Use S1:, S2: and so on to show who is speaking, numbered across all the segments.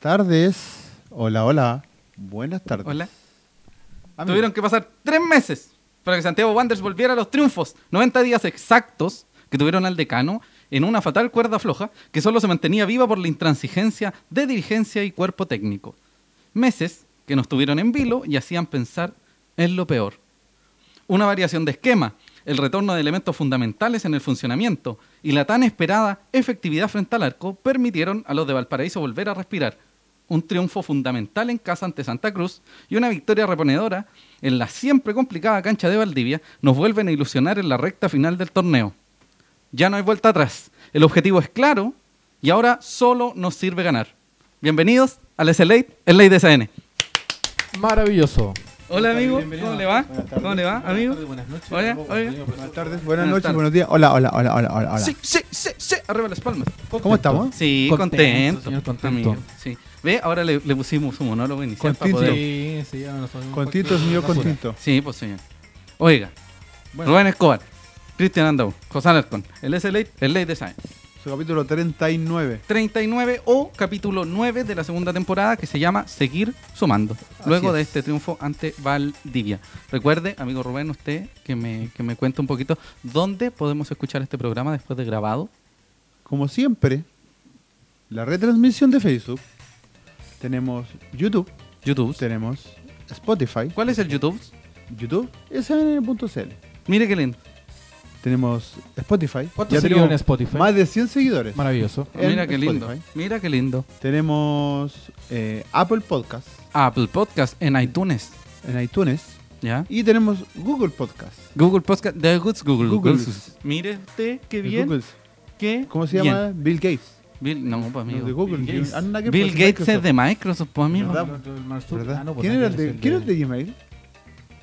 S1: tardes. Hola, hola. Buenas tardes. Ah,
S2: Hola.
S1: Amigo.
S2: Tuvieron que pasar tres meses para que Santiago Wanderers volviera a los triunfos. 90 días exactos que tuvieron al decano en una fatal cuerda floja que solo se mantenía viva por la intransigencia de dirigencia y cuerpo técnico. Meses que nos tuvieron en vilo y hacían pensar en lo peor. Una variación de esquema, el retorno de elementos fundamentales en el funcionamiento y la tan esperada efectividad frente al arco permitieron a los de Valparaíso volver a respirar. Un triunfo fundamental en casa ante Santa Cruz y una victoria reponedora en la siempre complicada cancha de Valdivia nos vuelven a ilusionar en la recta final del torneo. Ya no hay vuelta atrás. El objetivo es claro y ahora solo nos sirve ganar. Bienvenidos al SLA, el Ley DCN.
S3: Maravilloso.
S2: Hola amigo,
S1: bienvenido.
S2: ¿cómo le va?
S1: Buenas tardes.
S2: ¿Cómo le va, amigo?
S4: Buenas noches.
S2: Hola, hola.
S1: Buenas tardes, buenas
S2: Buenas
S1: noches,
S2: tardes.
S1: buenos días. Hola, hola, hola, hola, hola. hola.
S2: Sí, sí, sí, sí, arriba las palmas.
S1: ¿Cómo estamos?
S2: Sí,
S3: Contento,
S2: contento.
S3: señor, contento.
S2: amigo, sí. Ve, ahora le, le pusimos un monólogo inicial para
S1: Contento.
S2: poder-
S3: Sí, sí, ya no son-
S1: Contento, señor,
S3: basura.
S1: contento.
S2: Sí, pues señor. Oiga,
S1: Bueno.
S2: Rubén Escobar, Cristian Andau, José Alarcón, el SLA, el Ley Design.
S1: Su capítulo 39.
S2: 39 o capítulo 9 de la segunda temporada que se llama Seguir Sumando, luego
S1: es.
S2: de este triunfo ante Valdivia. Recuerde, amigo Rubén, usted que me, que me cuente un poquito dónde podemos escuchar este programa después de grabado.
S1: Como siempre, la retransmisión de Facebook. Tenemos YouTube,
S2: YouTube.
S1: tenemos Spotify,
S2: ¿Cuál es el YouTube?
S1: YouTube, SNN.cl.
S2: Mire qué lindo.
S1: Tenemos Spotify.
S3: ¿Cuántos seguidores
S1: tenemos
S3: en Spotify?
S1: Más de 100 seguidores.
S3: Maravilloso.
S1: En
S2: Mira qué lindo.
S1: Spotify.
S2: Mira qué lindo.
S1: Tenemos eh, Apple Podcast
S2: Apple Podcast en iTunes.
S1: en iTunes.
S2: ¿Ya?
S1: Y tenemos Google Podcast.
S2: Google Podcast. The Goods Google.
S1: Google.
S2: Goods. Mire usted qué
S1: El
S2: bien.
S1: Google.
S2: qué
S1: ¿Cómo se llama? Bill Gates.
S2: bien. Bill, no, pues,
S1: No,
S2: amigo.
S1: de Google.
S3: Bill Gates.
S1: Ah, nada que ver,
S2: Bill
S1: pues,
S2: Gates es
S1: Microsoft.
S2: de Ah, Microsoft, pues, amigo.
S1: ¿Verdad? ¿Verdad?
S3: ah, pues,
S2: pues
S1: ¿Quién, era el de, ¿Quién era el de Gmail?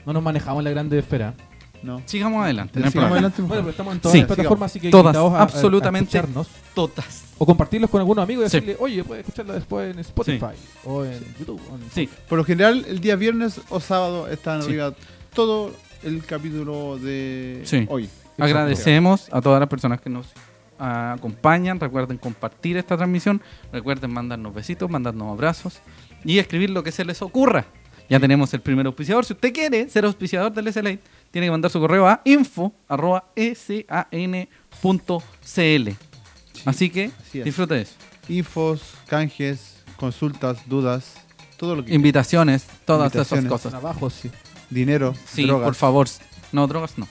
S3: No nos manejamos en la grande esfera.
S1: No.
S2: Sigamos adelante. no hay
S1: Sigamos
S2: problema.
S1: adelante,
S3: Bueno,
S1: mejor.
S3: pero estamos en
S2: todas
S3: todas
S2: Sí.
S3: las plataformas, así que
S2: Todas,
S3: invitados a- a- a
S2: absolutamente.
S3: escucharnos
S2: Totas.
S3: o compartirlos con algunos amigos y
S2: Sí.
S3: decirle, oye, puedes escucharla después en Spotify o en YouTube. o en-
S2: Sí.
S1: Por lo general, el día viernes o sábado están
S2: Sí.
S1: arriba todo el capítulo de
S2: Sí.
S1: hoy.
S2: Agradecemos a todas las personas que nos ah, acompañan. Recuerden compartir esta transmisión. Recuerden mandarnos besitos, mandarnos abrazos y escribir lo que se les ocurra. Ya tenemos el primer auspiciador. Si usted quiere ser auspiciador del SLA, tiene que mandar su correo a info.san.cl. Así que
S1: así es.
S2: disfrute de eso.
S1: Infos, canjes, consultas, dudas, todo lo que
S2: Invitaciones, todas
S1: Invitaciones.
S2: esas cosas.
S3: Trabajos, sí.
S1: Dinero,
S2: Sí,
S1: drogas.
S2: por favor. No, drogas no.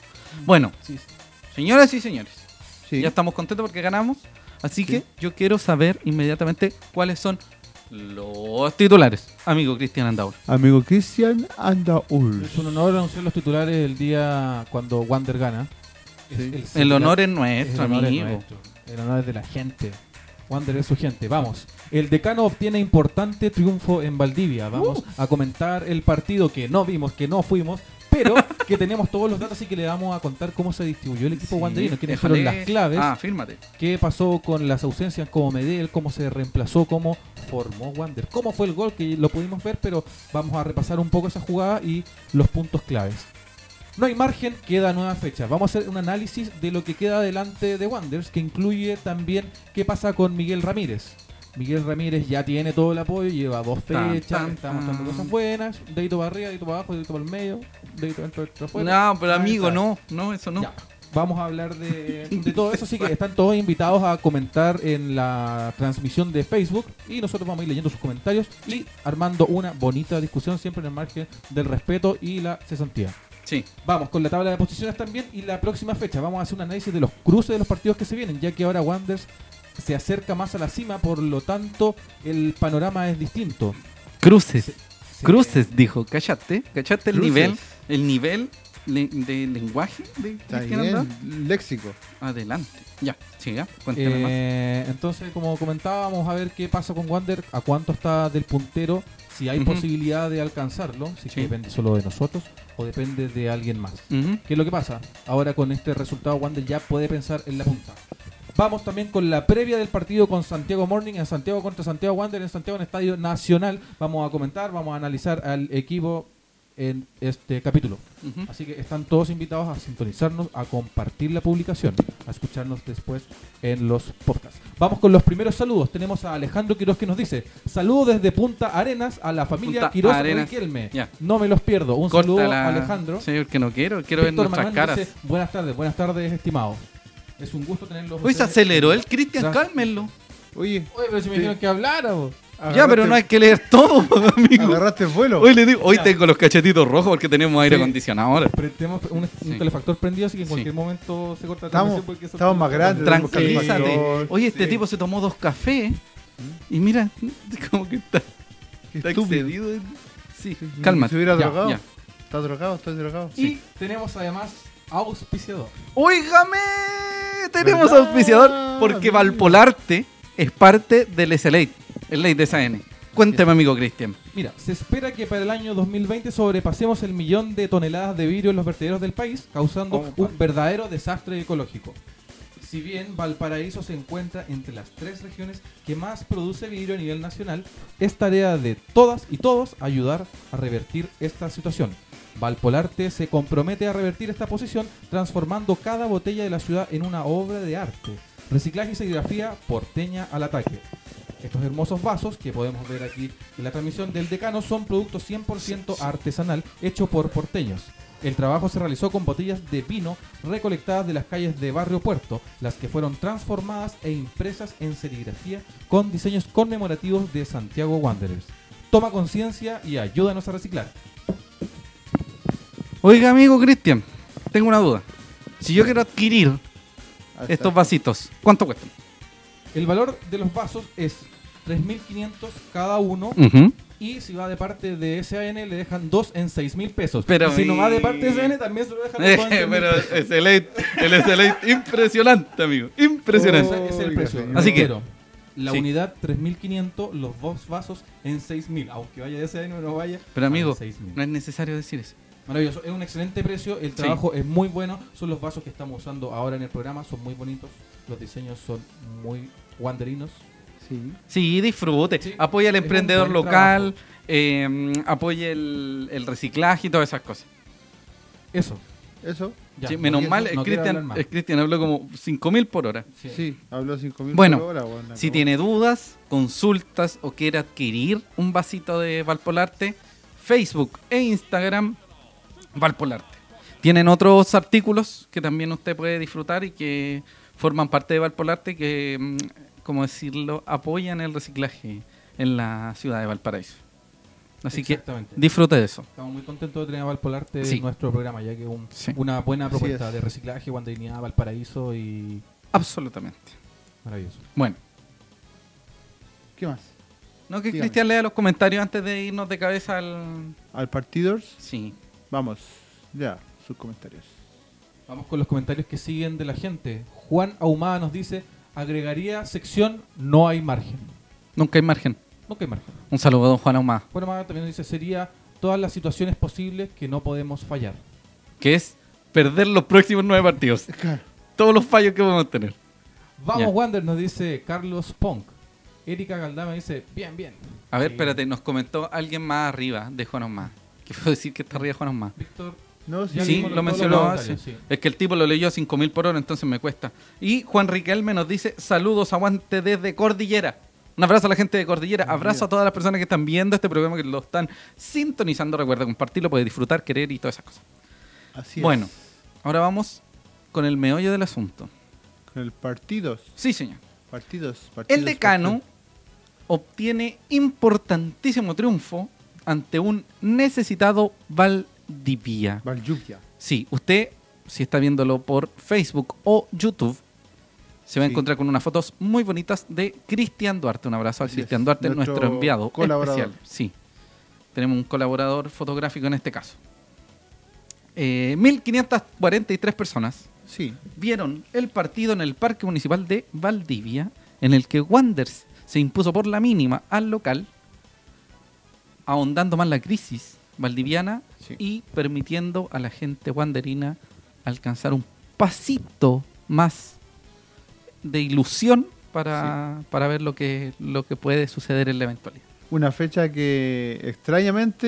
S2: Bueno,
S3: Sí.
S2: señoras y señores,
S1: Sí.
S2: Ya estamos contentos porque ganamos. Así
S1: Sí.
S2: que yo quiero saber inmediatamente cuáles son los titulares. Amigo Cristian Andaur.
S1: Amigo Cristian Andaul.
S3: Es un honor anunciar los titulares el día cuando Wander gana. Es
S2: El honor es
S3: es
S2: nuestro,
S3: el honor es
S2: amigo.
S3: nuestro. El honor es de la gente. Wander es su gente. Vamos. El decano obtiene importante triunfo en Valdivia. Vamos
S2: Uh.
S3: a comentar el partido que no vimos, que no fuimos, pero que tenemos todos los datos y que le vamos a contar cómo se distribuyó el equipo wanderino, quiénes fueron
S2: déjale-
S3: las claves,
S2: Ah, fírmate.
S3: qué pasó con las ausencias como Medel, cómo se reemplazó, cómo formó Wander, cómo fue el gol que lo pudimos ver, pero vamos a repasar un poco esa jugada y los puntos claves. No hay margen, queda nueva fecha. Vamos a hacer un análisis de lo que queda delante de Wanderers, que incluye también qué pasa con Miguel Ramírez. Miguel Ramírez ya tiene todo el apoyo, lleva dos
S2: Tan,
S3: fechas,
S2: tan,
S3: está
S2: tan.
S3: mostrando cosas buenas, dedito para arriba, dedito para abajo, dedito para el medio, dedito dentro, dedito afuera.
S2: No, pero
S3: Ahí
S2: amigo,
S3: está.
S2: no, no, eso no.
S3: Ya. Vamos a hablar de, de todo eso, así que están todos invitados a comentar en la transmisión de Facebook y nosotros vamos a ir leyendo sus comentarios y armando una bonita discusión siempre en el margen del respeto y la cesantía.
S2: Sí.
S3: Vamos con la tabla de posiciones también y la próxima fecha. Vamos a hacer un análisis de los cruces de los partidos que se vienen, ya que ahora Wanderers se acerca más a la cima, por lo tanto el panorama es distinto.
S2: Cruces.
S3: Se-
S2: Cruces, dijo. Cállate. Cállate el
S1: Cruces.
S2: nivel. El nivel le- de lenguaje de
S1: Está
S2: Cristian
S1: bien,
S2: Andaur.
S1: Léxico.
S2: Adelante. Ya, siga. Cuénteme más.
S3: Eh, entonces, como comentábamos, a ver qué pasa con Wander, a cuánto está del puntero, si hay
S2: Ujú.
S3: posibilidad de alcanzarlo, si es que
S2: Sí.
S3: depende solo de nosotros o depende de alguien más.
S2: Ujú.
S3: ¿Qué es lo que pasa? Ahora con este resultado Wander ya puede pensar en la punta. Vamos también con la previa del partido con Santiago Morning en Santiago contra Santiago Wander en Santiago en Estadio Nacional. Vamos a comentar, vamos a analizar al equipo en este capítulo.
S2: Ujú.
S3: Así que están todos invitados a sintonizarnos, a compartir la publicación, a escucharnos después en los podcasts. Vamos con los primeros saludos. Tenemos a Alejandro Quiroz que nos dice: Saludos desde Punta Arenas a la familia
S2: Punta
S3: Quiroz
S2: Arenas.
S3: Riquelme.
S2: Ya.
S3: No me los pierdo. Un
S2: Corta
S3: saludo
S2: la-
S3: a Alejandro.
S2: Sí, porque no quiero, quiero ver
S3: Víctor
S2: nuestras
S3: Manuel
S2: caras.
S3: dice, buenas tardes, buenas tardes, estimados. Es un gusto tenerlos.
S2: Hoy se
S3: ustedes-
S2: aceleró el Cristian,
S3: Gracias.
S2: cálmenlo.
S1: Oye,
S3: Oye, pero si me dijeron que hablara, vos.
S2: Ya, pero no hay que leer todo, amigo.
S1: Agarraste vuelo.
S2: Hoy, le digo, hoy tengo los cachetitos rojos porque tenemos aire acondicionado ahora.
S3: Tenemos un, un
S2: Sí.
S3: calefactor prendido, así que en
S2: Sí.
S3: cualquier momento se corta la
S1: Estamos-
S3: transmisión porque eso-
S1: estamos más grandes, tenemos
S2: Tranquilízate.
S1: calefactor.
S2: Oye, este
S3: Sí.
S2: tipo se tomó dos cafés ¿eh? y mira, como que está,
S1: Qué
S2: está
S1: estúpido.
S2: excedido. en- Sí,
S1: Ni
S2: cálmate.
S1: Si hubiera
S2: Ya,
S1: drogado.
S2: ya.
S1: ¿Estás drogado? ¿Estás drogado?
S3: Y tenemos además auspiciador.
S2: Óigame, tenemos
S1: ¿Verdad?
S2: auspiciador porque
S1: Mira.
S2: Valpolarte es parte del SLA, el ley de SAN. Cuéntame, amigo Cristian.
S3: Mira, se espera que para el año 2020 sobrepasemos el millón de toneladas de vidrio en los vertederos del país, causando un verdadero desastre ecológico. Si bien Valparaíso se encuentra entre las tres regiones que más produce vidrio a nivel nacional, es tarea de todas y todos ayudar a revertir esta situación. Valpolarte se compromete a revertir esta posición transformando cada botella de la ciudad en una obra de arte. Reciclaje y serigrafía porteña al ataque. Estos hermosos vasos que podemos ver aquí en la transmisión del decano son producto 100% artesanal hecho por porteños. El trabajo se realizó con botellas de vino recolectadas de las calles de Barrio Puerto, las que fueron transformadas e impresas en serigrafía con diseños conmemorativos de Santiago Wanderers. Toma conciencia y ayúdanos a reciclar.
S2: Oiga, amigo Cristian, tengo una duda. Si yo quiero adquirir
S1: Ahí está.
S2: estos vasitos, ¿cuánto cuestan?
S3: El valor de los vasos es 3.500 cada uno y si va de parte de SAN le dejan dos en 6.000 pesos.
S2: Pero
S3: Y si no va de
S2: mi-
S3: parte de SAN también se lo dejan dos en
S2: Eh,
S3: 6.000
S2: pero
S3: pesos.
S2: SLA, el SLA, impresionante, amigo, impresionante.
S3: Ese es el
S1: Oiga,
S3: precio.
S1: señor.
S2: Así que-
S3: Pero la
S2: Sí.
S3: unidad 3500, los dos vasos en 6000. Aunque vaya de ese año, no vaya.
S2: Pero
S3: al
S2: amigo, eh.
S3: 6.000.
S2: no es necesario decir eso.
S3: Maravilloso, es un excelente precio, el trabajo es muy bueno, son los vasos que estamos usando ahora en el programa, son muy bonitos, los diseños son muy wanderinos.
S1: Sí.
S2: Sí, disfrute.
S3: Sí,
S2: apoya al
S3: es un
S2: emprendedor
S3: buen
S2: local, eh, apoya el, el reciclaje y todas esas cosas.
S3: Eso.
S1: ¿Eso?
S3: ya,
S2: Sí,
S3: no
S2: menos
S3: quiero-
S2: mal, eh,
S3: no quiero hablar
S2: Cristian
S3: más.
S2: eh, Cristian habló como 5.000 por hora.
S3: Sí.
S1: Sí, habló 5.000
S2: Bueno,
S1: por hora. weón, la
S2: Si
S1: cagó.
S2: tiene dudas, consultas o quiere adquirir un vasito de Valpolarte, Facebook e Instagram, Valpolarte. Tienen otros artículos que también usted puede disfrutar y que forman parte de Valpolarte que, mm, como decirlo, apoyan el reciclaje en la ciudad de Valparaíso. Así que
S3: Exactamente.
S2: disfrute de eso.
S3: Estamos muy contentos de tener a Valpolarte
S2: Sí.
S3: en nuestro programa, ya que un-
S2: Sí.
S3: una buena
S1: Así
S3: propuesta
S1: es.
S3: de reciclaje, wanderinidad, Valparaíso y
S2: Absolutamente.
S3: maravilloso.
S2: Bueno,
S1: ¿Qué más?
S2: no que
S1: Dígame.
S2: Cristian lea los comentarios antes de irnos de cabeza al...
S1: Al partidors,
S2: Sí.
S1: vamos. Ya, sus comentarios.
S3: Vamos con los comentarios que siguen de la gente. Juan Ahumada nos dice, agregaría sección no hay margen.
S2: Nunca hay margen.
S3: No hay margen.
S2: Un saludo a don Juan Ahumada.
S3: Juan Ahumada también nos dice, sería todas las situaciones posibles que no podemos fallar.
S2: que es perder los próximos nueve partidos. Todos los fallos que vamos a tener.
S3: Vamos
S2: Ya.
S3: Wander, nos dice Carlos Punk. Erika Galdama dice, bien, bien.
S2: A ver,
S3: Sí.
S2: espérate, nos comentó alguien más arriba de Juan Osma. ¿Qué puedo decir que está arriba de Juan Osma?
S3: Víctor,
S1: No, sí,
S3: Ya
S2: Sí,
S3: vimos
S2: lo
S3: todos
S2: mencionó
S3: los
S2: hace.
S3: comentarios, sí.
S2: Es que el tipo lo leyó a 5.000 por hora, entonces me cuesta. Y Juan Riquelme nos dice, saludos, aguante desde Cordillera. Un abrazo a la gente de Cordillera, abrazo a todas las personas que están viendo este programa, que lo están sintonizando. Recuerda compartirlo, puedes disfrutar, querer y todas esas cosas.
S1: así
S2: bueno,
S1: es.
S2: ahora vamos con el meollo del asunto.
S1: Con el partidos.
S2: Sí, señor.
S1: Partidos, partidos.
S2: El decano obtiene importantísimo triunfo ante un necesitado Valdivia.
S1: Valjubia.
S2: Sí, usted, si está viéndolo por Facebook o YouTube, se va a
S1: Sí.
S2: encontrar con unas fotos muy bonitas de Cristian Duarte. Un abrazo a
S1: Así
S2: Cristian
S1: es,
S2: Duarte, nuestro,
S1: nuestro
S2: enviado
S1: colaborador.
S2: especial. Sí, tenemos un colaborador fotográfico en este caso. Eh, 1543 personas
S1: Sí,
S2: vieron el partido en el Parque Municipal de Valdivia, en el que Wanders se impuso por la mínima al local, ahondando más la crisis valdiviana
S1: Sí.
S2: y permitiendo a la gente wanderina alcanzar un pasito más de ilusión para, para ver lo que, lo que puede suceder en la eventualidad.
S1: una fecha que extrañamente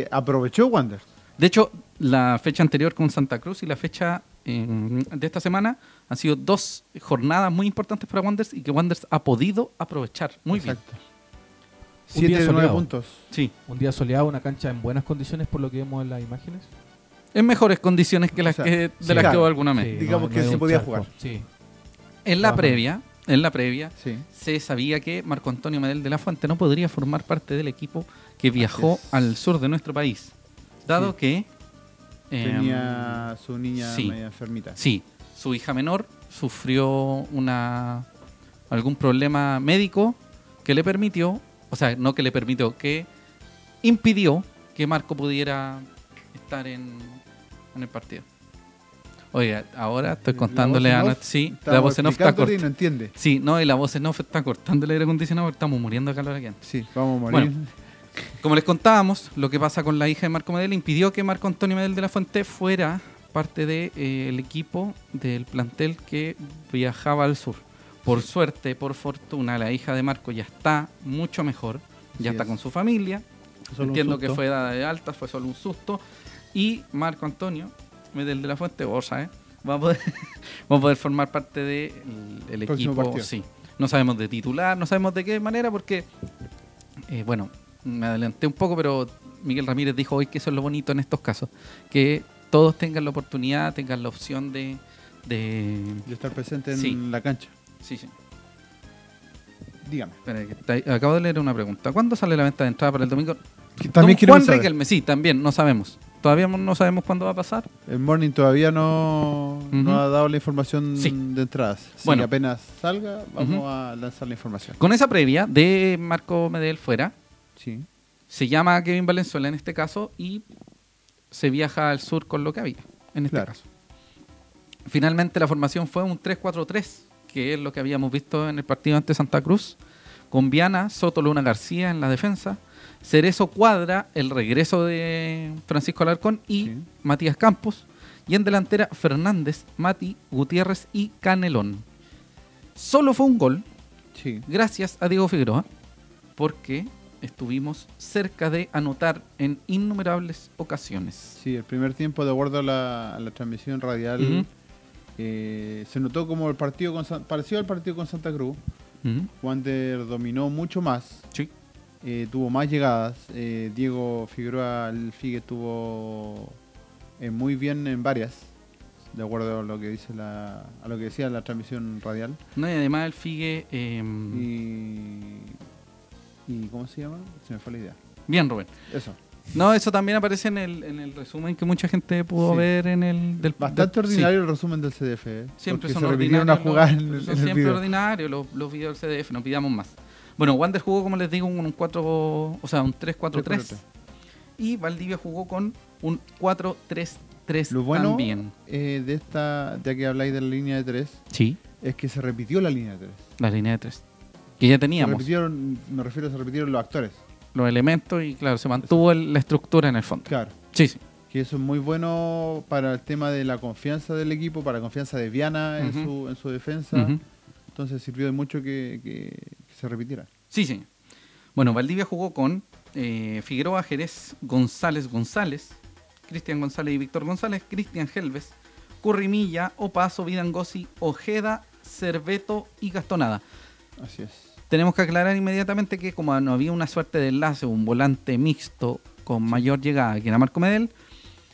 S1: eh, aprovechó Wander.
S2: De hecho, la fecha anterior con Santa Cruz y la fecha eh, de esta semana han sido dos jornadas muy importantes para Wanderers y que Wanderers ha podido aprovechar muy
S1: Exacto.
S3: día
S1: 7 de 9
S3: soleado.
S1: puntos.
S2: bien. Sí,
S3: Un día soleado, una cancha en buenas condiciones por lo que vemos en las imágenes.
S2: en mejores condiciones que las
S1: O sea,
S2: que, de
S3: sí,
S2: las que
S1: claro,
S2: hubo alguna vez.
S3: Sí,
S1: Digamos que
S3: hay
S1: sí
S3: un
S1: podía
S3: charco.
S1: jugar.
S3: Sí.
S2: En la
S3: Ajá.
S2: previa, en la previa,
S1: Sí.
S2: se sabía que Marco Antonio Medel de la Fuente no podría formar parte del equipo que viajó
S1: Así es.
S2: al sur de nuestro país, dado que eh,
S1: Tenía su niña
S2: sí.
S1: media enfermita.
S2: sí, su hija menor sufrió una algún problema médico que le permitió, o sea, no que le permitió, que impidió que Marco pudiera estar en, en el partido. Oye, ahora estoy
S1: La
S2: contándole
S1: voz
S2: a
S1: en off,
S2: nuestra- sí, la
S1: Estamos
S2: voz en off está
S1: explicándote y
S2: corta.
S1: no entiende.
S2: Sí, no, y la voz en off está cortando el aire acondicionado porque estamos muriendo de calor aquí.
S1: Sí, vamos a morir.
S2: Como les contábamos, lo que pasa con la hija de Marco Medel impidió que Marco Antonio Medel de la Fuente fuera parte del de, eh, el equipo del plantel que viajaba al sur. Por suerte, por fortuna, la hija de Marco ya está mucho mejor,
S1: Así
S2: ya está
S1: es.
S2: con su familia,
S1: Solo un
S2: entiendo que
S1: susto.
S2: fue dada de alta, fue solo un susto, y Marco Antonio Medel de la Fuente, vos sabes, va a poder, va a poder formar parte del el
S1: Próximo
S2: equipo.
S1: partido.
S2: Sí. No sabemos de titular, no sabemos de qué manera, porque, eh, bueno, me adelanté un poco, pero Miguel Ramírez dijo hoy que eso es lo bonito en estos casos, que todos tengan la oportunidad, tengan la opción de... de...
S1: Y estar presente en
S2: Sí.
S1: la cancha.
S2: Sí, sí.
S1: Dígame.
S2: Espera, que está ahí- acabo de leer una pregunta. ¿Cuándo sale la venta de entrada para el domingo?
S1: También
S2: Don
S1: queremos
S2: Juan
S1: saber.
S2: Riquelme, sí, también, no sabemos. Todavía no sabemos cuándo va a pasar.
S1: El Morning todavía no, no
S2: Ujú.
S1: ha dado la información
S2: Sí.
S1: de entradas. Si
S2: Bueno.
S1: apenas salga, vamos a lanzar la información.
S2: Con esa previa de Marco Medel fuera,
S1: Sí.
S2: se llama Kevin Valenzuela en este caso y se viaja al sur con lo que había en este
S1: Claro.
S2: caso. Finalmente la formación fue un 3-4-3, que es lo que habíamos visto en el partido ante Santa Cruz, con Viana, Soto, Luna García en la defensa, Cerezo Cuadra, el regreso de Francisco Alarcón y
S1: Sí.
S2: Matías Campos, y en delantera Fernández, Mati, Gutiérrez y Canelón. Solo fue un gol
S1: Sí.
S2: gracias a Diego Figueroa, porque estuvimos cerca de anotar en innumerables ocasiones.
S1: Sí, el primer tiempo, de acuerdo a la, a la transmisión radial,
S2: Ujú.
S1: eh, se notó como el partido con San- parecido al partido con Santa Cruz. Mm,
S2: Ujú.
S1: Wander dominó mucho más,
S2: Sí.
S1: eh, tuvo más llegadas. eh, Diego Figueroa, el Figue, estuvo eh, muy bien en varias, de acuerdo a lo que dice la, a lo que decía la transmisión radial.
S2: No, y además el Figue... em,
S1: Y, y ¿cómo se llama? Se me fue la idea.
S2: Bien, Rubén.
S1: Eso.
S2: No, eso también aparece en el, en el resumen que mucha gente pudo
S1: Sí.
S2: ver en el... Del,
S1: Bastante
S2: del- sí.
S1: ordinario el resumen del CDF. eh,
S2: Siempre
S1: porque
S2: son
S1: se repitieron a
S2: ordinarios.
S1: jugar
S2: los-
S1: en, el-
S2: son
S1: en el
S2: siempre
S1: video.
S2: ordinarios los, los videos del CDF, no pidamos más. Bueno, Wander jugó, como les digo, un 4, o sea, un 3-4-3.
S1: 3-4-3.
S2: Y Valdivia jugó con un 4-3-3
S1: Lo bueno
S2: también.
S1: eh, de esta, ya que habláis de la línea de tres,
S2: Sí.
S1: es que se repitió la línea de tres.
S2: La línea de tres. Que ya
S1: Se
S2: teníamos
S1: repitieron, me refiero a se repitieron los actores.
S2: los elementos y claro, se mantuvo el- la estructura en el fondo.
S1: Claro.
S2: Sí, sí.
S1: Que eso es muy bueno para el tema de la confianza del equipo, para la confianza de Viana en,
S2: Ujú.
S1: su, en su defensa.
S2: Ujú.
S1: Entonces sirvió de mucho que, que- que se repitiera.
S2: Sí, señor. Bueno, Valdivia jugó con eh, Figueroa, Jerez, González, González, Cristian González y Víctor González, Cristian Helves, Currimilla, Opaso, Vidangosi, Ojeda, Cerveto y Gastonada.
S1: Así es.
S2: Tenemos que aclarar inmediatamente que como no había una suerte de enlace, un volante mixto con mayor llegada que era Marco Medel,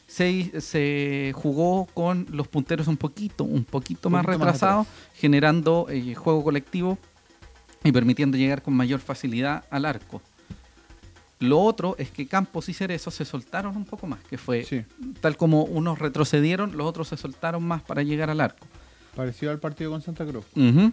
S2: se, se jugó con los punteros un poquito, un poquito más
S1: Poquito más
S2: retrasados, generando eh, juego colectivo y permitiendo llegar con mayor facilidad al arco. Lo otro es que Campos y Cerezo se soltaron un poco más, que fue
S1: Sí.
S2: tal como unos retrocedieron, los otros se soltaron más para llegar al arco.
S1: Parecido al partido con Santa Cruz.
S2: Ujú.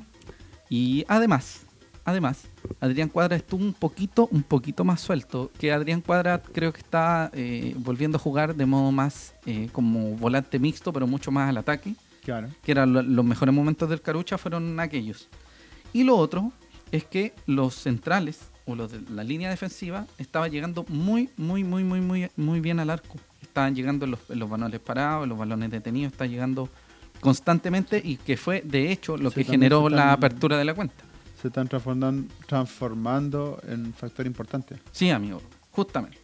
S2: Y además, además, Adrián Cuadra estuvo un poquito, un poquito más suelto. Que Adrián Cuadra creo que está eh, volviendo a jugar de modo más eh, como volante mixto, pero mucho más al ataque.
S1: Claro.
S2: Que eran lo- los mejores momentos del Carucha fueron aquellos. Y lo otro es que los centrales o los de la línea defensiva estaba llegando muy, muy, muy, muy, muy, muy bien al arco. Estaban llegando en los, en los balones parados, en los balones detenidos, está llegando constantemente y que fue de hecho lo
S1: Sí,
S2: que
S1: también
S2: generó
S1: se
S2: la
S1: están-
S2: apertura de la cuenta.
S1: Se están transformando, transformando en un factor importante.
S2: Sí, amigo, justamente.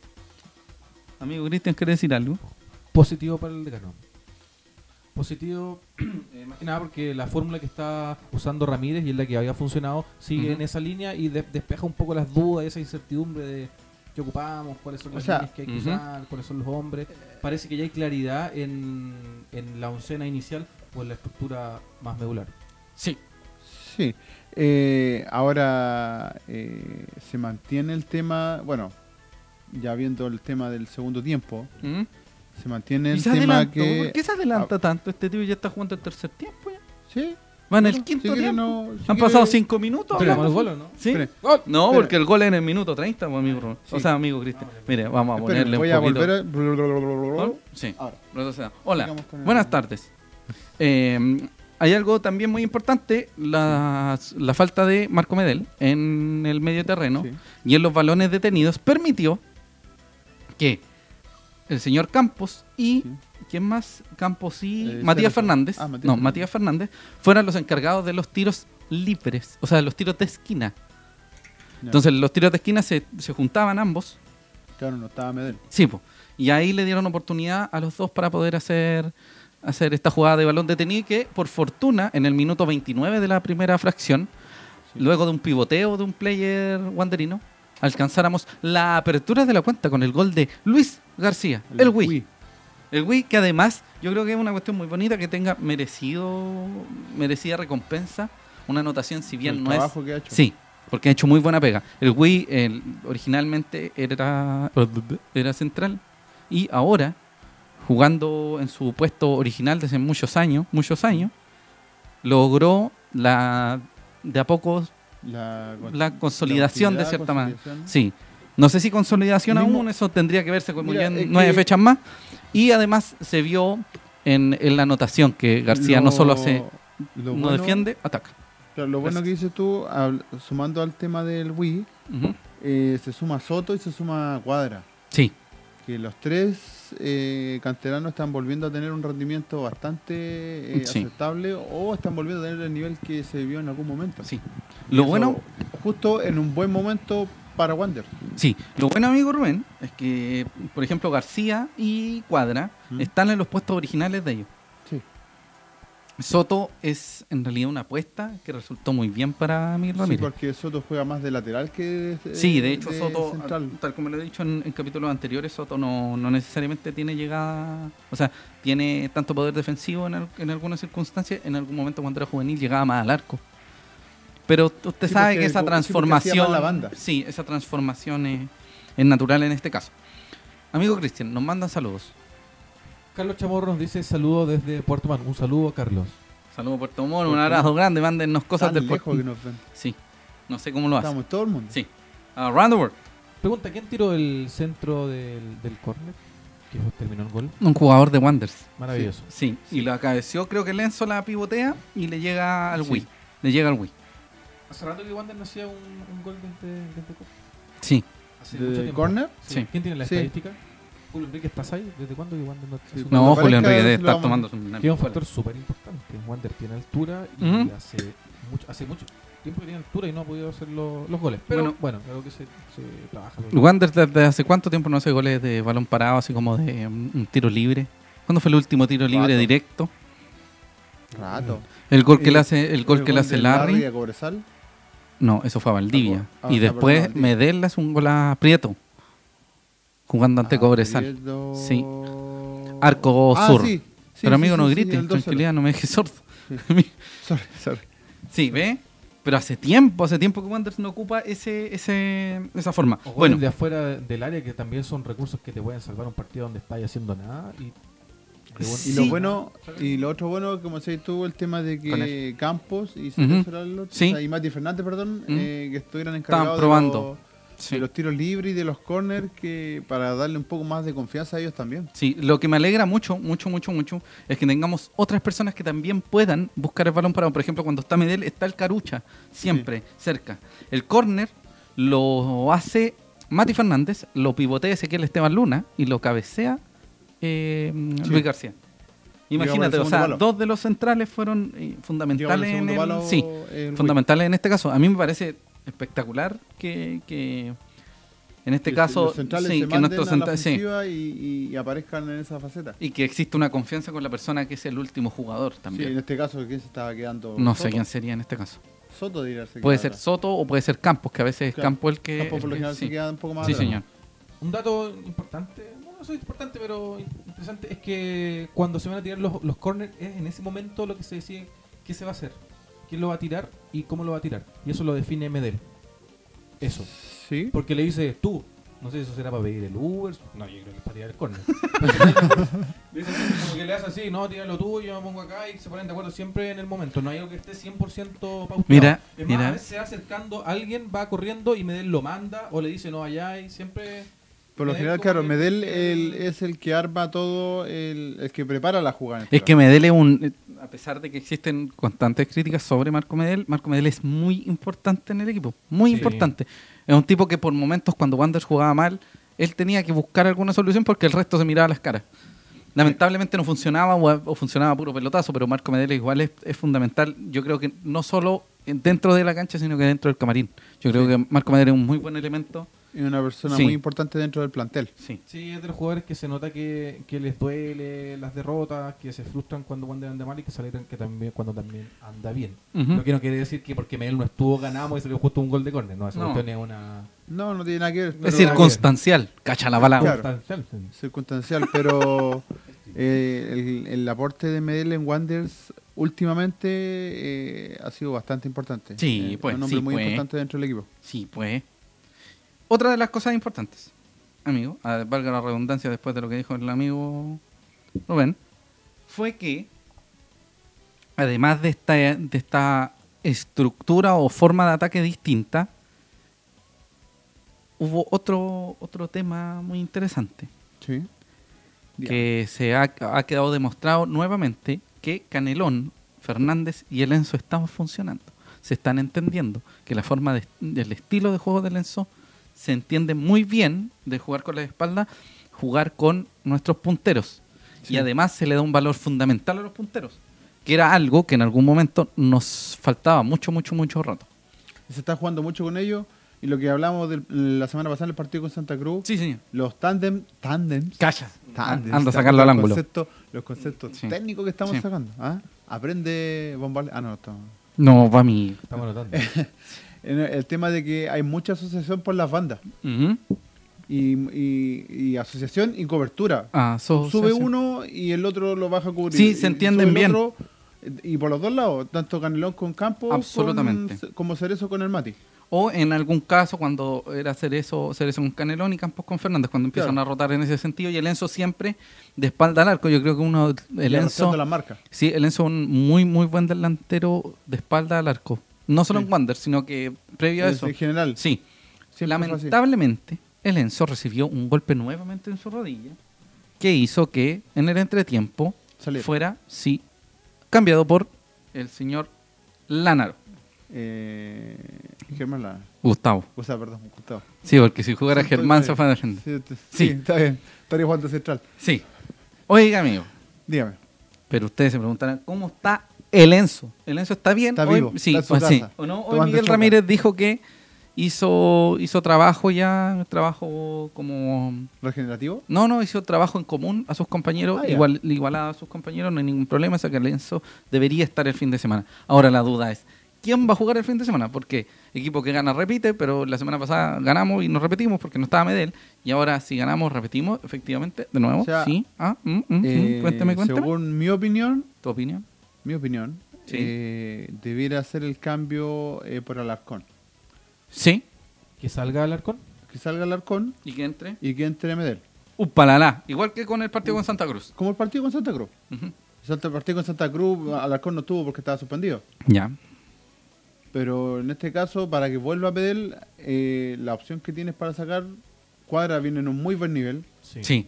S2: Amigo Cristian, ¿quiere decir algo?
S3: Positivo para el decano. Positivo, eh, más que nada porque la fórmula que está usando Ramírez y es la que había funcionado sigue
S2: Ujú.
S3: en esa línea y de- despeja un poco las dudas, esa incertidumbre de qué ocupamos, cuáles son
S1: O
S3: las
S1: sea,
S3: líneas que hay que
S2: ujú.
S3: usar, cuáles son los hombres. Parece que ya hay claridad en, en la oncena inicial o en la estructura más medular.
S2: Sí.
S1: Sí. Eh, ahora eh, se mantiene el tema, bueno, ya viendo el tema del segundo tiempo, se mantiene
S2: ¿Mm? ¿Y
S1: el
S2: se
S1: tema
S2: adelantó?
S1: que... Ah.
S2: ¿Por qué se adelanta tanto? Este tío ya está jugando el tercer tiempo. Ya.
S1: Sí,
S2: Va en
S1: bueno,
S2: el
S1: si
S2: quinto
S1: quiere
S2: tiempo.
S1: no- si
S2: Han
S1: quiere-
S2: pasado cinco minutos.
S3: Pero
S2: hablando
S3: el gol,
S2: así.
S3: ¿o no?
S2: ¿Sí?
S1: Espere.
S2: No,
S1: Espere.
S2: porque el gol es en el minuto 30, pues, amigo. O
S1: Sí.
S2: sea, amigo Cristian. Mire, vamos a
S1: Esperen,
S2: ponerle
S1: voy
S2: un
S1: a
S2: poquito.
S1: volver
S2: ¿Gol?
S1: a...
S2: Sí.
S1: Ahora.
S2: Retroceda. Hola,
S1: Sigamos con el-
S2: buenas tardes. Eh, hay algo también muy importante, la, la falta de Marco Medel en el medio terreno
S1: Sí.
S2: y en los balones detenidos permitió que el señor Campos y...
S1: Sí.
S2: ¿Quién más? Campos y
S1: Eh, Cerezo.
S2: Matías Fernández.
S1: Ah, Matías
S2: no,
S1: Fernández.
S2: Matías Fernández fueron los encargados de los tiros libres, o sea, de los tiros de esquina.
S1: Ya.
S2: Entonces, los tiros de esquina se, se juntaban ambos
S1: Claro, no estaba Medel.
S2: Sí, po. y ahí le dieron oportunidad a los dos para poder hacer, hacer esta jugada de balón detenido que, por fortuna, en el minuto 29 de la primera fracción,
S1: Sí.
S2: luego de un pivoteo de un player wanderino, alcanzáramos la apertura de la cuenta con el gol de Luis García, el, Wii. El Wii que además yo creo que es una cuestión muy bonita que tenga merecido merecida recompensa, una anotación si bien
S1: el
S2: no es
S1: trabajo que ha hecho.
S2: Sí, porque ha hecho muy buena pega. El Wii el- originalmente era, era central y ahora, jugando en su puesto original desde muchos años, muchos años, logró la de a poco
S1: La,
S2: la consolidación de
S1: utilidad,
S2: cierta manera.
S1: consolidación.
S2: Sí. No sé si consolidación
S1: Mismo-
S2: aún, eso tendría que verse con
S1: Mira,
S2: ya
S1: es
S2: nueve
S1: que-
S2: fechas más. Y además se vio en, en la anotación que García no solo hace,
S1: lo
S2: no
S1: bueno-
S2: defiende, ataca.
S1: claro, lo bueno que dices tú, habl- sumando al tema del Wii,
S2: Ujú.
S1: eh, se suma Soto y se suma Cuadra.
S2: Sí.
S1: Que los tres eh, canteranos están volviendo a tener un rendimiento bastante eh,
S2: Sí.
S1: aceptable o están volviendo a tener el nivel que se vio en algún momento.
S2: Sí. Lo
S1: Eso,
S2: bueno,
S1: Justo en un buen momento para Wander.
S2: sí, lo bueno, amigo Rubén, es que, por ejemplo, García y Cuadra
S1: ¿Mm?
S2: están en los puestos originales de ellos.
S1: Sí.
S2: Soto es en realidad una apuesta que resultó muy bien para Miguel
S1: Sí,
S2: Ramírez.
S1: porque Soto juega más de lateral que Eh, de,
S2: Sí, de hecho, Soto,
S1: central.
S2: al- tal como lo he dicho en, en capítulos anteriores, Soto no, no necesariamente tiene llegada, o sea, tiene tanto poder defensivo en, al- en algunas circunstancias, en algún momento cuando era juvenil llegaba más al arco. Pero t- usted
S1: Sí,
S2: sabe
S1: porque
S2: que esa
S1: co- sí, porque hacía más
S2: transformación,
S1: la banda.
S2: sí, esa transformación es, es natural en este caso. Amigo Cristian, nos mandan saludos.
S3: Carlos Chamorro nos dice saludos desde Puerto Montt. Un saludo, Carlos.
S2: Saludos Puerto Montt, un
S1: Puerto
S2: abrazo grande, mándennos cosas
S1: Tan
S2: del
S1: lejos
S2: Puerto.
S1: que nos ven.
S2: Sí, no sé cómo lo hacen.
S1: Estamos todo el mundo.
S2: Sí, around the world.
S3: Pregunta, ¿quién tiró el centro del, del córner? Que fue- terminó el gol.
S2: Un jugador de Wanderers.
S3: Maravilloso.
S2: Sí, y la acabeció, creo que Lenzo la pivotea y le llega al
S1: Sí.
S2: Wii. Le llega al Wii.
S3: Hace rato que Wander no hacía un, un gol este, desde, desde córner.
S2: Sí.
S3: Hace
S1: ¿De
S3: mucho tiempo.
S1: corner?
S3: Sí.
S2: Sí.
S3: ¿Quién tiene la
S1: Sí.
S3: estadística? Julio Enrique, ¿estás ahí? ¿Desde cuándo que Wander no hace
S1: Sí,
S3: un
S2: No,
S3: gol?
S1: Cuando
S2: Julio
S1: aparezca,
S2: Enrique debe
S1: se lo
S2: estar
S1: vamos-
S2: tomando su- una-
S3: Que es un
S2: fuera.
S3: factor súper importante. Wander tiene altura y
S2: Ujú.
S3: hace, mucho, hace mucho tiempo que tiene altura y no ha podido hacer lo- los goles. Pero bueno,
S2: Bueno.
S3: algo que se, se trabaja.
S2: Wander desde hace cuánto tiempo no hace goles de balón parado, así como de um, un tiro libre. ¿Cuándo fue el último tiro libre
S1: Rato.
S2: directo?
S1: Rato.
S2: El gol que
S1: Eh,
S2: le hace, el gol que le hace
S1: del
S2: Larry.
S1: a Cobresal.
S2: No, eso fue a Valdivia.
S1: Ah,
S2: y
S1: ah,
S2: después
S1: perdón, Valdivia.
S2: Medel le hace un gol a Prieto. Jugando ante
S1: Ah,
S2: Cobresal.
S1: Prieto.
S2: Sí. Arco
S1: Ah,
S2: sur.
S1: sí. Sí,
S2: Pero
S1: sí,
S2: amigo,
S1: sí,
S2: no
S1: sí,
S2: grites,
S1: el 2-0.
S2: tranquilidad, no me dejes sordo.
S1: Sorry, sorry.
S2: Sí, ¿ve? Pero hace tiempo, hace tiempo que Wanderers no ocupa ese, ese, esa forma.
S3: O goles
S2: Bueno,
S3: de afuera del área que también son recursos que te pueden salvar un partido donde estás haciendo nada. Y, de
S1: Y
S3: buen-
S2: Sí.
S1: lo bueno, y lo otro bueno, como decís tú, el tema de
S2: Con
S1: que
S2: él.
S1: Campos y
S2: Ujú.
S1: Cerezo eran los-
S2: Sí.
S1: o sea, y Mati Fernández, perdón,
S2: Mm.
S1: eh, que estuvieran encargados De,
S2: probando.
S1: los,
S2: sí.
S1: de los tiros libres y de los corners que para darle un poco más de confianza a ellos también.
S2: Sí, lo que me alegra mucho, mucho, mucho, mucho, es que tengamos otras personas que también puedan buscar el balón parado. Por ejemplo, cuando está Medel, está el Carucha, siempre cerca. El córner lo hace Mati Fernández, lo pivotea Ezequiel Esteban Luna y lo cabecea eh,
S1: Sí.
S2: Luis García. Imagínate,
S1: Llegamos al
S2: o sea,
S1: segundo palo.
S2: dos de los centrales fueron eh,
S1: Llegó en el
S2: fundamentales en
S1: segundo
S2: el-
S1: palo,
S2: sí,
S1: el Wick.
S2: este fundamentales en este caso. A mí me parece espectacular que, que En este
S1: Que
S2: caso,
S1: los centrales
S2: sí,
S1: se
S2: que
S1: manden
S2: nuestros
S1: a la
S2: centra- sí.
S1: ofensiva y, y- y aparezcan en esa faceta.
S2: Y que existe una confianza con la persona que es el último jugador
S1: Sí, en
S2: también.
S1: este caso, ¿quién se estaba quedando?
S2: no
S1: Soto.
S2: sé quién sería en este caso.
S1: Soto diría que se
S2: Puede
S1: queda
S2: ser
S1: atrás.
S2: Soto o puede ser Campos, que a veces es
S1: Claro.
S2: Campos el que.
S1: Campos por lo
S2: el que-
S1: general se
S2: sí,
S1: queda un poco más
S2: Sí,
S1: atrás.
S2: señor.
S3: Un dato importante, no no sé si importante, pero interesante, es que cuando se van a tirar los, los corners es en ese momento lo que se decide qué se va a hacer, quién lo va a tirar y cómo lo va a tirar. Y eso lo define Medel. Eso.
S1: Sí.
S3: Porque le dice, tú, no sé si eso será para pedir el Uber. No, yo creo que es para tirar el corner. le dice así, como que le hace así, no, tíralo tú, yo me pongo acá y se ponen de acuerdo siempre en el momento. No hay algo que esté 100% pautado.
S2: Mira,
S3: es más,
S2: mira.
S3: a veces se va acercando alguien, va corriendo y Medel lo manda o le dice no allá y siempre...
S1: Por lo
S3: Medel
S1: general,
S3: como
S1: claro,
S3: que-
S1: Medel el- es el que arma todo, el, el que prepara la jugada. en este
S2: Es que Medel es un. Eh, A pesar de que existen constantes críticas sobre Marco Medel, Marco Medel es muy importante en el equipo. Muy
S3: Sí.
S2: importante. Es un tipo que por momentos, cuando Wander jugaba mal, él tenía que buscar alguna solución porque el resto se miraba las caras. Lamentablemente no funcionaba o, o funcionaba puro pelotazo, pero Marco Medel igual es, es fundamental. Yo creo que no solo en- dentro de la cancha, sino que dentro del camarín. Yo creo que Marco Medel es un muy buen elemento.
S1: Es una persona
S2: Sí.
S1: muy importante dentro del plantel.
S2: Sí.
S3: Sí, es de los jugadores que se nota que, que les duele las derrotas, que se frustran cuando Wander anda mal y que se alegran que también, cuando también anda bien.
S1: ¿Mm?
S2: Ujú.
S3: Lo que no quiere decir que porque Medel no estuvo ganamos y salió justo un gol de córner. No, esa
S2: No.
S3: cuestión es una...
S1: No, no tiene nada que ver. pero-
S2: Es circunstancial. Cacha la palabra.
S1: Claro.
S3: Constancial.
S1: circunstancial, pero eh, el, el aporte de Medel en Wanderers últimamente eh, ha sido bastante importante.
S2: Sí,
S1: Eh,
S2: pues,
S1: Un hombre
S2: sí,
S1: muy
S2: pues.
S1: importante dentro del equipo.
S2: Sí, pues. Otra de las cosas importantes, amigo, a- valga la redundancia después de lo que dijo el amigo Rubén, fue que, además de esta, de esta estructura o forma de ataque distinta, hubo otro, otro tema muy interesante,
S1: Sí. Ya.
S2: que se ha, ha quedado demostrado nuevamente que Canelón, Fernández y el Enzo están funcionando. Se están entendiendo que la forma de- del estilo de juego del Enzo se entiende muy bien de jugar con la espalda, jugar con nuestros punteros.
S1: Sí.
S2: Y además se le da un valor fundamental a los punteros, que era algo que en algún momento nos faltaba mucho, mucho, mucho rato.
S1: Se está jugando mucho con ellos y lo que hablamos del- la semana pasada en el partido con Santa Cruz,
S2: Sí, señor.
S1: los tándem, tándems,
S2: Calla.
S1: tándems,
S2: Ah, Ando a
S1: tándems,
S2: sacarlo al
S1: los
S2: ángulo.
S1: conceptos- los conceptos
S2: Sí.
S1: técnicos que estamos
S2: Sí.
S1: sacando. ¿ah? Aprende bombarde. Ah, no, estamos.
S2: No, va mi...
S3: Estamos notando.
S1: En El, el tema de que hay mucha asociación por las bandas
S2: Ujú.
S1: y, y- y asociación y cobertura.
S2: Ah, so-
S1: sube
S2: so- so-
S1: uno y el otro lo baja a cubrir.
S2: Sí,
S1: Y
S2: se entienden
S1: sube el
S2: bien.
S1: otro, y por los dos lados, tanto Canelón con Campos
S2: Absolutamente.
S1: con- como Cerezo con el Mati.
S2: O en algún caso, cuando era Cerezo, Cerezo con Canelón y Campos con Fernández, cuando empiezan
S1: Claro.
S2: a rotar en ese sentido. Y el Enzo siempre de espalda al arco. Yo creo que uno. El
S1: Y
S2: Enzo.
S1: arrastrando la marca.
S2: Sí, el Enzo es un muy, muy buen delantero de espalda al arco. No solo
S1: Sí.
S2: en Wander, sino que previo a
S1: En-
S2: eso.
S1: En general.
S2: Sí.
S1: Siempre fue así.
S2: Lamentablemente, el Enzo recibió un golpe nuevamente en su rodilla que hizo que en el entretiempo
S1: Saliera.
S2: fuera, sí, cambiado por el señor Lánaro.
S1: Eh, Germán la.
S2: Gustavo.
S1: O sea, perdón, Gustavo.
S2: Sí, porque si jugara
S1: Sí,
S2: Germán se
S1: estoy-
S2: fue a defender.
S1: Sí, te- sí,
S2: Sí.
S1: está bien. Estaría jugando central.
S2: Sí. Oiga, amigo,
S1: Dígame.
S2: pero ustedes se preguntarán, ¿cómo está el Enzo? ¿El Enzo está bien?
S1: Está
S2: Hoy-
S1: vivo,
S2: sí,
S1: está en su
S2: o- sí.
S1: casa,
S2: ¿O no? Hoy
S1: tomando
S2: Miguel
S1: chocas.
S2: Ramírez dijo que hizo, hizo trabajo ya, trabajo como...
S1: ¿Regenerativo?
S2: No, no, hizo trabajo en común a sus compañeros,
S1: Ah, ya.
S2: igual, igualado a sus compañeros, no hay ningún problema, o sea que el Enzo debería estar el fin de semana. Ahora la duda es, ¿quién va a jugar el fin de semana? Porque equipo que gana repite, pero la semana pasada ganamos y nos repetimos porque no estaba Medel, y ahora si ganamos, repetimos, efectivamente, de nuevo,
S1: O sea,
S2: sí, ah, mm, mm, mm,
S1: Eh,
S2: cuéntame, cuéntame.
S1: Según mi opinión,
S2: ¿Tu opinión?
S1: mi opinión,
S2: Sí.
S1: eh, debiera hacer el cambio eh, por Alarcón.
S2: Sí,
S3: que salga Alarcón.
S1: Que salga Alarcón
S2: y que entre.
S1: y que entre Medel.
S2: Upalala, igual que con el partido con Santa Cruz.
S1: Como el partido con Santa Cruz.
S2: Ujú.
S1: Santa, el partido con Santa Cruz, Alarcón no tuvo porque estaba suspendido.
S2: Ya.
S1: Pero en este caso, para que vuelva a Medel, eh, la opción que tienes para sacar Cuadra viene en un muy buen nivel.
S3: Sí.
S2: Sí.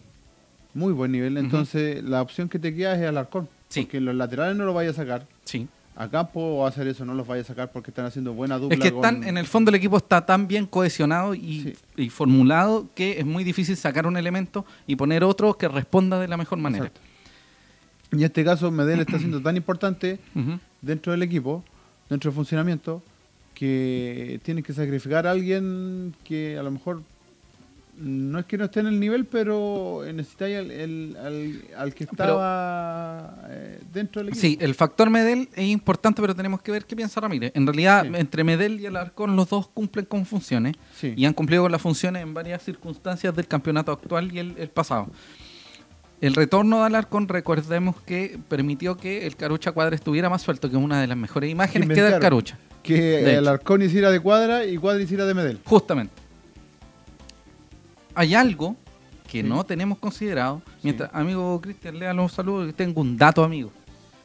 S1: Muy buen nivel.
S2: Ujú.
S1: Entonces, la opción que te queda es Alarcón.
S2: Sí.
S1: Porque los laterales no los vaya a sacar.
S2: sí.
S1: A Campo o a hacer eso no los vaya a sacar porque están haciendo buena dupla.
S2: Es que están,
S1: con-
S2: en el fondo el equipo está tan bien cohesionado y, y formulado que es muy difícil sacar un elemento y poner otro que responda de la mejor manera.
S1: Exacto. Y en este caso, Medel está siendo tan importante
S2: Ujú.
S1: dentro del equipo, dentro del funcionamiento, que tienes que sacrificar a alguien que a lo mejor No es que no esté en el nivel, pero necesitáis al, el- al, al que estaba eh, dentro del equipo.
S2: Sí, el factor Medel es importante, pero tenemos que ver qué piensa Ramírez. En realidad,
S1: Sí.
S2: entre Medel y Alarcón, los dos cumplen con funciones
S1: Sí.
S2: y han cumplido con las funciones en varias circunstancias del campeonato actual y el, el pasado. El retorno de Alarcón, recordemos que permitió que el Carucha Cuadra estuviera más suelto, que es una de las mejores imágenes que da el
S1: Inventaron.
S2: Carucha.
S1: Que
S2: De
S1: el
S2: hecho.
S1: Arcón hiciera de cuadra y cuadra hiciera de Medel.
S2: Justamente. Hay algo que
S1: Sí.
S2: no tenemos considerado. Mientras, amigo Cristian, lea los saludos, que tengo un dato, amigo.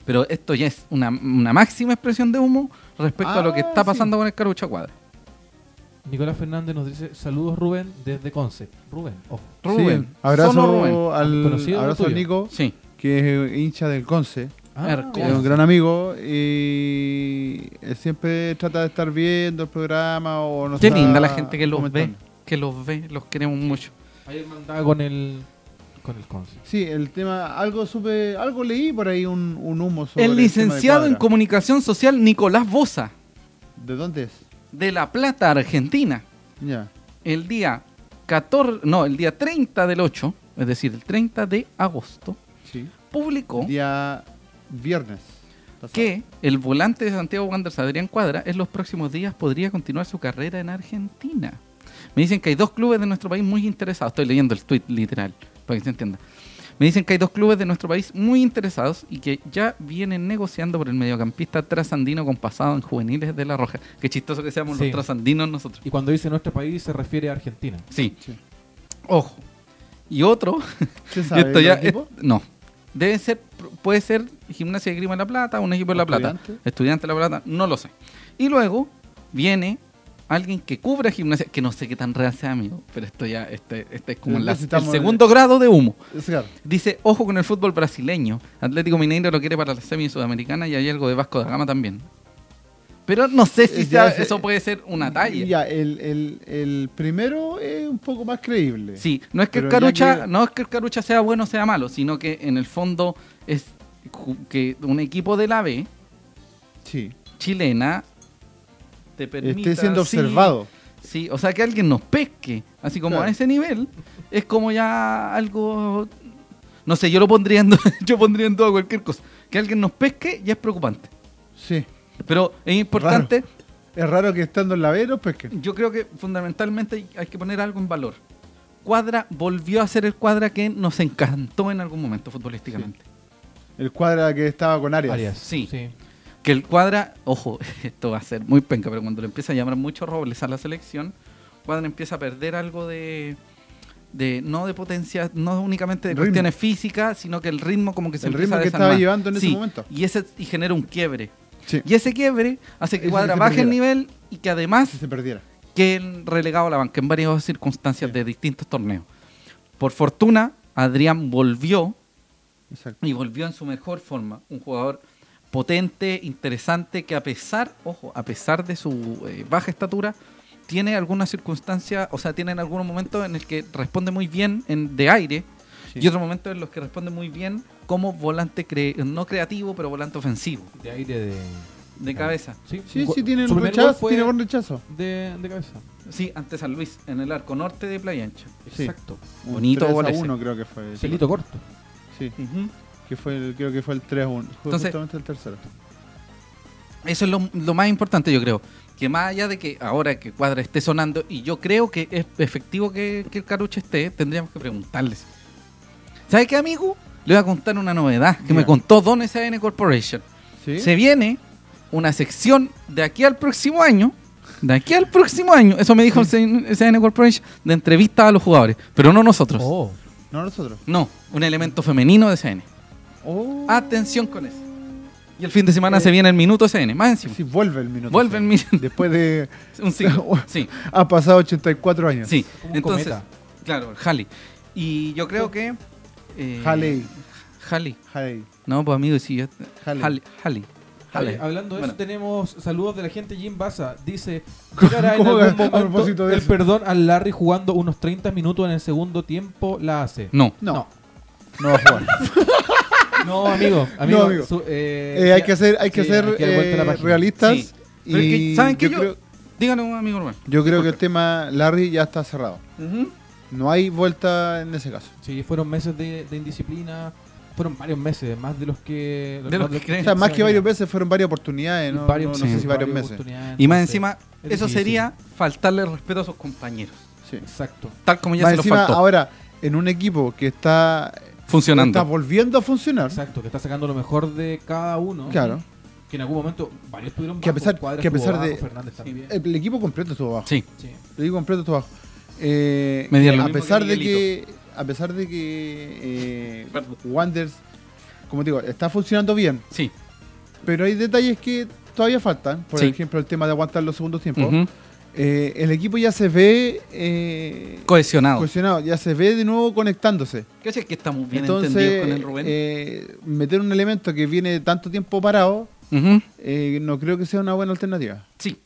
S2: Pero esto ya es una, una máxima expresión de humo respecto a lo que
S1: Ah,
S2: está
S1: sí.
S2: pasando con el Carucha Cuadra.
S3: Nicolás Fernández nos dice, saludos Rubén desde Conce. Rubén, ojo.
S2: Rubén.
S1: Sí, Abrazo,
S2: Solo Rubén.
S1: Al,
S3: Conocido
S1: abrazo a
S3: tuyo.
S1: Nico,
S2: Sí.
S1: que es eh, hincha del Conce.
S2: Erco.
S1: que es un
S3: Ah, mira.
S1: gran amigo y él siempre trata de estar viendo el programa o no
S2: Qué
S1: está
S2: linda la gente que los ve.
S1: comentando.
S2: Que los ve, los queremos mucho.
S3: Ayer mandaba con el, con el Conce.
S1: Sí, el tema, algo supe, algo leí por ahí un, un humo sobre
S2: El
S1: tema de
S2: licenciado en
S1: Cuadra.
S2: comunicación social Nicolás Bosa,
S1: ¿De dónde es?
S2: de La Plata, Argentina.
S1: Ya.
S2: el día 14, no, el día 30 del 8, es decir, el 30 de agosto,
S1: Sí.
S2: publicó
S1: Día viernes. pasado.
S2: que el volante de Santiago Wanderers, Adrián Cuadra, en los próximos días podría continuar su carrera en Argentina. Me dicen que hay dos clubes de nuestro país muy interesados. Estoy leyendo el tweet literal, para que se entienda. Me dicen que hay dos clubes de nuestro país muy interesados y que ya vienen negociando por el mediocampista trasandino con pasado en juveniles de La Roja. Qué chistoso que seamos
S3: Sí.
S2: los trasandinos nosotros.
S3: Y cuando dice nuestro país se refiere a Argentina.
S2: Sí,
S1: Sí.
S2: ojo. Y otro
S1: ¿Se sabe
S2: Esto
S1: el
S2: ya-
S1: equipo?
S2: es- no. Debe ser, puede ser Gimnasia de Grima de La Plata, un equipo de La Plata,
S1: Estudiante.
S2: estudiante de La Plata, no lo sé. Y luego viene alguien que cubra gimnasia, que no sé qué tan real sea, amigo, pero esto ya este, este es como la- el
S1: Necesitamos el-
S2: segundo grado de humo.
S1: Es claro.
S2: Dice, ojo con el fútbol brasileño, Atlético Mineiro lo quiere para la semi sudamericana y hay algo de Vasco da Gama también. Pero no sé si
S1: Eh, ya
S2: sea-
S1: sé-
S2: eso puede ser una talla.
S1: Ya, el, el, el primero es un poco más creíble.
S2: Sí, no es que el
S1: Pero ya
S2: Carucha,
S1: que-
S2: no es que el Carucha sea bueno o sea malo, sino que en el fondo es ju- que un equipo de la B
S1: Sí.
S2: chilena te permita
S1: Esté siendo
S2: sí,
S1: observado.
S2: Sí, o sea que alguien nos pesque, así como
S1: Claro.
S2: a ese nivel es como ya algo no sé, yo lo pondría en du- yo pondría en duda cualquier cosa. Que alguien nos pesque ya es preocupante.
S1: Sí.
S2: Pero es importante,
S1: Es raro que estando en la B, no, pues que.
S2: yo creo que fundamentalmente hay- hay que poner algo en valor. Cuadra volvió a ser el cuadra que nos encantó en algún momento futbolísticamente.
S1: El cuadra que estaba con Arias.
S3: Arias.
S2: Sí. Que el cuadra, ojo, esto va a ser muy penca, pero cuando le empieza a llamar mucho Robles a la selección, cuadra empieza a perder algo de, de no de potencia, no únicamente de
S1: Ritmo.
S2: cuestiones físicas, sino que el ritmo como que se
S1: El ritmo
S2: empieza a
S1: que estaba
S2: desarmar.
S1: llevando en ese
S2: Sí,
S1: momento.
S2: Y, ese, y genera un quiebre.
S1: Sí.
S2: Y ese quiebre hace que
S1: Eso
S2: cuadra
S1: que se
S2: baje el
S1: perdiera.
S2: nivel y que además
S1: Si se perdiera.
S2: que relegado a la banca en varias circunstancias
S1: Sí.
S2: de distintos torneos. Por fortuna, Adrián volvió
S1: Exacto.
S2: y volvió en su mejor forma. Un jugador potente, interesante, que a pesar, ojo, a pesar de su eh, baja estatura, tiene algunas circunstancias, o sea, tiene en algunos momentos en el que responde muy bien en, de aire
S1: Sí.
S2: y otros momentos en los que responde muy bien como volante, cre- no creativo, pero volante ofensivo,
S3: De aire de...
S2: de cabeza.
S3: Sí,
S1: Sí,
S3: Su-
S1: sí, tiene
S3: su
S1: un
S3: primer gol
S1: rechazo.
S3: fue
S1: Tiene buen rechazo.
S3: de, de cabeza.
S2: Sí, ante San Luis, en el arco norte de Playa Ancha.
S1: Sí.
S3: Exacto.
S1: Un
S2: Bonito
S1: 3 a
S2: gol ese.
S1: 1 creo que fue. Sí.
S3: Pelito corto.
S1: Sí, que fue el, creo que fue el 3 a 1. Fue
S2: Entonces-
S1: justamente el tercero.
S2: Eso es lo, lo más importante, yo creo. Que más allá de que ahora que Cuadra esté sonando, y yo creo que es efectivo que, que el Carucha esté, tendríamos que preguntarles. ¿Sabe qué, amigo? Le voy a contar una novedad que me
S1: Diga.
S2: contó Don SAN Corporation.
S1: Sí.
S2: Se viene una sección de aquí al próximo año. De aquí al próximo año, eso me dijo el SAN Corporation, de entrevistas a los jugadores, pero no nosotros.
S3: Oh.
S1: No nosotros.
S2: No, un elemento femenino de SAN.
S1: Oh.
S2: Atención con eso. Y el fin de semana se viene el minuto SAN, más encima.
S1: Sí, vuelve el minuto.
S2: Vuelve el
S1: cero.
S2: minuto.
S1: Después de.
S2: Un siglo. Sí.
S1: Ha pasado 84 años.
S2: Sí,
S3: Un
S2: entonces,
S3: cometa.
S2: claro, Halley. Y yo creo que. eh,
S1: Halley.
S2: Halley.
S1: Hey.
S2: No, pues amigo, sí, yo.
S1: Halley.
S2: Halley. Halley.
S3: Oye,
S2: Halley.
S3: hablando de
S2: Bueno.
S3: eso, tenemos saludos de la gente. Jim Baza dice:
S1: ¿Cómo-
S3: ¿Llegará en
S1: cómo
S3: algún
S1: a- a propósito
S3: momento
S1: de
S3: el
S1: eso?
S3: perdón al Larry jugando unos 30 minutos en el segundo tiempo? La hace.
S2: No.
S1: No. No,
S3: No.
S1: va a jugar.
S3: No, amigo. amigo,
S1: No, amigo.
S3: su- eh,
S1: Eh, hay
S3: ya-
S1: que ser, hay que
S3: sí,
S1: ser
S3: hay que dar vuelta a la
S1: eh,
S3: página.
S1: realistas.
S2: Sí.
S1: Y
S2: Pero es que, ¿saben qué?
S1: yo,
S2: Yo-
S1: creo,
S2: Díganos, amigo Rubén.
S1: yo creo que el tema Larry ya está cerrado. No hay vuelta en ese caso.
S3: Sí, fueron meses de, de indisciplina, fueron varios meses, más de los que...
S2: De los que creen.
S1: O sea, más que varios
S3: veces,
S1: meses fueron varias oportunidades, no,
S3: varios,
S1: no, no sé
S3: sí,
S1: si varios
S3: varias
S1: meses.
S3: oportunidades,
S2: Y más
S3: entonces,
S2: encima,
S3: es
S2: eso
S3: difícil.
S2: sería faltarle respeto a sus compañeros.
S1: Sí.
S3: Exacto.
S2: Tal como ya
S1: Más
S2: se lo
S1: encima,
S2: faltó.
S1: ahora, en un equipo que está, está
S2: funcionando.
S1: volviendo a funcionar,
S3: Exacto, que está sacando lo mejor de cada uno.
S1: claro,
S3: Que en algún momento varios tuvieron
S1: Que a
S3: bajos,
S1: pesar-
S3: Cuadras
S1: que a
S3: tuvo
S1: pesar de-
S3: bajos, Fernández también.
S1: el, el equipo completo estuvo abajo.
S2: Sí.
S3: Sí.
S1: El equipo completo estuvo abajo. Eh,
S2: Me dieron lo
S1: a
S2: mismo que
S1: pesar de que,
S2: Miguelito.
S1: a pesar de que eh,
S2: Perdón.
S1: Wanders, como te digo, está funcionando bien,
S2: Sí.
S1: pero hay detalles que todavía faltan. Por
S2: Sí.
S1: ejemplo, el tema de aguantar los segundos tiempos.
S2: Ujú.
S1: Eh, el equipo ya se ve eh,
S2: Cohesionado.
S1: cohesionado, ya se ve de nuevo conectándose.
S2: ¿Qué es que estamos bien
S1: Entonces,
S2: entendidos con el Rubén?
S1: eh, meter un elemento que viene tanto tiempo parado,
S2: Ujú.
S1: eh, no creo que sea una buena alternativa.
S2: Sí.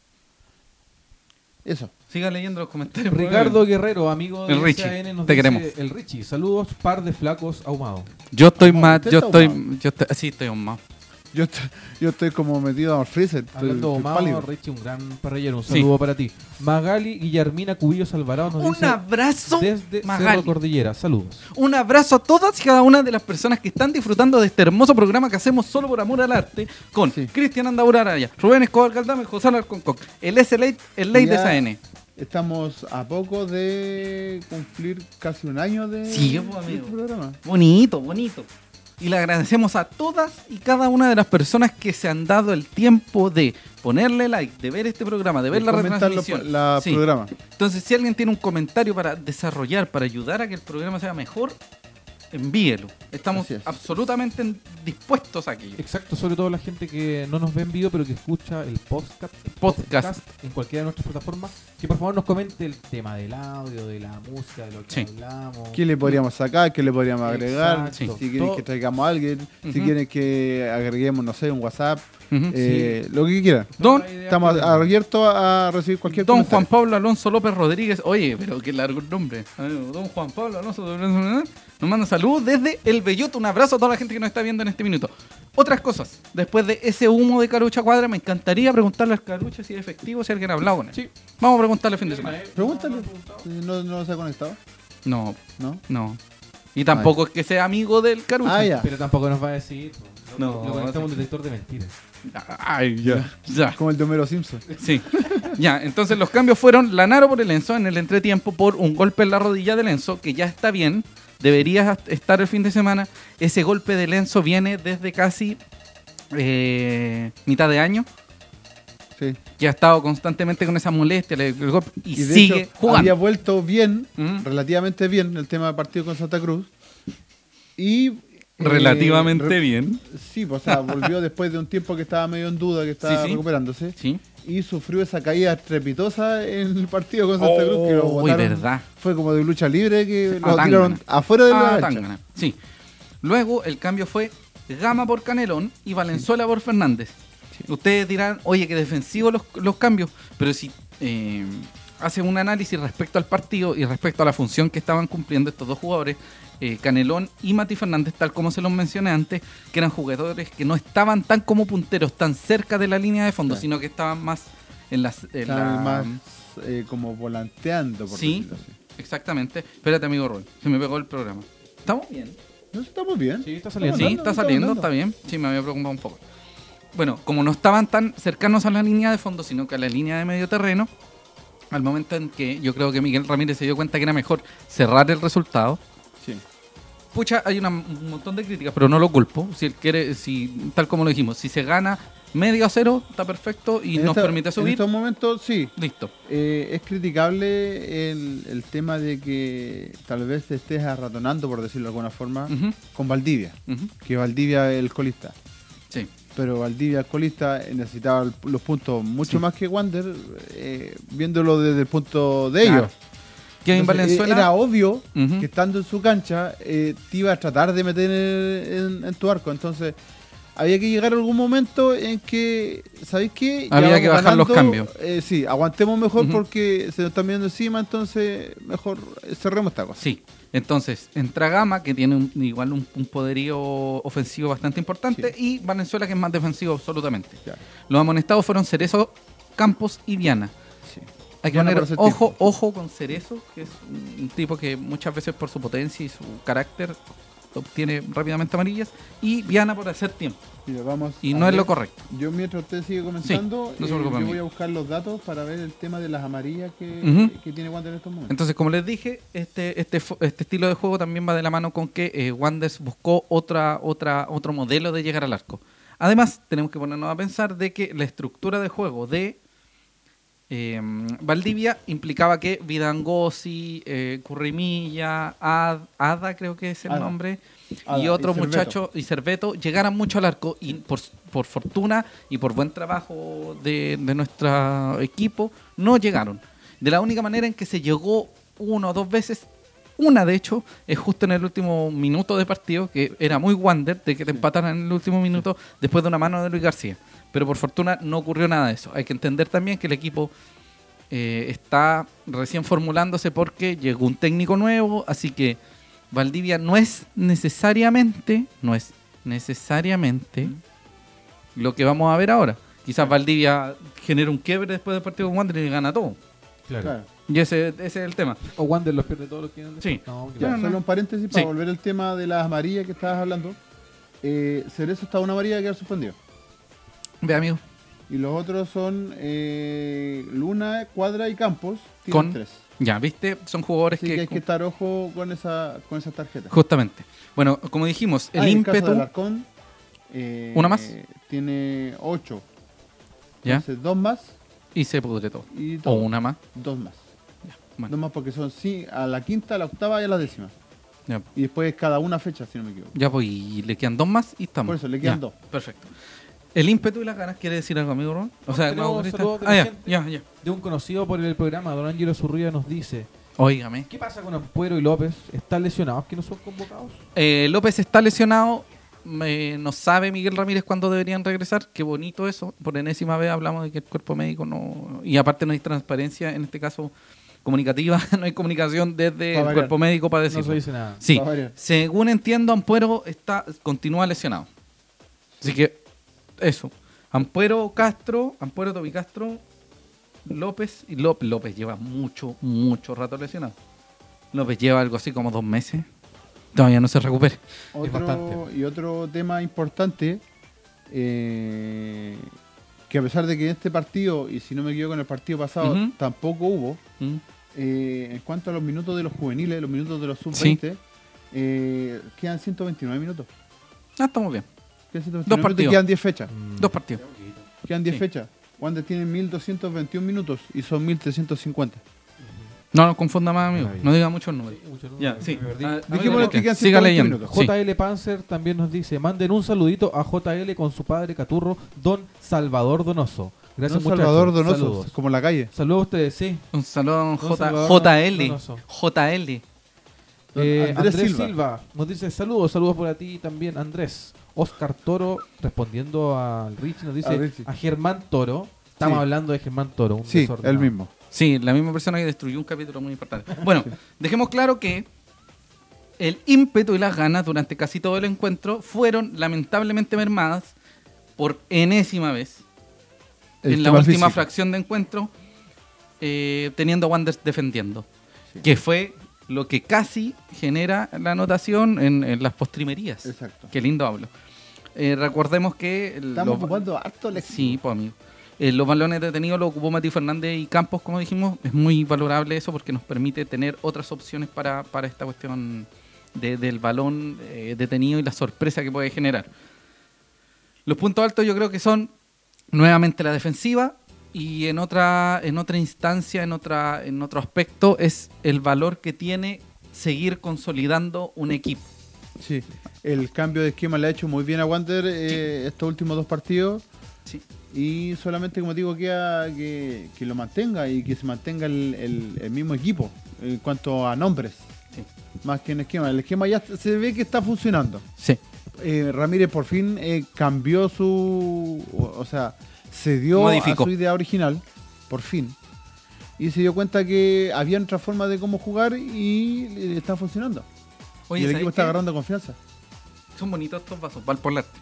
S1: Eso.
S2: Siga leyendo los comentarios.
S3: Ricardo Guerrero, amigo de
S2: El Richie,
S3: SAN, nos
S2: te
S3: dice,
S2: queremos.
S3: El Richie, saludos, par de flacos ahumado.
S2: Yo estoy
S1: Ah,
S2: más.
S1: ¿usted
S2: Yo
S1: está
S2: estoy, yo estoy. Sí, estoy ahumado.
S1: Yo, est- yo estoy como metido al freezer. estoy-
S3: Hablando
S1: estoy
S3: ahumado,
S1: pálido.
S3: Richie, un gran parrillero, un
S2: Sí.
S3: saludo para ti. Magali Guillermina Cubillos Alvarado nos
S2: Un
S3: dice,
S2: abrazo,
S3: desde Cerro
S2: Magali.
S3: Cordillera, saludos.
S2: Un abrazo a todas y cada una de las personas que están disfrutando de este hermoso programa que hacemos solo por amor al arte con
S1: Sí.
S2: Cristian Andaura Araya, Rubén Escobar Galdame, José Alarcón Coc, el S-Late, el Ley de
S1: Ya.
S2: SAN.
S1: Estamos a poco de cumplir casi un año de
S2: Sí, pues, amigo.
S1: del programa.
S2: Bonito, bonito. Y le agradecemos a todas y cada una de las personas que se han dado el tiempo de ponerle like, de ver este programa, de ver
S1: De
S2: la
S1: comentar lo-
S2: retransmisión.
S1: la
S2: Sí.
S1: programa.
S2: Entonces, si alguien tiene un comentario para desarrollar, para ayudar a que el programa sea mejor, envíelo. Estamos
S1: Así es.
S2: absolutamente en- dispuestos aquí.
S3: Exacto, sobre todo la gente que no nos ve en vivo, pero que escucha el podcast, el
S2: Podcast.
S3: en cualquiera de nuestras plataformas. Que por favor nos comente el tema del audio, de la música, de lo
S2: Sí.
S3: que hablamos.
S1: ¿Qué le podríamos sacar? ¿Qué le podríamos
S3: Exacto.
S1: agregar?
S3: Sí.
S1: Si quieren que
S3: Todo-
S1: traigamos a alguien, si
S2: Ujú.
S1: quieren que agreguemos, no sé, un WhatsApp,
S2: Ujú.
S1: eh, lo que quieran.
S2: Don,
S3: Toda la idea
S1: Estamos
S3: que
S1: a-
S3: tenemos.
S1: abiertos a recibir cualquier
S2: Don Juan
S1: comentario.
S2: Pablo Alonso López Rodríguez. Oye, pero qué largo el nombre. A ver, Don Juan Pablo Alonso Rodríguez, nos manda saludos desde El Belloto. Un abrazo a toda la gente que nos está viendo en este minuto. Otras cosas. Después de ese humo de Carucha Cuadra, me encantaría preguntarle al Carucha si es efectivo, si alguien ha hablado con él.
S3: Sí.
S2: Vamos a preguntarle el fin de
S1: eh.
S2: semana.
S1: Pregúntale. ¿No, no se ha conectado?
S2: No,
S1: ¿No?
S2: no. Y tampoco es que sea amigo del Carucha.
S1: Ah, ya.
S3: Pero tampoco nos va a decir. pues,
S2: No,
S3: lo- Lo
S2: sí.
S3: conectamos a un detector de mentiras.
S2: Ay, ya. Ya.
S1: Como el de Homero Simpson.
S2: Sí. Ya, entonces los cambios fueron Lanaro por el Enzo en el entretiempo por un golpe en la rodilla del Enzo, que ya está bien. Debería estar el fin de semana. Ese golpe del Enzo viene desde casi eh, mitad de año.
S1: Sí.
S2: Que ha estado constantemente con esa molestia le- el golpe, y,
S1: de
S2: sigue
S1: hecho, Había
S2: jugando.
S1: vuelto bien,
S2: Mm.
S1: relativamente bien, en el tema del partido con Santa Cruz. Y. eh, re-
S2: bien.
S1: Sí, pues, o sea, volvió después de un tiempo que estaba medio en duda, que estaba
S2: Sí, sí.
S1: recuperándose.
S2: Sí.
S1: Y sufrió esa caída estrepitosa en el partido con Santa Cruz. Que lo
S2: Oh, uy,
S1: botaron.
S2: verdad.
S1: Fue como de lucha libre que
S2: Ah,
S1: lo
S2: Tangana.
S1: tiraron afuera de la
S2: Ah,
S1: cancha.
S2: Tangana, Sí. Luego el cambio fue Gama por Canelón y Valenzuela por Fernández. Ustedes dirán, oye, que defensivo los, los cambios, pero si eh, hacen un análisis respecto al partido y respecto a la función que estaban cumpliendo estos dos jugadores, eh, Canelón y Mati Fernández, tal como se los mencioné antes, que eran jugadores que no estaban tan como punteros, tan cerca de la línea de fondo,
S1: Claro.
S2: sino que estaban más en las... en
S1: Estaban
S2: la- mm.
S1: más eh, como volanteando, por
S2: Sí,
S1: decirlo así.
S2: exactamente. Espérate, amigo Rol, se me pegó el programa. ¿Estamos bien?
S1: No, estamos bien.
S3: Sí, está
S1: saliendo.
S3: saliendo.
S2: Sí,
S1: andando,
S2: está
S1: está
S2: saliendo,
S1: andando.
S2: está bien. Sí, me había preocupado un poco. Bueno, como no estaban tan cercanos a la línea de fondo, sino que a la línea de medio terreno, al momento en que yo creo que Miguel Ramírez se dio cuenta que era mejor cerrar el resultado,
S1: Sí.
S2: pucha, hay una- un montón de críticas, pero no lo culpo. Si él quiere, si tal como lo dijimos, si se gana medio a cero, está perfecto y
S1: En
S2: nos
S1: esta-
S2: permite
S1: En
S2: subir,
S1: estos momentos, sí.
S2: listo.
S1: Eh, es criticable el, el tema de que tal vez te estés arratonando, por decirlo de alguna forma,
S2: Ujú,
S1: con Valdivia.
S2: ujú,
S1: Que Valdivia es el colista.
S2: Sí,
S1: Pero Valdivia, el colista, eh, necesitaba el- los puntos mucho
S2: Sí.
S1: más que Wander, eh, viéndolo desde el punto de
S2: Claro.
S1: ellos.
S2: Kevin
S1: Entonces,
S2: Valenzuela.
S1: eh, Era obvio
S2: Ujú.
S1: que estando en su cancha eh, te iba a tratar de meter en, en- en tu arco. Entonces, había que llegar a algún momento en que, ¿sabéis qué? Ya
S2: Había
S1: vamos
S2: que bajar los cambios.
S1: eh, sí, aguantemos mejor
S2: Ujú.
S1: porque se nos están viendo encima, entonces mejor eh, cerremos esta cosa.
S2: Sí. Entonces, entra Gama, que tiene un- igual un, un poderío ofensivo bastante importante, y Valenzuela, que es más defensivo absolutamente.
S1: Ya,
S2: Los amonestados fueron Cerezo, Campos y Viana.
S1: sí.
S2: Hay que
S1: Ya no
S2: poner
S1: aparece el
S2: ojo,
S1: tiempo.
S2: ojo con Cerezo, que es un un tipo que muchas veces por su potencia y su carácter obtiene rápidamente amarillas. Y Viana por hacer tiempo.
S1: Mira, vamos
S2: Y
S1: a
S2: no es
S1: ver.
S2: lo correcto.
S1: Yo mientras usted sigue comenzando,
S2: no se
S1: eh, yo
S2: preocupe,
S1: voy
S2: amigo.
S1: a buscar los datos para ver el tema de las amarillas que,
S2: Ujú.
S1: que tiene Wander en estos momentos.
S2: Entonces, como les dije, este, este, fo- este estilo de juego también va de la mano con que eh, Wanders buscó otra, otra, otro modelo de llegar al arco. Además, tenemos que ponernos a pensar de que la estructura de juego de eh, Valdivia implicaba que Vidangosi, eh, Currimilla, Ad- Ada, creo que es el
S1: Ada.
S2: nombre,
S1: Ada,
S2: y
S1: y
S2: otro
S1: Cerveto.
S2: muchacho y Cerveto llegaran mucho al arco y por, por fortuna y por buen trabajo de, de nuestro equipo no llegaron. De la única manera en que se llegó una o dos veces, una de hecho, es justo en el último minuto de partido, que era muy Wander de que te empataran en el último minuto después de una mano de Luis García. Pero por fortuna no ocurrió nada de eso. Hay que entender también que el equipo eh, está recién formulándose porque llegó un técnico nuevo, así que Valdivia no es necesariamente, no es necesariamente lo que vamos a ver ahora. Quizás Valdivia genera un quiebre después del partido con Wander y gana todo.
S3: Claro.
S1: Claro.
S2: Y ese, ese es el tema.
S3: O Wander los pierde todos los que tienen.
S2: Sí.
S3: No, claro.
S1: Ya,
S2: no, no.
S1: solo un paréntesis para
S2: Sí.
S1: volver al tema de las amarillas que estabas hablando. Eh, Cerezo está una amarilla que ha suspendido.
S2: Ve, amigo.
S1: Y los otros son eh, Luna, Cuadra y Campos. tienen
S2: Con-
S1: tres.
S2: Ya, ¿viste? Son jugadores
S1: Así que, hay que estar ojo con esa con esas tarjetas.
S2: Justamente. Bueno, como dijimos, el
S1: Ah, y en caso de
S2: ímpetu...
S1: Alarcón, eh,
S2: ¿Una más?
S1: Tiene ocho.
S2: ¿Ya?
S1: Entonces, dos más
S2: Y se pudre todo.
S1: y dos,
S2: O una más.
S1: dos más.
S2: Bueno.
S1: Dos más porque son sí, a la quinta, a la octava y a la décima.
S2: Ya.
S1: Y después cada una fecha, si no me equivoco.
S2: Ya voy, y le quedan dos más y estamos.
S1: Por eso, le quedan
S2: Ya,
S1: dos.
S2: Perfecto. El ímpetu y las ganas, ¿quiere decir algo, amigo Ron? O
S3: No,
S2: sea,
S3: tenemos
S2: ¿no, Cristán?
S3: saludos de la
S2: ah, ya,
S3: gente.
S2: ya, ya.
S3: De un conocido por el programa, Don Ángelo Zurría nos dice:
S2: Óigame.
S3: ¿Qué pasa con Ampuero y López? ¿Están lesionados que no son convocados?
S2: Eh, López está lesionado. Me- no sabe Miguel Ramírez cuándo deberían regresar. Qué bonito eso. Por enésima vez hablamos de que el cuerpo médico no. Y aparte no hay transparencia, en este caso comunicativa. no hay comunicación desde
S1: Para
S2: el
S1: variar.
S2: cuerpo médico para
S3: No
S2: decirlo.
S3: se dice nada.
S2: Sí,
S1: Para variar.
S2: según entiendo, Ampuero está, continúa lesionado. Así que, eso. Ampuero Castro, Ampuero Tobi Castro, López y López. López lleva mucho, mucho rato lesionado. López lleva algo así como dos meses. Todavía no se recupera.
S1: Otro,
S3: bastante.
S1: y otro tema importante, eh, que a pesar de que en este partido, y si no me equivoco en el partido pasado,
S2: Ujú.
S1: tampoco hubo,
S2: ¿Mm?
S1: eh, en cuanto a los minutos de los juveniles, los minutos de los
S2: Sí.
S1: sub-20, eh, quedan 129 minutos.
S2: Ah, estamos bien.
S1: Quedan 129
S2: Dos
S1: minutos y
S2: partidos.
S1: quedan 10 fechas.
S3: Mm.
S2: Dos partidos.
S1: Quedan 10
S2: Sí.
S1: fechas. Wander tiene 1221 minutos y son 1350.
S2: No nos confunda más, amigo.
S3: Maravilla.
S2: No diga muchos números.
S3: Muchas
S2: Ya,
S3: gracias.
S2: sí.
S3: Me perdí.
S2: Ah,
S1: Dijimos
S2: amigo,
S1: que quedan
S2: siga
S1: 120
S2: leyendo.
S1: minutos.
S2: Sí.
S3: JL Panzer también nos dice, manden un saludito a JL con su padre caturro, don Salvador Donoso. Gracias,
S1: Don
S3: muchachos.
S1: Salvador Donoso,
S3: Saludos.
S1: como la calle.
S3: Saludos a ustedes, sí.
S2: Un saludo a don
S3: Don
S2: J-
S3: Salvador
S2: JL.
S3: Donoso.
S2: JL.
S1: Don
S3: Eh,
S1: Andrés
S3: Andrés,
S1: Silva.
S3: Silva. nos dice, saludos, saludos por a ti también, Andrés. Oscar Toro, respondiendo al Richie, nos
S1: A
S3: dice,
S1: Richie.
S3: a, Germán Toro. Estamos
S1: Sí.
S3: hablando de Germán Toro. Un
S1: Sí,
S3: desordenado.
S1: el mismo.
S2: Sí, la misma persona que destruyó un capítulo muy importante. Bueno, dejemos claro que el ímpetu y las ganas durante casi todo el encuentro fueron lamentablemente mermadas por enésima vez
S1: El
S2: en la
S1: tema
S2: última
S1: físico.
S2: fracción de encuentro, eh, teniendo a Wanders defendiendo,
S1: Sí.
S2: que fue lo que casi genera la anotación en, en las postrimerías.
S1: Exacto.
S2: Qué lindo hablo. Eh, recordemos que el-
S1: Estamos
S2: los-
S1: ocupando harto el
S2: Sí, pues amigo. Eh, los balones detenidos los ocupó Mati Fernández y Campos, como dijimos. Es muy valorable eso porque nos permite tener otras opciones para, para esta cuestión de- del balón eh, detenido y la sorpresa que puede generar. Los puntos altos yo creo que son nuevamente la defensiva y en otra, en otra instancia, en, otra, en otro aspecto, es el valor que tiene seguir consolidando un equipo.
S1: Sí, el cambio de esquema le ha hecho muy bien a Wander eh, estos últimos dos partidos
S2: Sí.
S1: y solamente, como digo, queda que, que lo mantenga y que se mantenga el, el- el mismo equipo en cuanto a nombres,
S2: Sí.
S1: más que en esquema. El esquema ya se ve que está funcionando.
S2: Sí.
S1: Eh, Ramírez por fin eh, cambió su. O, o sea, se dio
S2: Modificó.
S1: a su idea original, por fin. Y se dio cuenta que había otra forma de cómo jugar y eh, está funcionando.
S2: Oye,
S1: y el
S2: ¿sabes
S1: equipo está
S2: qué?
S1: agarrando confianza.
S2: Son bonitos estos vasos, Valpolarte.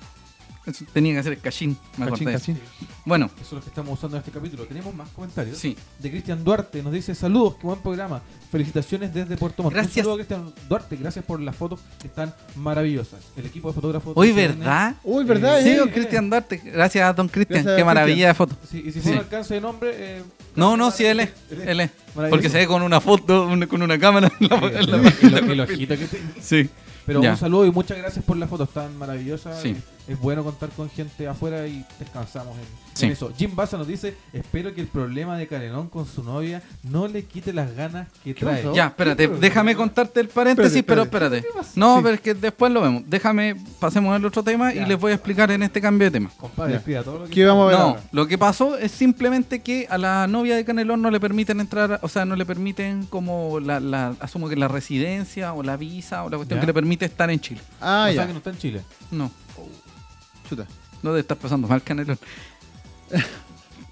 S2: Eso tenía que hacer el cachín, me
S1: Cachín,
S2: acordé.
S1: cachín.
S2: Bueno,
S3: Eso es lo que estamos usando en este capítulo. Tenemos más comentarios.
S2: sí.
S3: De Cristian Duarte nos dice saludos, qué buen programa. Felicitaciones desde Puerto Montt. Un
S2: Gracias.
S3: saludo a Cristian Duarte, gracias por las fotos que están maravillosas. El equipo de fotógrafos.
S2: Hoy,
S3: de CNN,
S2: ¿verdad?
S1: Uy,
S3: Ah,
S1: ¿verdad?
S2: Sí,
S1: eh?
S2: don Cristian Duarte. Gracias a don Cristian.
S1: Gracias,
S2: Qué maravilla de foto.
S3: Sí, y si fue
S2: Sí.
S3: un alcance de nombre. eh,
S2: No, no, sí, él es.
S3: Él es.
S2: Él es.
S3: Maravilloso.
S2: Porque se ve con una foto, un- con una cámara. en la-
S3: eh,
S2: en la-
S3: el- el- el ojito que tiene.
S2: sí.
S3: Pero
S2: Ya.
S3: un saludo y muchas gracias por las fotos tan maravillosas.
S2: Sí.
S3: Es bueno contar con gente afuera y descansamos en,
S2: Sí.
S3: en eso. Jim Baza nos dice, espero que el problema de Canelón con su novia no le quite las ganas que trae.
S1: pasó?
S2: Ya, espérate, déjame contarte el paréntesis,
S1: Espérate,
S2: pero espérate.
S3: ¿Qué pasa?
S2: No,
S3: Sí.
S2: pero es que después lo vemos. Déjame, pasemos al otro tema
S3: Ya.
S2: y les voy a explicar en este cambio de tema.
S3: Compadre,
S1: Ya.
S3: pida todo lo que
S1: ¿Qué vamos a ver
S2: No,
S1: ahora?
S2: lo que pasó es simplemente que a la novia de Canelón no le permiten entrar, o sea, no le permiten como la, la- asumo que la residencia o la visa o la cuestión
S3: Ya.
S2: que le permite estar en Chile.
S1: Ah,
S3: o sea
S1: ya.
S3: que no está en Chile.
S2: No,
S1: Chuta.
S2: no te estás pasando mal, Canelón.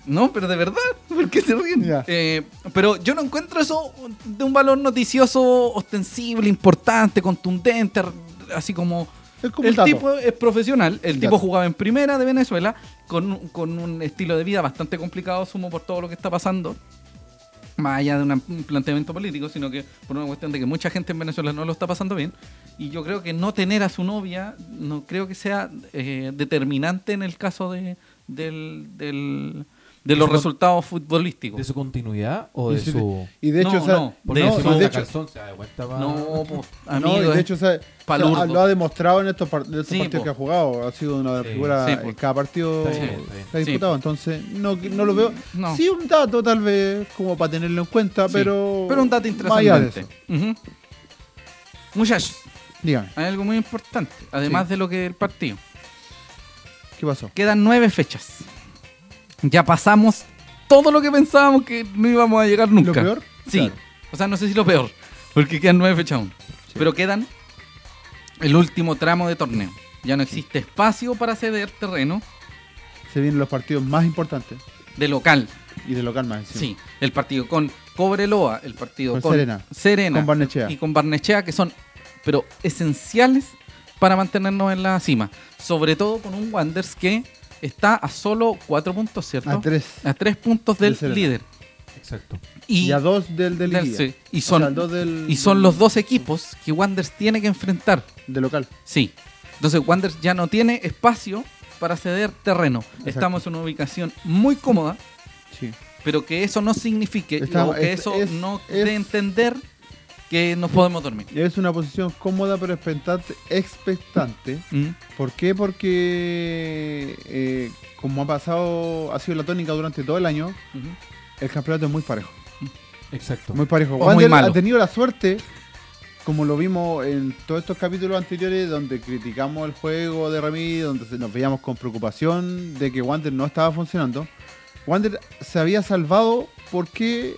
S2: No, pero de verdad, ¿por qué se ríen?
S1: Ya.
S2: Eh, pero yo no encuentro eso de un valor noticioso, ostensible, importante, contundente, así como
S1: Es como
S2: el
S1: un dato.
S2: tipo es profesional, el
S1: Un
S2: tipo
S1: dato.
S2: jugaba en primera de Venezuela con, un- con un estilo de vida bastante complicado, sumo por todo lo que está pasando, más allá de una- un planteamiento político, sino que por una cuestión de que mucha gente en Venezuela no lo está pasando bien. Y yo creo que no tener a su novia no creo que sea eh, determinante en el caso de, del, del- de los
S3: Eso no-
S2: resultados futbolísticos.
S3: ¿De su continuidad o
S1: Y
S3: de
S1: si-
S3: su...?
S1: Y de hecho,
S2: No,
S1: o sea,
S2: no,
S3: Porque
S2: de
S1: no,
S2: su-
S1: y
S3: encima
S1: de
S3: una
S1: hecho,
S3: calzón se da cuenta va-
S2: No, pues,
S1: no, y
S2: amigo,
S1: de
S2: es-
S1: hecho, o sea, o sea,
S2: palurdo.
S1: lo ha demostrado en estos, par- en estos
S2: Sí,
S1: partidos
S2: po.
S1: que ha jugado. Ha sido una de las
S3: Sí,
S1: figuras
S2: sí,
S1: en
S2: po.
S1: cada partido
S3: Está bien, está bien.
S1: que ha
S2: Sí,
S1: disputado.
S2: po.
S1: Entonces, no, no lo veo.
S2: No.
S1: Sí, un dato tal vez, como para tenerlo en cuenta,
S2: sí.
S1: pero.
S2: Pero un dato
S1: más allá de
S2: interesante.
S1: eso.
S2: Ujú. Muchachos,
S1: Dígame,
S2: Hay algo muy importante, además
S1: Sí.
S2: de lo que el partido.
S1: ¿qué pasó?
S2: Quedan nueve fechas. Ya pasamos todo lo que pensábamos que no íbamos a llegar nunca.
S1: ¿Lo peor?
S2: Sí.
S1: Claro.
S2: O sea, no sé si lo peor, porque quedan nueve fechas aún. Pero quedan el último tramo de torneo. Ya no existe espacio para ceder terreno
S1: Se vienen los partidos más importantes
S2: de local.
S1: y de local más
S2: Sí.
S1: encima.
S2: El partido con Cobreloa, el partido
S1: Con
S2: con,
S1: Serena.
S2: Serena
S1: Con Barnechea.
S2: y con Barnechea, que son, pero esenciales para mantenernos en la cima. Sobre todo con un Wanderers que está a solo cuatro puntos, ¿cierto?
S1: A tres.
S2: A tres puntos del
S1: De Serena.
S2: líder.
S3: Exacto.
S1: Y,
S2: Y,
S1: a dos del del
S2: del-
S1: Liguilla.
S2: sí. Y
S1: O
S2: son,
S1: sea, dos del-
S2: y son
S1: del-
S2: los dos equipos que Wanderers tiene que enfrentar.
S1: De local.
S2: Sí. Entonces Wanderers ya no tiene espacio para ceder terreno.
S1: Exacto.
S2: Estamos en una ubicación muy cómoda
S1: Sí.
S2: pero que eso no signifique
S1: Está-
S2: o que
S1: es-
S2: eso
S1: es-
S2: no
S1: es-
S2: dé a entender que nos podemos dormir.
S1: Es una posición cómoda pero expectante. expectante.
S2: ¿Mm?
S1: ¿Por qué? Porque, eh, como ha pasado, ha sido la tónica durante todo el año,
S2: Ujú.
S1: el campeonato es muy parejo.
S3: Exacto.
S1: Muy parejo.
S2: muy
S1: Wander
S2: malo.
S1: ha tenido la suerte, como lo vimos en todos estos capítulos anteriores, donde criticamos el juego de Ramírez, donde se- nos veíamos con preocupación de que Wander no estaba funcionando. Wander se había salvado porque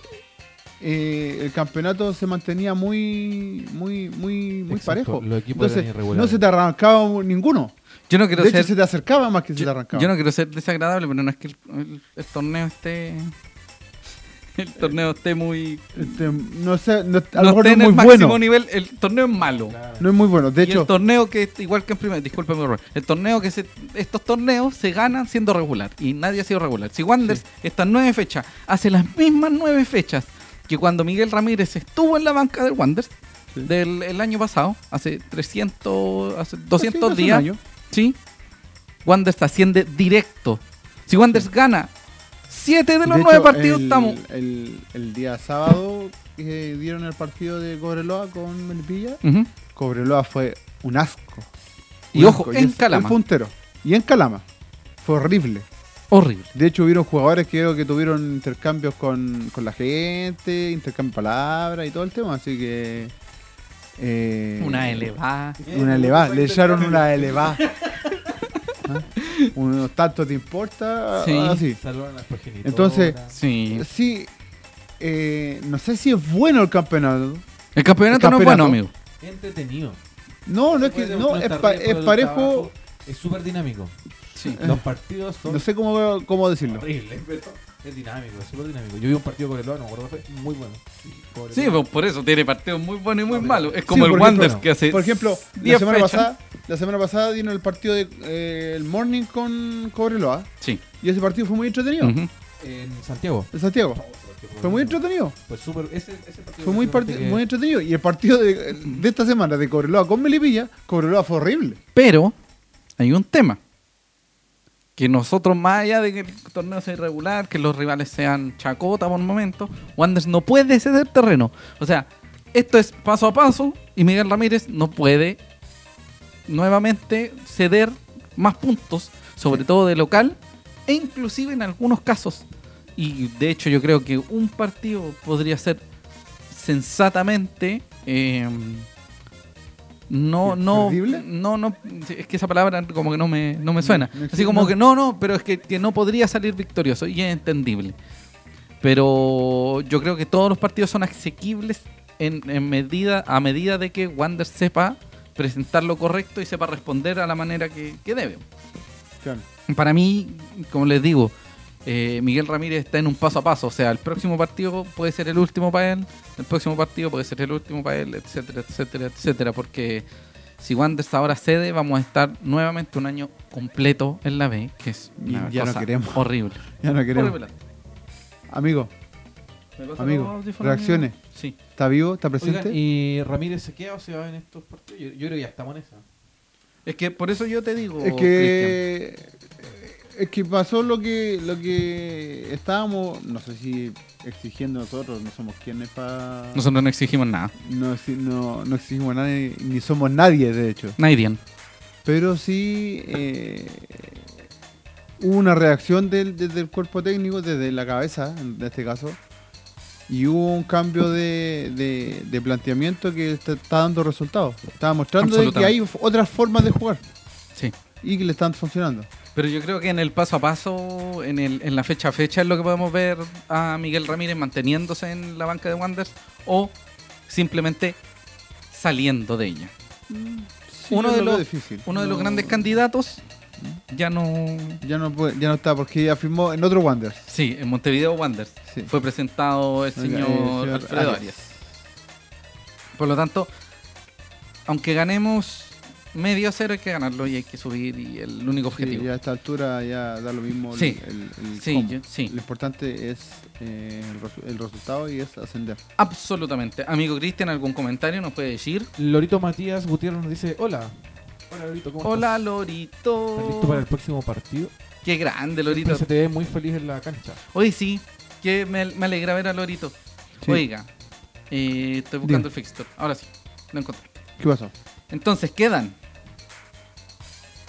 S1: eh, el campeonato se mantenía muy, muy, muy, muy
S3: Exacto,
S1: parejo.
S3: los equipos
S1: Entonces,
S3: eran irregulares.
S1: no se te arrancaba ninguno.
S2: Yo no quiero
S1: de
S2: ser
S1: hecho, se te acercaba más que se te
S2: yo,
S1: arrancaba.
S2: yo no quiero ser desagradable, pero no es que el, el- el torneo esté el torneo esté muy
S1: Este, no sé, no- a
S2: no
S1: lo mejor
S2: esté
S1: no es
S2: en
S1: muy
S2: el máximo
S1: bueno.
S2: nivel, el torneo es malo.
S3: Claro.
S1: No es muy bueno. De
S2: y el
S1: hecho,
S2: torneo que es igual que en primera, disculpa mi error, el torneo que se, estos torneos se ganan siendo regular y nadie ha sido regular. Si Wanders estas nueve fechas hace las mismas nueve fechas que cuando Miguel Ramírez estuvo en la banca del Wanders
S1: Sí.
S2: del el año pasado, hace 300, hace
S1: Pues hace
S2: 200
S1: un
S2: días,
S1: año.
S2: ¿sí? Wanders asciende directo. Si Wanders gana siete de los
S1: De
S2: nueve
S1: hecho,
S2: partidos,
S1: el-
S2: estamos
S1: El, el día sábado eh, dieron el partido de Cobreloa con Melipilla.
S2: Ujú.
S1: Cobreloa fue un asco.
S2: Y
S1: Un
S2: ojo,
S1: asco.
S2: en
S1: es- El
S2: Calama.
S1: puntero. Y en Calama. Fue horrible.
S2: horrible.
S1: De hecho, hubieron jugadores que creo que tuvieron intercambios con, con la gente, intercambio de palabras y todo el tema. Así que. eh,
S2: Una elevada.
S1: Una elevada. Le echaron una elevada. ¿Ah? Unos tanto te importa.
S2: Sí.
S1: Así.
S3: Saludan a las progenitoras.
S1: Entonces,
S2: Sí.
S1: Sí, eh, no sé si es bueno el campeonato.
S2: El campeonato, no es bueno,
S1: campeonato.
S2: amigo.
S3: entretenido.
S1: No, no es que
S3: Puede
S1: no,
S3: demostrar
S1: es, pa-
S3: arriba,
S1: es
S3: pero
S1: parejo.
S3: abajo, Es súper dinámico.
S2: Sí.
S3: Los partidos son
S1: Eh. No sé cómo, cómo decirlo.
S3: horribles, pero Es dinámico, es súper dinámico. Yo vi un partido con el no me acuerdo, fue muy bueno. Cobreloa.
S2: Sí, pues por eso tiene partidos muy buenos y muy
S3: No,
S2: malos. Es
S1: Ah, Sí,
S2: como el
S1: por
S2: Wander
S1: ejemplo,
S2: que hace.
S1: Por ejemplo, la
S2: 10
S1: semana,
S2: fechas.
S1: pasada, la semana pasada dieron el partido del Morning con Cobreloa.
S2: Sí.
S1: Y ese partido fue muy entretenido.
S2: Ujú.
S3: En Santiago.
S1: En Santiago. Fue muy entretenido.
S3: Fue súper. Ese, ese partido
S1: Fue muy, parti-
S3: partido
S1: muy entretenido. Y el partido de, de esta semana de Cobreloa con Melipilla, Cobreloa fue horrible.
S2: Pero hay un tema. Que nosotros, más allá de que el torneo sea irregular, que los rivales sean chacota por momentos, Wander no puede ceder terreno. O sea, esto es paso a paso y Miguel Ramírez no puede nuevamente ceder más puntos, sobre todo de local e inclusive en algunos casos. Y de hecho yo creo que un partido podría ser sensatamente... eh, no, no,
S1: ¿Perdible?
S2: no, no, es que esa palabra como que no me, no me suena.
S1: No existe,
S2: Así como
S1: no.
S2: que no, no, pero es que, que no podría salir victorioso y es entendible. Pero yo creo que todos los partidos son asequibles en, en medida, a medida de que Wander sepa presentar lo correcto y sepa responder a la manera que, que debe. Para mí, como les digo, eh, Miguel Ramírez está en un paso a paso. O sea, el próximo partido puede ser el último para él, el próximo partido puede ser el último para él, etcétera, etcétera, etcétera. Porque si Wander ahora cede, vamos a estar nuevamente un año completo en la B, que es
S1: Y
S2: una
S1: ya no
S2: cosa
S1: queremos.
S2: horrible.
S1: Ya no queremos.
S2: Horrible.
S1: Amigo,
S2: ¿Me pasan
S1: Amigo,
S2: los audífonos?
S1: reacciones.
S2: Sí.
S1: ¿está vivo? ¿Está presente?
S3: Oigan, ¿y Ramírez se queda o se va en estos partidos? Yo, yo creo que ya estamos en esa.
S2: Es que por eso yo te digo.
S1: Es que es que pasó lo que lo que estábamos, no sé si exigiendo nosotros, no somos quienes para
S2: Cristian. Nosotros no exigimos nada.
S1: no, exi- no, no exigimos a nadie, ni somos nadie de hecho.
S2: Nadie. tiene.
S1: Pero sí eh, hubo una reacción del, desde el cuerpo técnico, desde la cabeza en este caso, y hubo un cambio de, de- de planteamiento que está, está dando resultados. Estaba mostrando de que hay
S2: Absolutamente.
S1: otras formas de jugar
S2: Sí.
S1: y que le están funcionando.
S2: Pero yo creo que en el paso a paso, en, el, en la fecha a fecha, es lo que podemos ver a Miguel Ramírez manteniéndose en la banca de Wanders o simplemente saliendo de ella.
S1: Sí,
S2: Uno
S1: yo
S2: de
S1: lo veo
S2: los-
S1: difícil.
S2: Uno de los
S1: No- ¿Mm?
S2: grandes candidatos ya no.
S1: Ya no, puede- ya no está, porque ya firmó en otro Wander.
S2: Sí, en Montevideo Wanderers
S1: Sí.
S2: fue presentado el señor,
S1: eh,
S2: Alfredo Arias. Por lo tanto, aunque ganemos medio a cero, hay que ganarlo y hay que subir y el único objetivo.
S1: Sí, ya a esta altura ya da lo mismo el-
S2: Sí.
S1: el, el
S2: Sí,
S1: cómo.
S2: yo- sí.
S1: Lo importante es eh, el, resu- el resultado y es ascender.
S2: Absolutamente. Amigo Cristian, ¿algún comentario nos puede decir?
S3: Lorito Matías Gutiérrez nos dice: Hola. Hola, Lorito, ¿cómo
S2: Hola
S3: estás? ¿Estás
S2: Lorito.
S3: listo para el próximo partido?
S2: Qué grande
S3: Siempre
S2: Lorito.
S3: Se te ve muy feliz en la cancha.
S2: Hoy sí, que me, me alegra ver a Lorito.
S1: Sí.
S2: Oiga, eh, estoy
S1: Dime.
S2: buscando el fixture. Ahora sí, lo encontré.
S1: ¿Qué pasó?
S2: Entonces quedan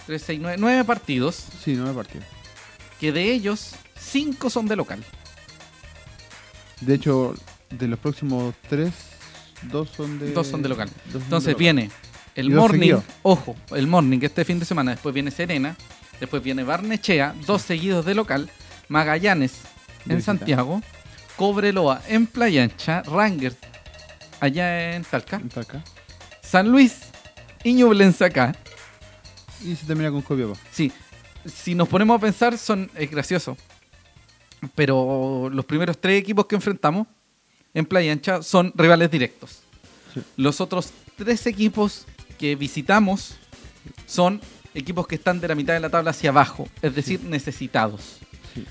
S2: 3, 6, 9, partidos,
S1: Sí, no me partió.
S2: que de ellos 5 son de local.
S1: De hecho, de los próximos tres, dos son de.
S2: Dos son de local.
S1: dos son de
S2: Entonces
S1: local.
S2: viene el
S1: Y dos
S2: morning,
S1: seguidos.
S2: ojo, el morning este fin de semana, después viene Serena, después viene Barnechea, dos seguidos de local, Magallanes
S1: De
S2: en
S1: visita.
S2: Santiago, Cobreloa en Playa Ancha, Rangers allá en Talca,
S1: Está acá.
S2: San Luis y Ñublense acá.
S1: Y se termina con Copiapó.
S2: Sí, si nos ponemos a pensar, son, es gracioso. Pero los primeros tres equipos que enfrentamos en Playa Ancha son rivales directos.
S1: Sí.
S2: Los otros tres equipos que visitamos son equipos que están de la mitad de la tabla hacia abajo, es decir, necesitados.
S1: Sí.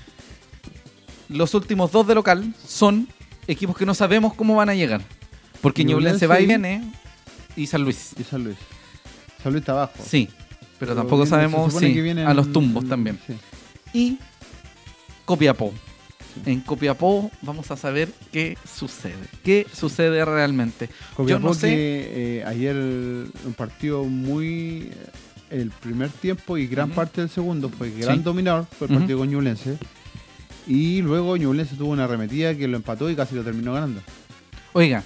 S2: Los últimos dos de local son equipos que no sabemos cómo van a llegar. Porque
S1: Ñublense
S2: Ñublense va y
S1: y-
S2: viene y San Luis.
S1: Y San Luis. San Luis está abajo.
S2: Sí, pero tampoco
S1: viene- se
S2: sabemos
S1: supone
S2: sí,
S1: que vienen-
S2: a los tumbos también
S1: Sí.
S2: y Copiapó. En Copiapó vamos a saber qué sucede, qué sucede realmente.
S1: Copiapó
S2: Yo no sé-
S1: que, eh, ayer un partido muy eh, el primer tiempo y gran
S2: Ujú.
S1: parte del segundo fue
S2: Sí.
S1: gran dominador fue el
S2: Ujú.
S1: partido con Ñublense y luego Ñublense tuvo una arremetida que lo empató y casi lo terminó ganando
S2: Oiga,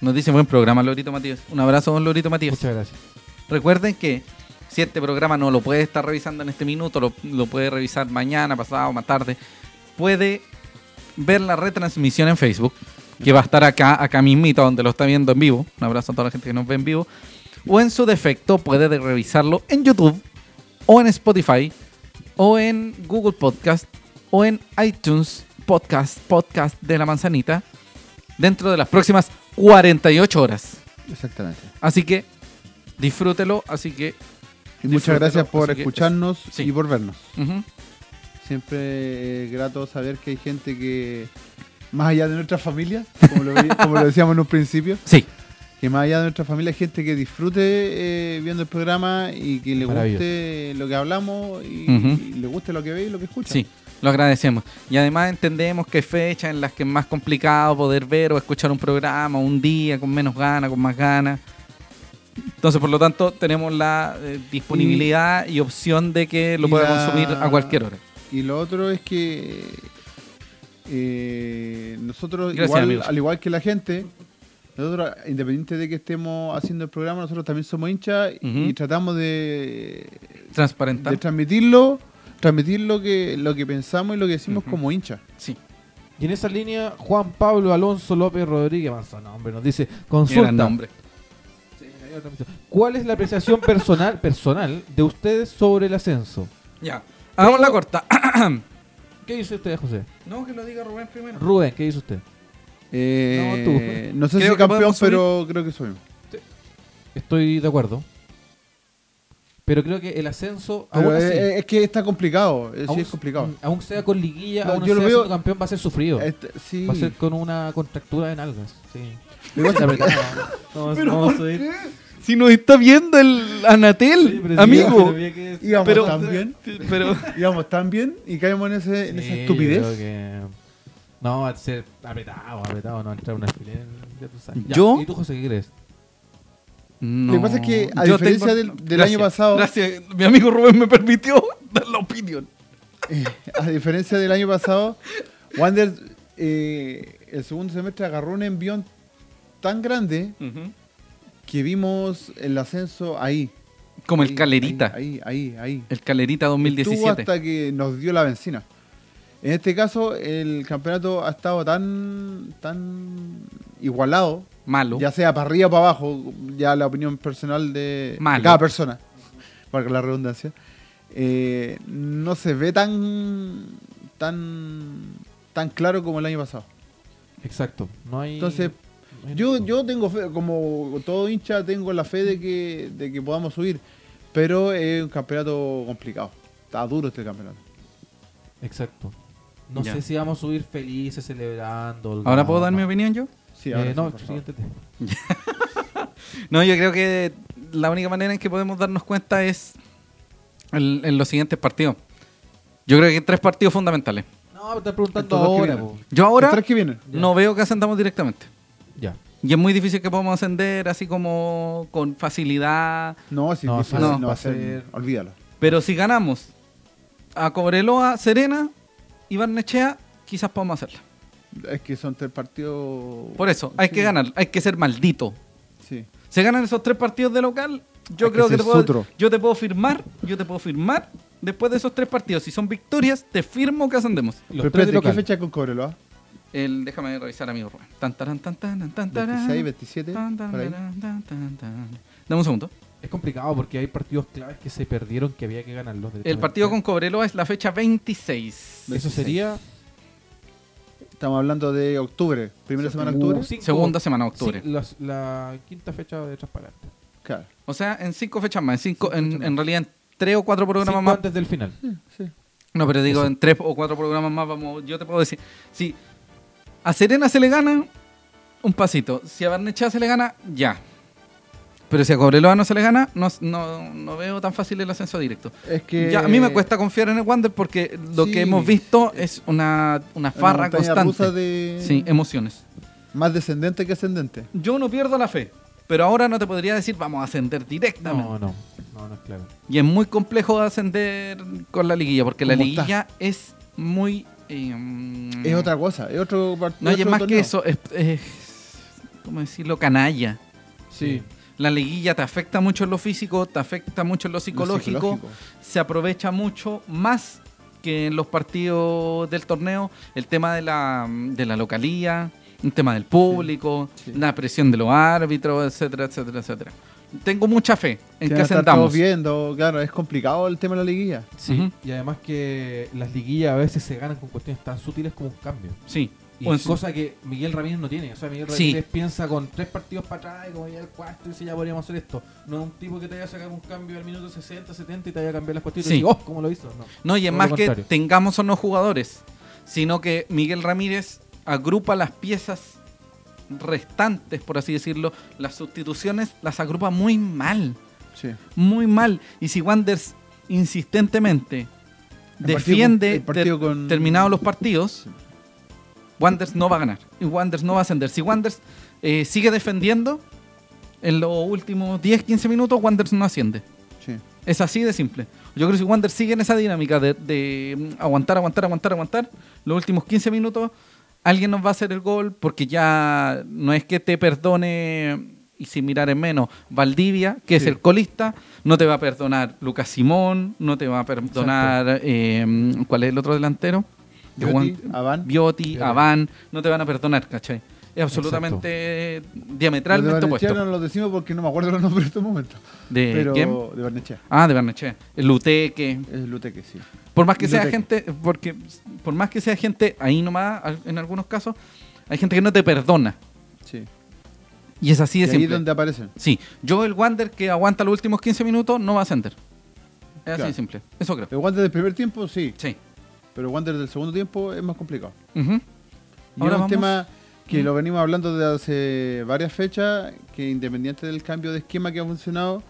S2: nos dice buen programa Lorito Matías. Un abrazo, don Lorito Matías.
S3: Muchas gracias.
S2: Recuerden que si este programa no lo puede estar revisando en este minuto, lo, lo puede revisar mañana, pasado, más tarde. Puede ver la retransmisión en Facebook, que va a estar acá, acá mismito, donde lo está viendo en vivo. Un abrazo a toda la gente que nos ve en vivo. O en su defecto, puede de- revisarlo en YouTube, o en Spotify, o en Google Podcast, o en iTunes, podcast, podcast de la manzanita, dentro de las próximas 48 horas.
S1: Exactamente.
S2: Así que disfrútelo, así que...
S1: Y muchas
S2: Disfrútelo,
S1: gracias por
S2: así que-
S1: escucharnos
S2: sí.
S1: y por vernos.
S2: ujú.
S1: Siempre es grato saber que hay gente que, más allá de nuestra familia, como lo, veía- como lo decíamos en un principio,
S2: Sí,
S1: que más allá de nuestra familia hay gente que disfrute eh, viendo el programa y que le
S3: Maravilloso.
S1: guste lo que hablamos y,
S2: Ujú.
S1: y le guste lo que ve y lo que escucha.
S2: sí, lo agradecemos. Y además entendemos que hay fechas en las que es más complicado poder ver o escuchar un programa, un día, con menos ganas, con más ganas. Entonces, por lo tanto, tenemos la eh, disponibilidad y, opción de que lo
S1: y
S2: pueda
S1: la-
S2: consumir a cualquier hora.
S1: Y lo otro es que eh, nosotros,
S2: Gracias,
S1: igual-
S2: amigos.
S1: al igual que la gente, nosotros, independiente de que estemos haciendo el programa, nosotros también somos hinchas
S2: Ujú.
S1: y tratamos de,
S2: Transparentar.
S1: de transmitirlo, transmitir lo que, lo que pensamos y lo que decimos
S2: Ujú.
S1: como hinchas.
S2: sí.
S3: Y en esa línea, Juan Pablo Alonso López Rodríguez Manzano, hombre, nos dice,
S2: Qué gran
S3: consulta,
S2: nombre.
S3: ¿cuál es la apreciación personal, personal de ustedes sobre el ascenso?
S2: Ya. Hagamos la corta.
S3: ¿Qué dice usted, José?
S2: no, que lo diga Rubén primero.
S3: Rubén, ¿qué dice usted?
S1: Eh,
S3: No,
S1: no, sé
S2: Creo
S1: si
S2: que
S1: campeón,
S2: podemos subir-
S1: pero creo que subimos.
S3: Estoy de acuerdo. Pero creo que el ascenso,
S1: Pero
S3: aún
S1: es,
S3: así,
S1: es que está complicado, eh, sí
S3: aún- mm,
S1: es complicado.
S3: aún sea con liguilla,
S1: No,
S3: aún
S1: yo lo
S3: sea
S1: veo-
S3: siendo campeón, va a ser sufrido.
S1: Este- sí.
S3: Va a ser con una contractura de nalgas, sí.
S1: Lo que pasa-
S3: La verdad, vamos- vamos a subir.
S2: Si nos está viendo el Anatel,
S3: Sí, pero sí,
S2: amigo.
S3: pero vi que-
S1: Íbamos
S2: Pero,
S1: tan bien,
S2: pero
S1: íbamos tan bien y caímos en, ese, en esa
S3: Sí,
S1: estupidez.
S3: yo creo que- No, va a ser apretado, apretado, no va a entrar un alfiler. Ya tú sabes. Ya,
S2: ¿Yo?
S3: ¿Y tú, José, qué crees?
S1: Lo que pasa es que, a
S2: Yo
S1: diferencia
S2: tengo-
S1: del- del
S2: Gracias,
S1: año pasado-
S2: Gracias, mi amigo Rubén me permitió dar la opinión.
S1: A diferencia del año pasado, Wander eh, el segundo semestre agarró un envión tan grande que vimos el ascenso ahí.
S2: Como el
S1: Ahí,
S2: Calerita.
S1: Ahí, ahí, ahí.
S2: El Calerita
S1: Estuvo
S2: 2017.
S1: hasta que nos dio la benzina. En este caso, el campeonato ha estado tan, tan igualado,
S2: Malo.
S1: ya sea para arriba o para abajo, ya la opinión personal de, de
S2: Malo.
S1: cada persona, para la redundancia, eh, no se ve tan, tan, tan claro como el año pasado.
S3: Exacto. No hay.
S1: Entonces,
S3: no hay
S1: Yo,
S3: ningún-
S1: yo tengo fe, como todo hincha, tengo la fe de que, de que podamos subir, pero es un campeonato complicado. Está duro este campeonato.
S3: Exacto. No
S2: Ya.
S3: sé si vamos a subir felices, celebrando.
S2: ¿Ahora puedo dar mi
S3: holgando.
S2: opinión yo?
S1: Sí,
S3: Eh,
S1: ahora sí,
S3: no,
S1: por favor.
S3: siguiente tema.
S2: No, yo creo que la única manera en que podemos darnos cuenta es en, en los siguientes partidos. Yo creo que hay tres partidos fundamentales.
S3: No, me estás preguntando
S1: Estos dos que
S3: ahora.
S1: vienen.
S3: po.
S2: Yo
S1: Los
S2: ahora
S1: tres que vienen.
S2: no veo que ascendamos directamente.
S3: Ya.
S2: Y es muy difícil que podamos ascender así como con facilidad.
S1: No, sí,
S3: No,
S1: difícil,
S2: no,
S1: no, va
S3: va a
S1: a ser.
S3: ser-
S1: Olvídalo.
S2: Pero si ganamos a Cobreloa, Serena y Barnechea, quizás podamos hacerla.
S1: Es que son tres partidos.
S2: Por eso, hay
S1: Sí,
S2: que ganar, hay que ser maldito.
S1: Sí.
S2: Se ganan esos tres partidos de local, yo
S1: Hay que
S2: creo que,
S1: ser
S2: te puedo,
S1: sutro.
S2: yo te puedo firmar, yo te puedo firmar. Después de esos tres partidos, si son victorias, te firmo que ascendemos.
S3: Los
S1: Pero
S3: tres
S1: espérate,
S3: de
S1: ¿qué
S3: local.
S1: fecha con Cobreloa?
S2: El, déjame revisar, amigo Rubén. Tan, taran, tan, tan, tan, tan, taran.
S1: 26, 27.
S2: Tan, tan,
S1: por ahí.
S2: taran, tan, tan, tan. Dame un segundo.
S3: Es complicado porque hay partidos claves que se perdieron que había que ganarlos.
S2: El partido con Cobreloa es la fecha 26.
S3: Eso sería.
S1: Estamos hablando de octubre. Primera semana de
S2: Uh,
S1: octubre.
S3: Cinco-
S2: Segunda semana de octubre.
S3: Sí, las- la, quinta fecha de transparente.
S1: Claro.
S2: O sea, en cinco fechas más. En, cinco,
S3: Cinco
S2: en,
S3: fechas más.
S2: en realidad, en tres o cuatro
S3: Cinco
S2: programas más.
S3: antes del final.
S1: Sí, sí.
S2: No, pero digo,
S3: Eso.
S2: en tres o cuatro programas más vamos. Yo te puedo decir. Si a Serena se le gana, un pasito. Si a Barnechea se le gana, ya. Pero si a Cobreloa no se le gana, no, no, no veo tan fácil el ascenso directo.
S1: Es que.
S2: Ya, a mí me cuesta confiar en el Wander porque lo
S1: Sí.
S2: que hemos visto es una, una
S1: una
S2: farra
S1: montaña
S2: constante.
S1: rusa de-
S2: Sí, emociones.
S1: Más descendente que ascendente.
S2: Yo no pierdo la fe, pero ahora no te podría decir vamos a ascender directamente.
S3: No, no. No, no es claro.
S2: Y es muy complejo ascender con la liguilla, porque la
S1: ¿Cómo está?
S2: liguilla es muy... eh,
S1: Es otra cosa. Es otro partido.
S2: No, y es
S1: otro
S2: más
S1: torneo.
S2: que eso, es, es- ¿Cómo decirlo? Canalla.
S1: Sí.
S2: La liguilla te afecta mucho en lo físico, te afecta mucho en lo psicológico,
S1: psicológico.
S2: se aprovecha mucho más que en los partidos del torneo el tema de la, de la localía, el tema del público,
S1: Sí, sí.
S2: la presión de los árbitros, etcétera, etcétera, etcétera. tengo mucha fe en
S1: Tienen
S2: que
S1: que estar
S2: ascendamos.
S1: todos viendo, claro, es complicado el tema de la liguilla.
S3: Sí.
S2: Ujú.
S3: Y además que las liguillas a veces se ganan con cuestiones tan sutiles como un cambio.
S2: Sí.
S3: Y
S2: O en su-
S3: cosa que Miguel Ramírez no tiene. O sea, Miguel
S2: Sí.
S3: Ramírez piensa con tres partidos para atrás y como ya el cuarto y si ya podríamos hacer esto. No es un tipo que te vaya a sacar un cambio al minuto 60, 70 y te vaya a cambiar las cuestiones
S2: Sí.
S3: y digas, oh, ¿cómo lo hizo? No.
S2: No, y es
S3: Todo
S2: más
S3: lo
S2: que
S3: contrario.
S2: tengamos o no jugadores, sino que Miguel Ramírez agrupa las piezas restantes, por así decirlo, las sustituciones las agrupa muy mal,
S1: Sí.
S2: muy mal. Y si Wanders insistentemente
S1: partido con-
S2: defiende
S1: el partido
S2: ter-
S1: con-
S2: terminados los partidos, Wanders no va a ganar y Wanders no va a ascender. Si Wanders eh, sigue defendiendo, en los últimos 10-15 minutos Wanders no asciende.
S1: Sí.
S2: Es así de simple. Yo creo que si Wander sigue en esa dinámica de, de, mm, aguantar, aguantar, aguantar, aguantar, los últimos 15 minutos, alguien nos va a hacer el gol porque ya no es que te perdone, y sin mirar en menos, Valdivia, que es
S1: Sí.
S2: el colista, no te va a perdonar Lucas Simón, no te va a perdonar, eh, ¿cuál es el otro delantero? Que
S1: Bioti,
S2: Juan-
S1: Avan.
S2: Bioti,
S3: Bioti.
S2: Aván, no te van a perdonar, ¿cachai? Es absolutamente
S1: Los
S2: diametralmente
S1: de
S2: opuesto.
S1: Barnechea no los decimos porque no me acuerdo los nombres en estos momentos.
S2: ¿De
S1: pero
S2: quién?
S1: de Barnechea.
S2: Ah, de Barnechea. El Luteque.
S1: Es Luteque, sí.
S2: Por más que sea
S1: Biblioteca.
S2: gente, porque por más que sea gente ahí nomás, al- en algunos casos, hay gente que no te perdona.
S1: sí.
S2: Y es así
S1: Y
S2: de
S1: ahí es
S2: simple.
S1: donde aparecen.
S2: Sí, yo el Wander que aguanta los últimos 15 minutos no va a ascender. Es así de
S1: Claro.
S2: simple. Eso creo.
S1: El Wander del primer tiempo, sí.
S2: Sí.
S1: Pero el Wander del segundo tiempo es más complicado.
S2: Ujú.
S1: Y es
S2: Ahora
S1: un
S2: vamos-
S1: tema que
S2: Mm.
S1: lo venimos hablando desde hace varias fechas, que independiente del cambio de esquema que ha funcionado,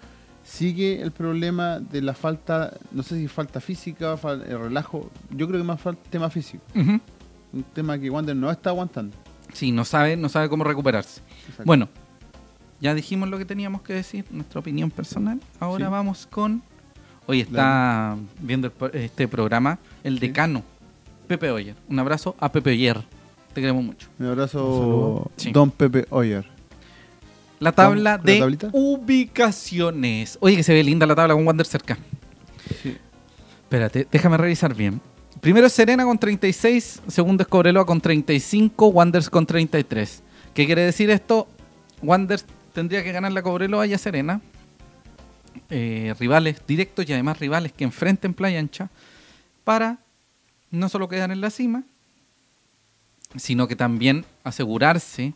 S1: sigue el problema de la falta, no sé si falta física, fal- el relajo, yo creo que más fal- tema físico,
S2: Ujú.
S1: un tema que Wander no está aguantando.
S2: Sí, no sabe, no sabe cómo recuperarse.
S1: Exacto.
S2: Bueno, ya dijimos lo que teníamos que decir, nuestra opinión personal. Ahora
S1: Sí.
S2: vamos con. Hoy está viendo el pro- este programa el
S1: Sí.
S2: decano, Pepe Oyer. Un abrazo a Pepe Oyer. Te queremos mucho.
S1: un
S3: Un
S1: abrazo,
S3: saludo.
S2: Sí.
S1: Don Pepe Oyer.
S2: La tabla
S1: ¿Con la
S2: de
S1: tablita?
S2: ubicaciones. Oye, que se ve linda la tabla con Wander cerca.
S1: Sí.
S2: Espérate, déjame revisar bien. Primero es Serena con 36, segundo es Cobreloa con 35, Wanders con 33. ¿Qué quiere decir esto? Wanders tendría que ganar la Cobreloa y a Serena. Eh, rivales directos y además rivales que enfrenten Playa Ancha para no solo quedar en la cima, sino que también asegurarse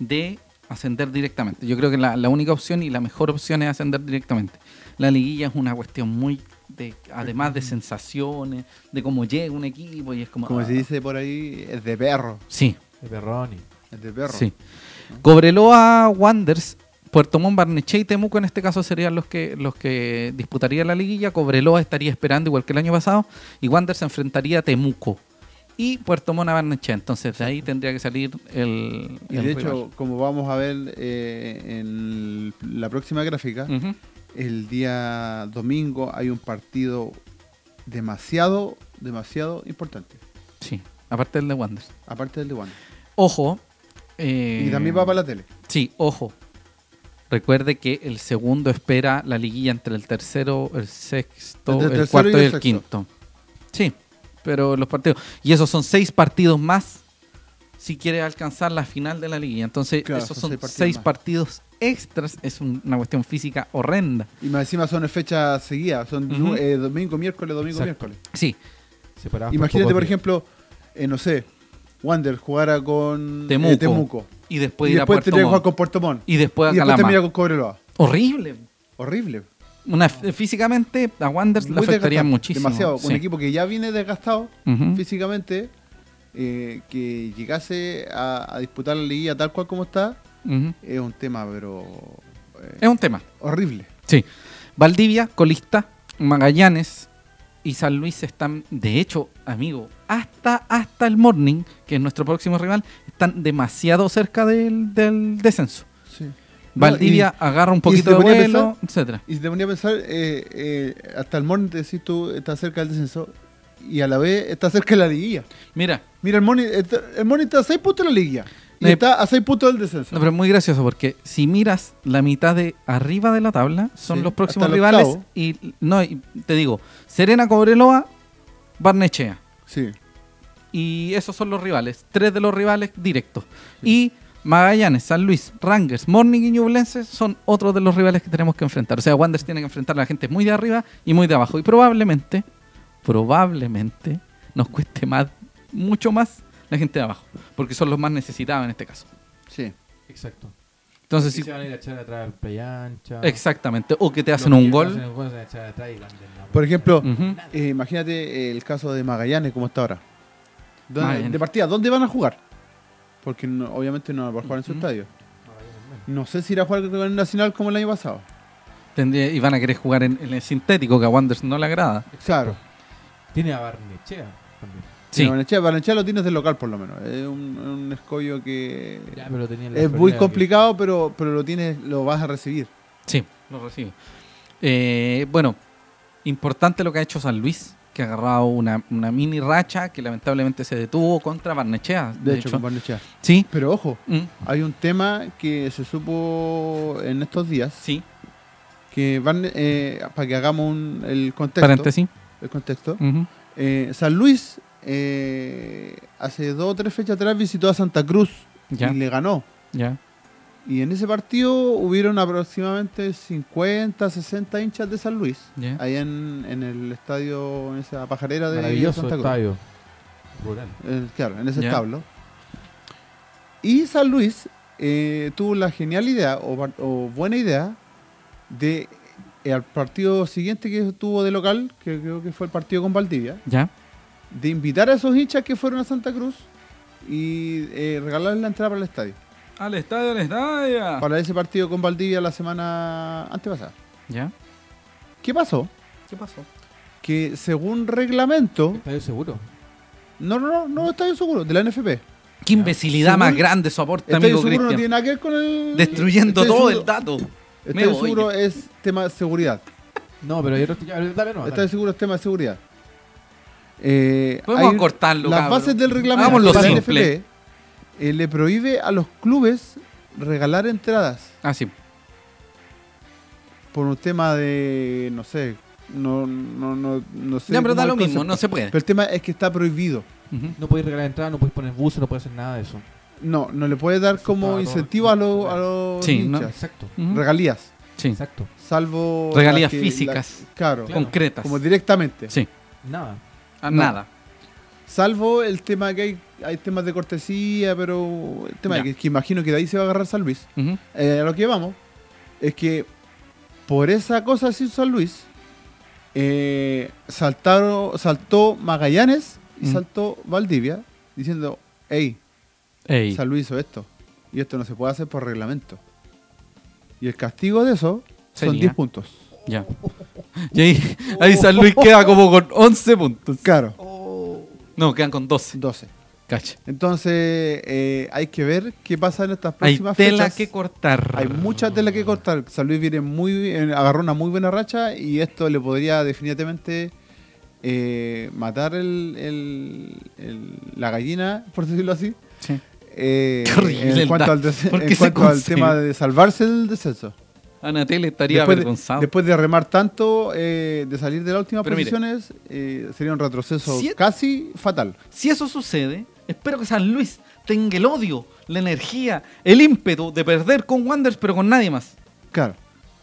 S2: de ascender directamente. Yo creo que la, la única opción y la mejor opción es ascender directamente. La liguilla es una cuestión muy de, además de sensaciones, de cómo llega un equipo y es como.
S1: Como
S2: ah,
S1: se dice por ahí, es de perro.
S2: Sí,
S3: De Perroni.
S1: Es de perro.
S2: sí. Cobreloa Wanderers, Puerto Montt, Barnechea y Temuco en este caso serían los que los que disputarían la liguilla. Cobreloa estaría esperando igual que el año pasado y Wanderers se enfrentaría a Temuco y Puerto Montt a Barnechea. Entonces de ahí tendría que salir el.
S1: Y
S2: el
S1: de
S2: rival.
S1: hecho, como vamos a ver eh, en la próxima gráfica,
S2: Ujú.
S1: el día domingo hay un partido demasiado, demasiado importante.
S2: Sí, aparte del de Wanderers.
S1: Aparte del de Wanda.
S2: Ojo. eh,
S1: Y también va para la tele.
S2: Sí, ojo. Recuerde que el segundo espera la liguilla entre el tercero, el sexto,
S1: Entre
S2: el,
S1: el tercero
S2: cuarto y
S1: y
S2: el,
S1: el sexto.
S2: quinto. Sí, pero los partidos. Y esos son seis partidos más si quiere alcanzar la final de la liguilla. Entonces,
S1: Claro,
S2: esos son
S1: son
S2: seis
S1: seis
S2: partidos,
S1: partidos más.
S2: extras. Es un- una cuestión física horrenda.
S1: Y más encima son en fechas seguidas. Son
S2: Ujú.
S1: lu- eh, domingo, miércoles, domingo,
S3: Exacto.
S1: miércoles.
S2: Sí,
S3: Separados por
S1: Imagínate,
S3: pocos
S1: por
S3: días.
S1: ejemplo, eh, no sé, Wander jugara con eh,
S2: Temuco.
S1: Temuco.
S2: y después
S1: Y
S2: ir a
S1: después
S2: Puerto
S1: tendría que jugar
S2: Montt.
S1: con Puerto Montt.
S2: Y después a
S1: Y después
S2: Calama.
S1: termina con Cobreloa.
S2: Horrible.
S1: Horrible.
S2: Una, físicamente a Wanderers le
S1: Muy
S2: afectaría
S1: desgastante,
S2: muchísimo.
S1: Demasiado. Un
S2: Sí.
S1: equipo que ya viene desgastado
S2: Ujú.
S1: físicamente, eh, que llegase a, a disputar la liguilla tal cual como está,
S2: Ujú.
S1: es un tema, pero eh,
S2: Es un tema.
S1: horrible.
S2: Sí. Valdivia, colista, Magallanes y San Luis están, de hecho, amigo, hasta, hasta el Morning, que es nuestro próximo rival, están demasiado cerca del, del descenso. Valdivia agarra un
S1: y si
S2: poquito
S1: te
S2: de
S1: ponía a
S2: vuelo, etcétera.
S1: y, y si te ponía a pensar, eh, eh, hasta el morning, si tú estás cerca del descenso, y a la vez está cerca de la liguilla.
S2: Mira,
S1: Mira, el morning, está, el morning está a 6 puntos de la liguilla. Y
S2: Eh,
S1: está a 6 puntos del descenso.
S2: no, pero es muy gracioso porque si miras la mitad de arriba de la tabla, son
S1: Sí,
S2: los próximos
S1: hasta el
S2: rivales
S1: octavo.
S2: y no, y te digo, Serena Cobreloa, Barnechea.
S1: sí.
S2: y esos son los rivales, tres de los rivales directos. Y Magallanes, San Luis, Rangers, Morning y Ñublense son otros de los rivales que tenemos que enfrentar. O sea, Wanderers tiene que enfrentar a la gente muy de arriba y muy de abajo. Y probablemente, probablemente, nos cueste más, mucho más la gente de abajo. Porque son los más necesitados en este caso.
S1: Sí.
S3: Exacto.
S2: Entonces,
S3: Si
S2: sí,
S3: se van a ir a echar atrás al playancha.
S2: exactamente. O que te hacen
S3: Los
S2: un
S3: que
S2: gol.
S3: hacen el gol se van a echar atrás y van de la-
S1: Por ejemplo,
S2: Ujú.
S1: eh, imagínate el caso de Magallanes, como está ahora. ¿Dónde-
S2: Magallanes.
S1: de partida, ¿dónde van a jugar? Porque no- obviamente no van a jugar en su
S2: Ujú.
S1: estadio. No sé si irá a jugar con el Nacional como el año pasado.
S2: Tendría- y van a querer jugar en, en el sintético que a Wanderers no le agrada.
S1: Claro.
S3: Tiene a Barnechea también.
S2: Sí.
S1: Sí. Barnechea, Barnechea lo tienes del local, por lo menos. Es un, un escollo que
S3: Ya, pero tenía la
S1: es
S3: Florida
S1: muy
S3: que-
S1: complicado, pero, pero lo tienes, lo vas a recibir.
S2: Sí, lo recibe. Eh, bueno, importante lo que ha hecho San Luis, que ha agarrado una, una mini racha que lamentablemente se detuvo contra Barnechea.
S1: De, hecho, con Barnechea.
S2: Sí.
S1: Pero ojo,
S2: mm,
S1: hay un tema que se supo en estos días.
S2: sí,
S1: Que Barne- eh, para que hagamos un- el contexto.
S2: paréntesis.
S1: El contexto.
S2: ujú.
S1: Eh, San Luis eh, hace dos o tres fechas atrás visitó a Santa Cruz
S2: Ya.
S1: y le ganó.
S2: Ya.
S1: Y en ese partido hubieron aproximadamente 50, 60 hinchas de San Luis.
S2: Ya.
S1: Ahí en, en el estadio, en esa pajarera de
S3: Maravilloso
S1: Santa Cruz.
S3: estadio. Rural.
S1: Eh, claro, en ese
S2: Ya.
S1: establo. Y San Luis eh, tuvo la genial idea, o, par- o buena idea, de eh, al partido siguiente que tuvo de local, que creo que fue el partido con Valdivia,
S2: Ya.
S1: de invitar a esos hinchas que fueron a Santa Cruz y eh, regalarles la entrada para el estadio.
S2: Al estadio, al estadio.
S1: Para ese partido con Valdivia la semana antepasada.
S2: Ya.
S1: ¿Qué pasó?
S2: ¿Qué pasó?
S1: Que según reglamento,
S3: Estadio seguro.
S1: no, no, no, no, estadio seguro, de la NFP.
S2: Qué imbecilidad
S1: Seguro-
S2: más grande su aporte,
S1: Estadio
S2: amigo
S1: seguro no este tiene este
S2: Cristian.
S1: nada que ver con el.
S2: Destruyendo
S1: Estadio
S2: todo
S1: Seguro-
S2: el dato. Me
S1: Estadio
S2: voy. Ah,
S1: seguro es tema de seguridad.
S3: No, pero hay otro. ya, Dale, no.
S1: Estadio seguro es tema de seguridad. Eh,
S2: Podemos
S1: hay-
S2: cortarlo,
S1: Las
S2: cabrón.
S1: bases del reglamento
S2: Hagámoslo
S1: de la
S2: simple.
S1: NFP eh, le prohíbe a los clubes regalar entradas
S2: Ah, sí.
S1: por un tema de. No sé. No, no, no, no sé.
S2: ya,
S1: cómo
S2: pero da
S1: es
S2: lo
S1: el
S2: mismo,
S1: concepto.
S2: no se puede.
S1: Pero el tema es que está prohibido.
S2: Ujú.
S3: No podéis regalar entrada, no podéis poner buses, no podéis hacer nada de eso.
S1: No, no le puede dar como
S3: Para todo.
S1: incentivo a, los- a los
S2: Sí, no.
S1: hinchas.
S3: Exacto.
S2: Ujú.
S1: Regalías.
S2: Sí.
S3: Mm, Exacto.
S1: Salvo. las
S2: Regalías
S1: que-
S2: físicas.
S1: las- claro.
S3: Claro.
S2: Concretas.
S1: Como directamente.
S2: Sí.
S3: Nada.
S2: Ah,
S1: No.
S2: Nada.
S1: Salvo el tema que hay, hay temas de cortesía, pero el tema
S2: Ya.
S1: que, que imagino que de ahí se va a agarrar San Luis.
S2: Ujú.
S1: Eh, a lo que vamos es que por esa cosa sin San Luis, eh, saltaron, saltó Magallanes y
S2: Mm.
S1: saltó Valdivia diciendo, hey,
S2: Ey.
S1: San Luis hizo esto. Y esto no se puede hacer por reglamento. Y el castigo de eso son
S2: Sería.
S1: 10 puntos.
S2: Ya. Y ahí, ahí San Luis queda como con 11 puntos.
S1: Claro, Oh.
S2: No, quedan con 12.
S1: 12.
S2: Cacha.
S1: Entonces eh, hay que ver qué pasa en estas
S2: Hay
S1: próximas
S2: tela
S1: fechas.
S2: que cortar.
S1: Hay mucha tela que cortar. San Luis viene muy, eh, agarró una muy buena racha y esto le podría definitivamente eh, matar el, el- el- la gallina, por decirlo así.
S2: Sí.
S1: eh,
S2: Qué horrible
S1: en cuanto
S2: el
S1: al,
S2: da-
S1: des-
S2: ¿Por
S1: en
S2: qué se
S1: cuanto al
S2: consigue?
S1: tema de salvarse del descenso.
S2: Anatel estaría
S1: Después de,
S2: avergonzado.
S1: después de remar tanto, eh, de salir de las últimas
S2: Pero mire.
S1: posiciones, eh, sería un retroceso
S2: Siete-
S1: casi fatal.
S2: Si eso sucede, espero que San Luis tenga el odio, la energía, el ímpetu de perder con Wanderers, pero con nadie más.
S1: Claro.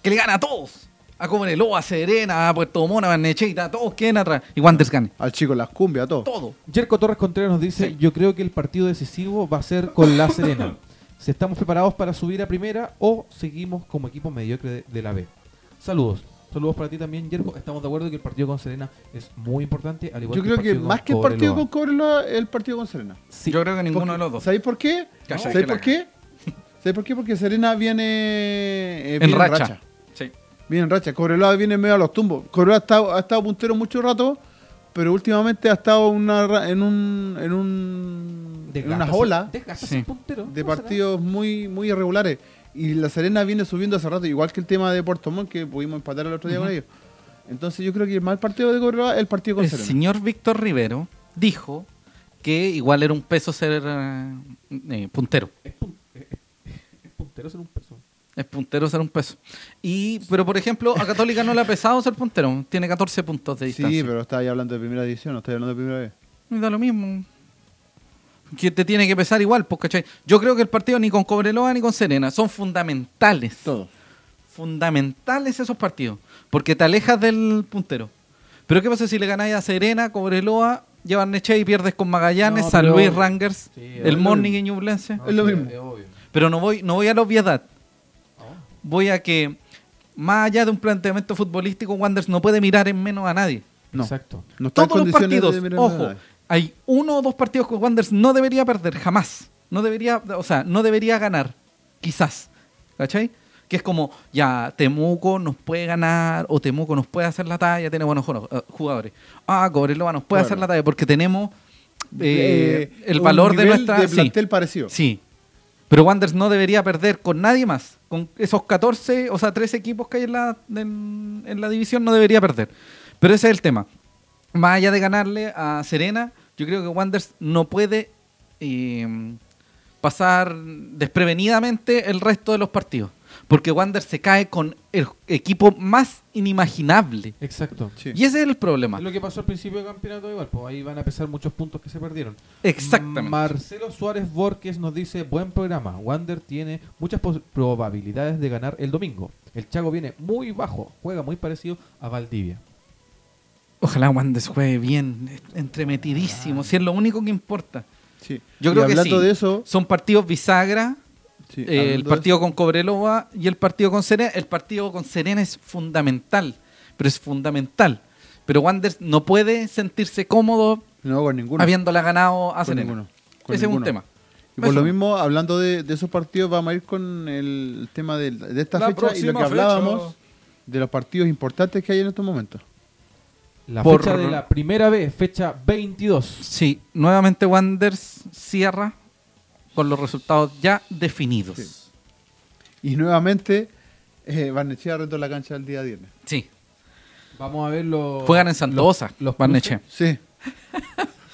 S2: Que le gana a todos. A Cobreloa, a Serena, a Puerto Mona, a Barnechita, a todos queden atrás. Y Wanderers gane.
S1: Al chico las cumbias, a todo.
S2: Todo.
S3: Jerko Torres Contreras nos dice, yo creo que el partido decisivo va a ser con La Serena. si estamos preparados para subir a primera o seguimos como equipo mediocre de, de la B. Saludos. Saludos para ti también, Jerko. Estamos de acuerdo que el partido con Serena es muy importante. Al igual
S1: Yo creo
S3: el
S1: que
S3: partido
S1: más
S3: con
S1: que el partido con
S3: Cobreloa.
S1: Cobreloa, el partido con Serena.
S3: Sí.
S2: Yo creo que ninguno
S1: Porque-
S2: de los dos.
S1: ¿Sabéis por qué?
S2: Calla, que
S1: ¿Sabéis
S2: la
S1: por qué? ¿Sabéis por qué? Porque Serena viene, eh,
S2: En
S1: viene
S2: racha. Sí.
S1: Viene en racha. Cobreloa viene medio a los tumbos. Cobreloa ha estado, ha estado puntero mucho rato, pero últimamente ha estado una ra- en un en un en
S3: Desgasta
S1: una
S3: ser-
S1: ola
S3: desgasta
S2: Sí.
S3: ser puntero.
S1: de
S3: No será.
S1: partidos muy muy irregulares y la Serena viene subiendo hace rato, igual que el tema de Puerto Montt que pudimos empatar el otro día con ellos. Entonces yo creo que el mal partido de Cobreloa es el partido con
S2: El
S1: Serena.
S2: señor Víctor Rivero dijo que igual era un peso ser eh, eh, puntero.
S3: Es, pun- es- es- es puntero ser un peso.
S2: Es puntero ser un peso. Y, pero por ejemplo, a Católica no le ha pesado ser puntero. Tiene 14 puntos de distancia.
S1: Sí, pero estaba ahí hablando de primera división, no estoy hablando de primera vez.
S2: Me da lo mismo. que te tiene que pesar igual, pues, ¿cachai? Yo creo que el partido ni con Cobreloa ni con Serena son fundamentales.
S1: Todo.
S2: Fundamentales esos partidos, porque te alejas del puntero. Pero ¿qué pasa si le ganáis a Serena, Cobreloa, Neche y pierdes con Magallanes,
S3: No,
S2: San
S3: pero-
S2: Luis Rangers,
S3: Sí, es
S2: el
S3: lo
S2: Morning
S1: mismo.
S2: y Ñublense?
S1: Es lo mismo.
S3: Es obvio.
S2: Pero no voy, no voy a la obviedad.
S3: No.
S2: Voy a que, más allá de un planteamiento futbolístico, Wanderers no puede mirar en menos a nadie.
S1: No.
S3: Exacto.
S1: No está en
S2: Todos los
S1: condiciones de
S2: partidos,
S1: mirar
S2: ojo,
S1: nada.
S2: hay uno o dos partidos que Wanderers no debería perder, jamás. No debería, o sea, no debería ganar, quizás. ¿Cachai? Que es como, ya, Temuco nos puede ganar, o Temuco nos puede hacer la talla, tiene buenos juro- eh, jugadores. Ah, Cobreloa nos puede
S1: Claro.
S2: hacer la talla, porque tenemos eh,
S1: Eh,
S2: el
S1: un
S2: valor de
S1: nivel
S2: nuestra...
S1: de
S2: sí.
S1: plantel parecido.
S2: Sí. Pero Wanderers no debería perder con nadie más. Con esos 14, o sea, 13 equipos que hay en la, en, en la división, no debería perder. Pero ese es el tema. Más allá de ganarle a Serena, yo creo que Wanderers no puede eh, pasar desprevenidamente el resto de los partidos. Porque Wanderers se cae con el equipo más inimaginable.
S3: Exacto.
S1: Sí.
S2: Y ese es el problema.
S3: Es lo que pasó al principio del campeonato igual, pues ahí van a pesar muchos puntos que se perdieron.
S2: Exactamente.
S3: Marcelo Suárez Borges nos dice, buen programa, Wander tiene muchas pos- probabilidades de ganar el domingo. El Chago viene muy bajo, juega muy parecido a Valdivia.
S2: Ojalá Wanderers juegue bien,
S3: Ah.
S2: entremetidísimo, si es lo único que importa.
S1: Sí.
S2: Yo
S1: Y
S2: creo que
S1: hablando
S2: sí.
S1: de eso,
S2: Son partidos bisagra.
S1: sí,
S2: eh, el
S1: hablando de
S2: partido con Cobreloa y el partido con Serena. El partido con Serena es fundamental. Pero es fundamental. Pero Wander no puede sentirse cómodo
S1: eso, no con ninguno.
S2: habiéndola ganado a
S1: con
S2: Serena.
S1: ninguno, con
S2: Ese es un
S1: ninguno.
S2: tema.
S1: Y por
S2: Eso.
S1: lo mismo, hablando de, de esos partidos, vamos a ir con el tema de, de esta
S2: La
S1: fecha y lo
S2: próxima
S1: que hablábamos
S2: fecha.
S1: de los partidos importantes que hay en estos momentos.
S3: La
S2: Por-
S3: fecha de la primera vez, fecha 22.
S2: Sí, nuevamente Wander cierra con los resultados ya definidos.
S1: Sí. Y nuevamente, eh, Barnechea retó la cancha el día viernes.
S2: Sí.
S3: Vamos a ver los...
S2: Juegan en Santosa,
S3: los- los
S2: Barnechea.
S1: Sí,
S3: cruces.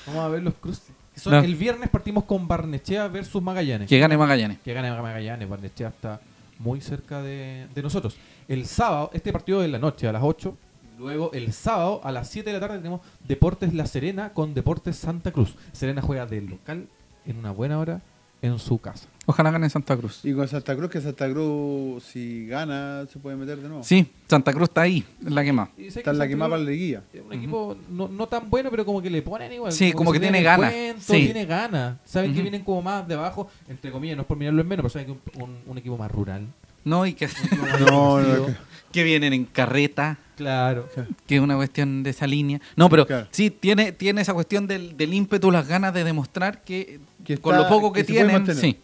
S3: Vamos a ver los cruces. Son-
S2: No.
S3: El viernes partimos con Barnechea versus Magallanes.
S2: Que gane Magallanes.
S3: que gane Magallanes, Barnechea está muy cerca de, de nosotros. El sábado, este partido de la noche a las 8, luego el sábado a las 7 de la tarde tenemos Deportes La Serena con Deportes Santa Cruz. Serena juega de local en una buena hora en su casa.
S2: Ojalá gane Santa Cruz.
S1: y con Santa Cruz, que Santa Cruz, si gana, se puede meter de nuevo.
S2: Sí, Santa Cruz está ahí, es la que más.
S3: Y sé
S1: Está en la que
S3: Santa
S1: más para
S3: Cruz
S1: la liguilla.
S3: es un equipo no, no tan bueno, pero como que le ponen igual.
S2: Sí, como que
S3: se
S2: tiene
S3: tiran el
S2: ganas,
S3: cuento,
S2: sí.
S3: Tiene ganas. Saben que
S2: Ujú.
S3: vienen como más de abajo, entre comillas, no es por mirarlo en menos, pero saben que un, un- un equipo más rural.
S2: No, y que,
S1: No, no, no.
S2: que vienen en carreta.
S3: Claro.
S2: que es una cuestión de esa línea. No, pero
S1: Claro.
S2: sí, tiene, tiene esa cuestión del, del ímpetu, las ganas de demostrar que,
S1: Que
S2: con
S1: está-
S2: lo poco que,
S1: que se puede
S2: tienen,
S1: mantener.
S2: sí.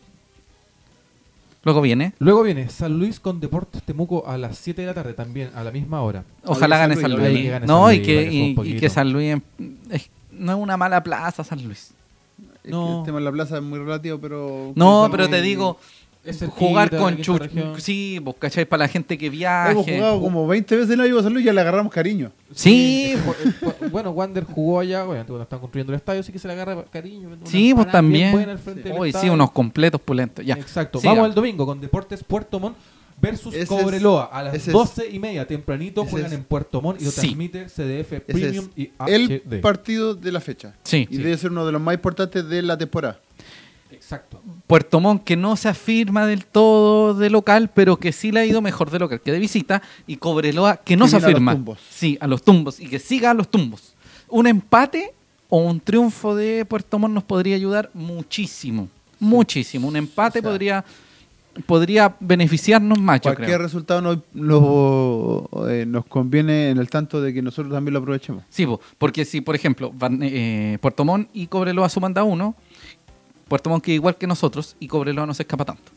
S2: Luego viene,
S3: Luego viene San Luis con Deportes Temuco a las 7 de la tarde también, a la misma hora.
S2: ojalá
S1: San
S2: gane
S1: Luis,
S2: San
S1: ojalá
S2: Luis.
S3: que gane
S2: No,
S3: San
S2: y
S3: Luis,
S2: que,
S3: para que suba un
S2: y- y,
S3: poquito.
S2: que San Luis em, es- no es una mala plaza, San Luis.
S1: Es que
S3: No.
S1: El tema de la plaza es muy relativo, pero.
S2: No,
S1: Cruzamos
S2: pero te
S1: y-
S2: digo,
S3: Es cerquita,
S2: jugar
S3: en
S2: con
S3: esta
S2: Chu...
S3: región.
S2: Sí, vos cachai, para la gente que
S1: Hemos
S2: viaje.
S1: jugado como 20 veces en la Viva Salud y ya le agarramos cariño.
S2: Sí,
S3: Jo- eh, jo- bueno, Wander jugó allá, obviamente cuando están construyendo el estadio, sí que se le agarra cariño. una
S2: sí, vos
S3: empanada bien
S2: también.
S3: buena al frente del
S2: Hoy sí,
S3: estadio.
S2: unos completos pulentos. Ya.
S3: Exacto.
S2: Siga.
S3: Vamos al domingo con Deportes Puerto Montt versus
S1: Ese es-
S3: Cobreloa a las
S1: ese es-
S3: 12 y media, tempranito
S1: ese
S3: juegan
S1: es-
S3: en Puerto Montt y lo
S2: Sí.
S3: transmite CDF
S1: Ese
S3: Premium
S1: es
S3: y
S1: el
S3: HD.
S1: partido de la fecha.
S2: Sí.
S1: Y debe ser uno de los más importantes de la temporada.
S3: Exacto.
S2: Puerto Montt que no se afirma del todo de local, pero que sí le ha ido mejor de local que de visita, y Cobreloa que no
S1: Que
S2: se
S1: viene a los
S2: afirma.
S1: tumbos.
S2: sí, a los tumbos, y que siga a los tumbos. Un empate o un triunfo de Puerto Montt nos podría ayudar muchísimo, muchísimo. Un empate
S1: O sea,
S2: podría, podría beneficiarnos más, yo
S1: Cualquier
S2: creo.
S1: resultado nos, lo- eh, nos conviene en el tanto de que nosotros también lo aprovechemos.
S2: Sí, po, porque si, por ejemplo, van- eh, Puerto Montt y Cobreloa suman da uno, Puerto Montt que igual que nosotros, y Cobreloa no se escapa tanto.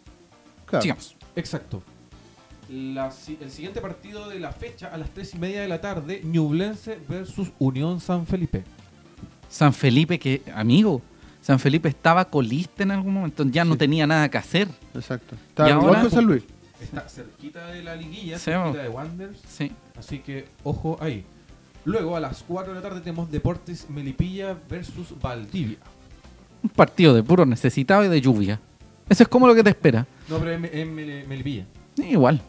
S1: Claro.
S2: Sigamos.
S3: Exacto. La si- el siguiente partido de la fecha a las 3 y media de la tarde, Ñublense versus Unión San Felipe.
S2: San Felipe, que, amigo, San Felipe estaba colista en algún momento, ya no
S1: Sí.
S2: tenía nada que hacer.
S1: Exacto. Está
S2: Y
S1: igual
S2: ahora-
S1: con San Luis.
S3: Está cerquita de la liguilla,
S2: Sí,
S3: cerquita
S2: bo.
S3: de Wanderers,
S2: Sí.
S3: así que ojo ahí. Luego a las 4 de la tarde tenemos Deportes Melipilla versus Valdivia.
S2: Un partido de puro necesitado y de lluvia. Eso es como lo que te espera.
S3: No, pero en, en Mel- Melipilla.
S2: Sí, igual.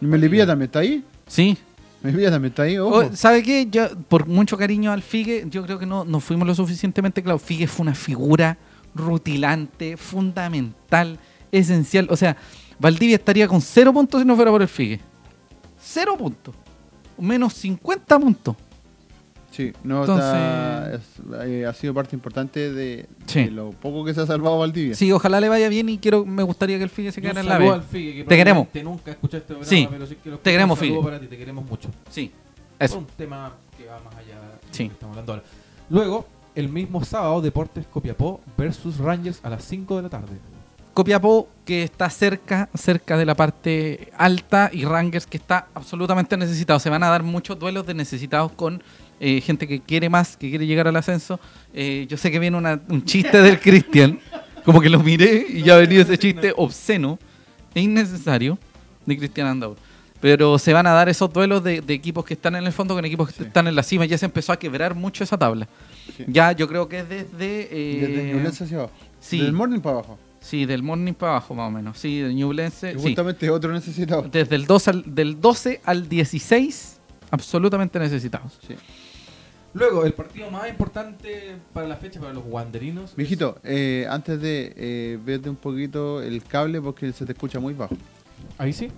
S1: Y Melipilla también está ahí.
S2: Sí.
S1: Melipilla también está ahí. Ojo.
S2: O- ¿Sabe qué? Yo, por mucho cariño al Figue, yo creo que no, no fuimos lo suficientemente claros. Figue fue una figura rutilante, fundamental, esencial. O sea, Valdivia estaría con cero puntos si no fuera por el Figue. Cero puntos. Menos 50 puntos.
S1: Sí, no está- es- eh, ha sido parte importante de,
S2: Sí.
S1: de lo poco que se ha salvado Valdivia.
S2: Sí, ojalá le vaya bien y quiero, me gustaría que el Figue se
S3: Un
S2: quedara en la
S3: saludo
S2: B.
S3: al Figue, que
S2: Te queremos.
S3: probablemente nunca escuchaste este programa,
S2: Sí,
S3: pero sí que lo
S2: te queremos,
S3: un saludo
S2: Figue.
S3: para ti, te queremos mucho.
S2: Sí,
S3: Por
S2: eso.
S3: un tema que va más allá de lo
S2: Sí.
S3: que estamos hablando ahora. Luego, el mismo sábado, Deportes Copiapó versus Rangers a las 5 de la tarde.
S2: Copiapó que está cerca, cerca de la parte alta y Rangers que está absolutamente necesitado. Se van a dar muchos duelos de necesitados con eh, gente que quiere más, que quiere llegar al ascenso. Eh, yo sé que viene una- un chiste del Cristian, como que lo miré y ya venía ese chiste obsceno e innecesario de Cristian Andau. Pero se van a dar esos duelos de, de equipos que están en el fondo con equipos que
S1: Sí.
S2: están en la cima. Ya se empezó a quebrar mucho esa tabla.
S1: Sí.
S2: Ya yo creo que es desde... eh,
S1: Desde Ñublense hacia abajo.
S2: sí.
S1: Del morning para abajo.
S2: Sí, del Morning para abajo, más o menos. Sí, del
S1: Y
S2: Ñublense. Eh, Sí.
S1: justamente otro necesitado.
S2: Desde el 12 al, del 12 al 16, absolutamente necesitados.
S1: Sí.
S3: Luego, el partido más importante para la fecha para los Wanderinos.
S1: Mijito, eh, antes de eh, vete un poquito el cable porque se te escucha muy bajo.
S3: Ahí sí,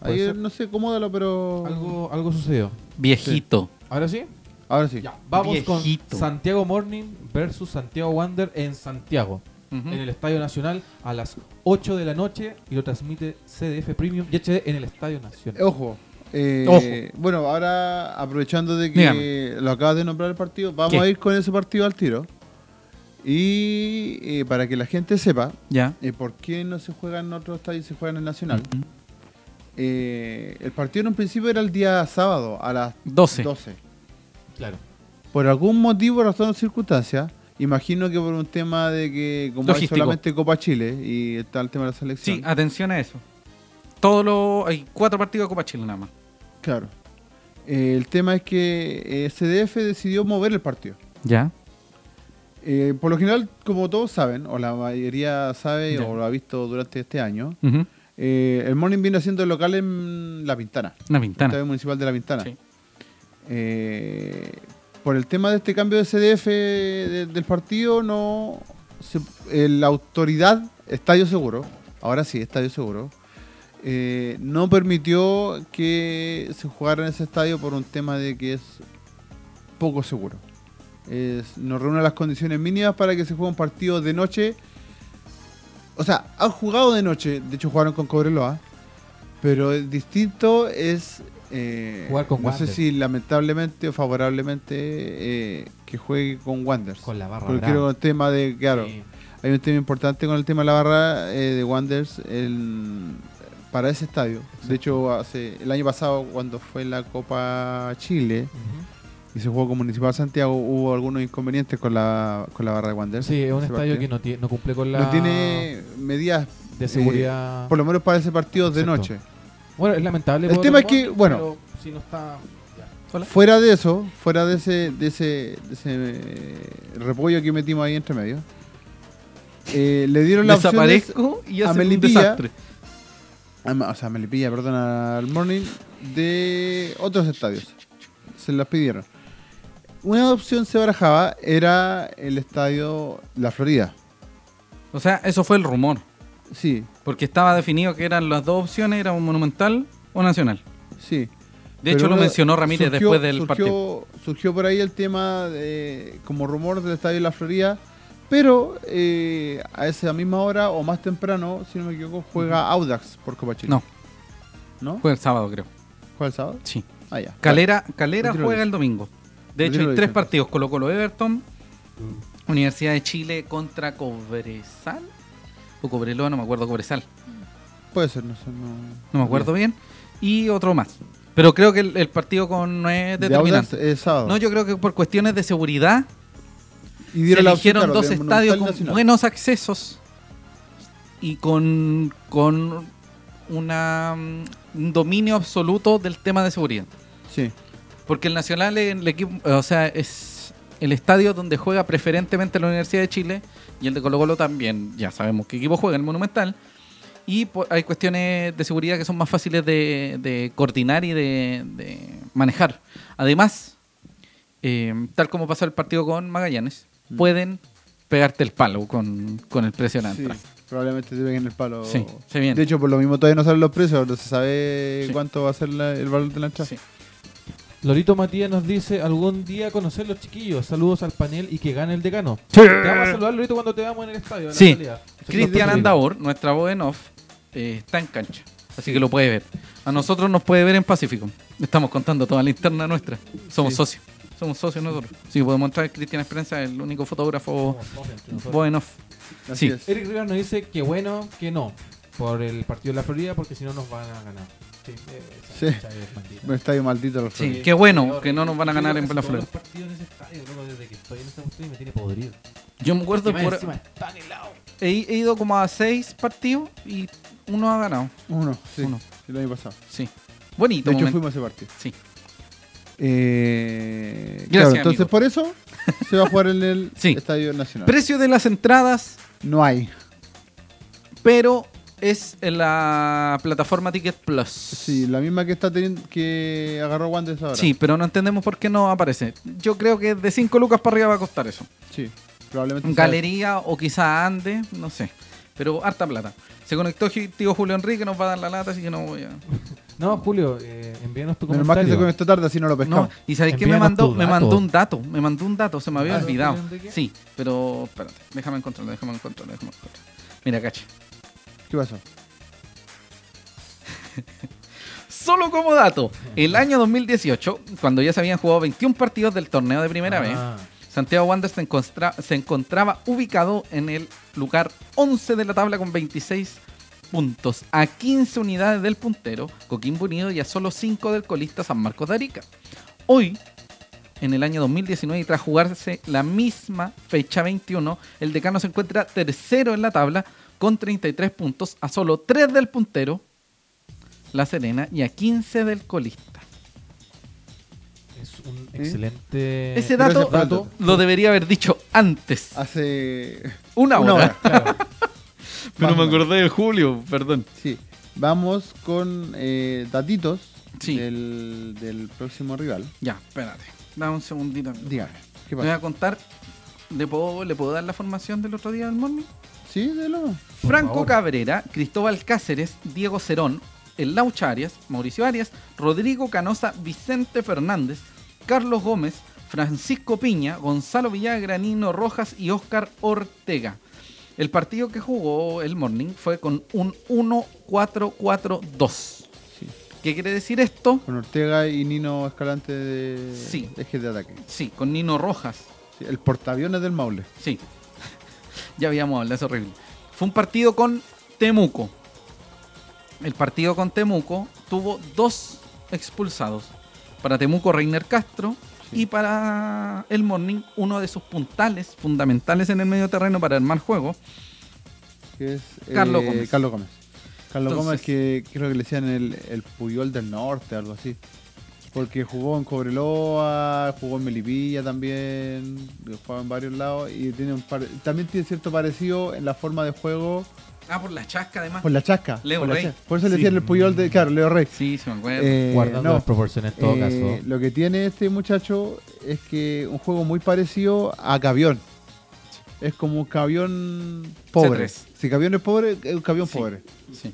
S3: Puede
S1: Ahí
S3: ser.
S1: no sé, acomódalo, pero.
S3: algo, algo sucedió.
S2: Viejito.
S3: ¿Ahora sí?
S1: Ahora sí.
S3: Ya, vamos
S2: Viejito.
S3: con Santiago Morning versus Santiago Wander en Santiago.
S2: Ujú.
S3: en el Estadio Nacional a las 8 de la noche y lo transmite CDF Premium y HD en el Estadio Nacional.
S1: Eh, Ojo. eh,
S2: Ojo.
S1: Bueno, ahora aprovechando de que
S2: Dígame.
S1: lo acabas de nombrar el partido, vamos
S2: ¿Qué?
S1: a ir con ese partido al tiro. Y eh, para que la gente sepa
S2: Ya.
S1: eh, por qué no se juega en otro estadio y se juega en el Nacional. Eh, el partido en un principio era el día sábado a las
S2: 12.
S1: 12. oh.
S3: Claro.
S1: Por algún motivo, razón o circunstancia, imagino que por un tema de que como
S2: Logístico.
S1: hay solamente Copa Chile y está el tema de la selección.
S2: Sí, ah. atención a eso. Todo lo, hay cuatro partidos de Copa Chile nada más.
S1: Claro. Eh, el tema es que eh, CDF decidió mover el partido.
S2: Ya.
S1: Eh, por lo general, como todos saben, o la mayoría sabe
S2: Ya.
S1: o lo ha visto durante este año, eh, el Morning viene haciendo el local en La Pintana,
S2: Una
S1: el
S2: ventana.
S1: Estadio Municipal de La Pintana.
S2: Sí.
S1: Eh, por el tema de este cambio de CDF de- del partido, no se- eh, la autoridad, Estadio Seguro, ahora sí, Estadio Seguro, eh, no permitió que se jugara en ese estadio por un tema de que es poco seguro. Es- no reúne las condiciones mínimas para que se juegue un partido de noche. O sea, han jugado de noche, de hecho jugaron con Cobreloa, pero el distinto es... eh,
S3: Jugar con
S1: no sé
S3: Wander.
S1: si lamentablemente o favorablemente eh, que juegue con Wanderers.
S3: Con la barra
S1: Porque
S3: brava.
S1: creo que el tema de, claro,
S3: Sí.
S1: hay un tema importante con el tema de la barra eh, de Wanderers el- para ese estadio. De hecho, hace el año pasado, cuando fue la Copa Chile
S3: Ujú.
S1: y se jugó con Municipal Santiago, hubo algunos inconvenientes con la, con la barra de Wanderers.
S3: Sí, es un
S1: Ese
S3: estadio
S1: partido.
S3: que no, tie- no cumple con la
S1: no tiene medidas, eh,
S3: de seguridad.
S1: por lo menos para ese partido de
S3: Exacto.
S1: noche.
S3: Bueno, es lamentable.
S1: El
S3: por
S1: tema es
S3: los
S1: que,
S3: Wanderers,
S1: bueno.
S3: pero si no está ya. Hola.
S1: Fuera de eso, fuera de ese, de ese, de ese eh, repollo que metimos ahí entre medio, eh, le dieron la opción de-
S2: Desaparezco y
S1: a
S2: hace un
S1: Melipilla.
S2: desastre.
S1: Ah, ma- O sea, me le pilla, perdón, al Morning de otros estadios. Se las pidieron. Una opción se barajaba era el estadio La Florida.
S2: O sea, eso fue el rumor.
S1: Sí,
S2: Porque estaba definido que eran las dos opciones, era un monumental o nacional.
S1: sí.
S2: De hecho, lo
S1: una-
S2: mencionó Ramírez
S1: surgió-
S2: después del
S1: surgió-
S2: partido.
S1: Surgió por ahí el tema de, como rumor del estadio La Florida. Pero eh, a esa misma hora o más temprano, si no me equivoco, juega Audax por Copa Chile.
S2: No,
S1: ¿No?
S2: fue el sábado, creo.
S1: ¿Juega el sábado?
S2: Sí.
S1: Ah, ya.
S2: Calera, Calera
S1: Retiro lo
S2: juega
S1: dicho.
S2: el domingo.
S1: Retiro
S2: De hecho,
S1: lo Mm.
S2: hay tres
S1: dicho.
S2: partidos: Colo Colo Everton, Universidad de Chile contra Cobresal. O Cobreloa, no me acuerdo, Cobresal.
S1: Puede ser, no sé. No,
S2: No me acuerdo bien. Y otro más. Pero creo que el, el partido con, no es
S1: De Audax eh,
S2: determinante.
S1: es sábado.
S2: No, yo creo que por cuestiones de seguridad
S1: Y
S2: se
S1: dieron la opción,
S2: eligieron
S1: claro,
S2: dos
S1: del
S2: estadios
S1: Monumental
S2: con
S1: Nacional.
S2: buenos accesos y con, con una, mm, un dominio absoluto del tema de seguridad.
S1: Sí,
S2: Porque el Nacional es el equipo, o sea, es el estadio donde juega preferentemente la Universidad de Chile y el de Colo Colo también, ya sabemos qué equipo juega, el Monumental. Y po- hay cuestiones de seguridad que son más fáciles de, de coordinar y de, de manejar. Además, eh, tal como pasó el partido con Magallanes, pueden pegarte el palo con, con el precio de la
S1: Sí,
S2: entrada.
S1: probablemente te peguen el palo.
S2: Sí, se viene.
S1: De hecho, por lo mismo todavía no saben los precios, no se sabe
S2: Sí.
S1: cuánto va a ser la- el valor de la entrada.
S2: Sí.
S3: Lorito Matías nos dice, algún día conocer los chiquillos, saludos al panel y que gane el decano. Te vamos a saludar, Lorito, cuando te veamos en el estadio. a la
S2: Sí.
S3: salida.
S2: Cristian Andaur, nuestra voz en off, eh, está en cancha. Así que lo puede ver. A nosotros nos puede ver en Pacífico. Estamos contando toda la interna nuestra. Somos
S3: Sí.
S2: socios. Somos socios nosotros. Sí, podemos entrar. Cristian Esperanza, el único fotógrafo
S3: Somos todos entre nosotros.
S2: voz en off.
S1: Así
S2: Sí.
S1: es.
S3: Eric Rivas nos dice que bueno, que no, por el partido de la Florida, porque si no nos van a ganar. Sí, eh, esa
S1: Sí.
S3: cancha es maldita.
S1: Un estadio maldito. los
S2: Sí,
S1: Reyes.
S2: qué bueno que no nos van a
S3: Yo
S2: ganar en
S3: casi
S2: la
S3: todos
S2: Florida.
S3: los partidos en ese estadio, loco, desde que estoy en esta cuestión me tiene podrido.
S2: Yo me acuerdo,
S3: Encima,
S2: por-
S3: encima está helado.
S2: he, he ido como a seis partidos y uno ha ganado.
S1: Uno, sí.
S2: Uno.
S1: El año pasado.
S2: Sí. Bonito.
S1: De hecho,
S2: momento.
S1: fuimos a ese partido.
S2: Sí.
S1: Eh,
S2: Gracias,
S1: claro, entonces
S2: amigo.
S1: por eso se va a jugar en el
S2: Sí.
S1: Estadio Nacional.
S2: Precio de las entradas,
S1: no hay.
S2: pero es en la plataforma Ticket Plus.
S1: Sí, la misma que está teniendo que agarró Wanderers ahora.
S2: Sí, pero no entendemos por qué no aparece. Yo creo que de 5 lucas para arriba va a costar eso.
S1: Sí, probablemente. sea-
S2: Galería o quizá Ande, no sé. Pero harta plata. Se conectó Ju- tío Julio Enrique, nos va a dar la lata, así que no voy a.
S3: No, Julio, eh, envíanos tu
S1: Menos mal que se
S3: comentario.
S1: conectó tarde, así no lo
S2: No,
S1: pescamos.
S2: y sabéis que me
S3: Envíanos
S2: mandó,
S3: tu
S2: me
S3: dato.
S2: mandó un dato, me mandó un dato, se me había
S3: ¿Dato,
S2: olvidado.
S3: Julio Enrique?
S2: Sí, pero espérate, déjame encontrarlo, déjame encontrarlo, déjame encontrarlo. Mira, cacha.
S1: ¿Qué pasó?
S2: Solo como dato, el año 2018, cuando ya se habían jugado 21 partidos del torneo de primera vez,
S3: Ah,
S2: Santiago Wanderers se, encontra- se encontraba ubicado en el lugar 11 de la tabla con 26 puntos, a 15 unidades del puntero Coquimbo Unido y a solo 5 del colista San Marcos de Arica. Hoy, en el año 2019 y tras jugarse la misma fecha 21, el decano se encuentra tercero en la tabla con 33 puntos, a solo 3 del puntero La Serena y a 15 del colista.
S3: es un
S1: ¿Eh?
S3: excelente.
S2: Ese
S1: gracias
S2: dato,
S1: por el dato.
S2: lo debería haber dicho antes,
S1: Hace
S2: una
S1: una
S2: hora.
S1: hora.
S3: Claro.
S2: Pero
S1: Más o
S2: me
S1: menos.
S2: acordé de Julio, perdón.
S1: Sí. Vamos con eh, datitos
S2: Sí.
S1: del, del próximo rival.
S2: Ya, espérate. Dame un segundito. amigo.
S1: Dígame, ¿qué
S2: Me voy
S1: pasa?
S2: a contar. ¿Le puedo, ¿Le puedo dar la formación del otro día del morning?
S1: Sí, de lo.
S3: Por
S2: Franco
S3: favor.
S2: Cabrera, Cristóbal Cáceres, Diego Cerón, El Laucha Arias, Mauricio Arias, Rodrigo Canosa, Vicente Fernández, Carlos Gómez, Francisco Piña, Gonzalo Villagra, Nino Rojas y Óscar Ortega. El partido que jugó el morning fue con un 1-4-4-2.
S1: Sí.
S2: ¿Qué quiere decir esto?
S1: Con Ortega y Nino Escalante de
S2: Sí.
S1: eje de ataque.
S2: Sí, con Nino Rojas,
S1: Sí, el portaaviones del Maule.
S2: Sí. ya habíamos hablado, es horrible. Fue un partido con Temuco. El partido con Temuco tuvo dos expulsados. Para Temuco, Reiner Castro.
S1: Sí.
S2: Y para el Morning, uno de sus puntales fundamentales en el medio terreno para armar juego.
S1: Que es eh,
S2: Carlos Gómez.
S1: Carlos Gómez. Carlos
S2: Entonces-
S1: Gómez que creo que le decían el, el Puyol del Norte, algo así. Porque jugó en Cobreloa, jugó en Melipilla también, jugaba en varios lados y tiene un par- también tiene cierto parecido en la forma de juego
S2: Ah, por la chasca, además.
S1: por la chasca.
S2: Leo
S1: por, la
S2: Rey.
S1: chasca. por eso le decían el Puyol de, claro, Leo Rey.
S2: Sí, se me acuerda.
S1: Eh,
S3: Guardando
S1: no,
S3: las proporciones en todo
S1: eh,
S3: caso.
S1: Lo que tiene este muchacho es que un juego muy parecido a Cavión. Es como un cavión pobre.
S2: C3.
S1: Si Cavión es pobre, es un cavión
S2: Sí.
S1: pobre.
S2: Sí.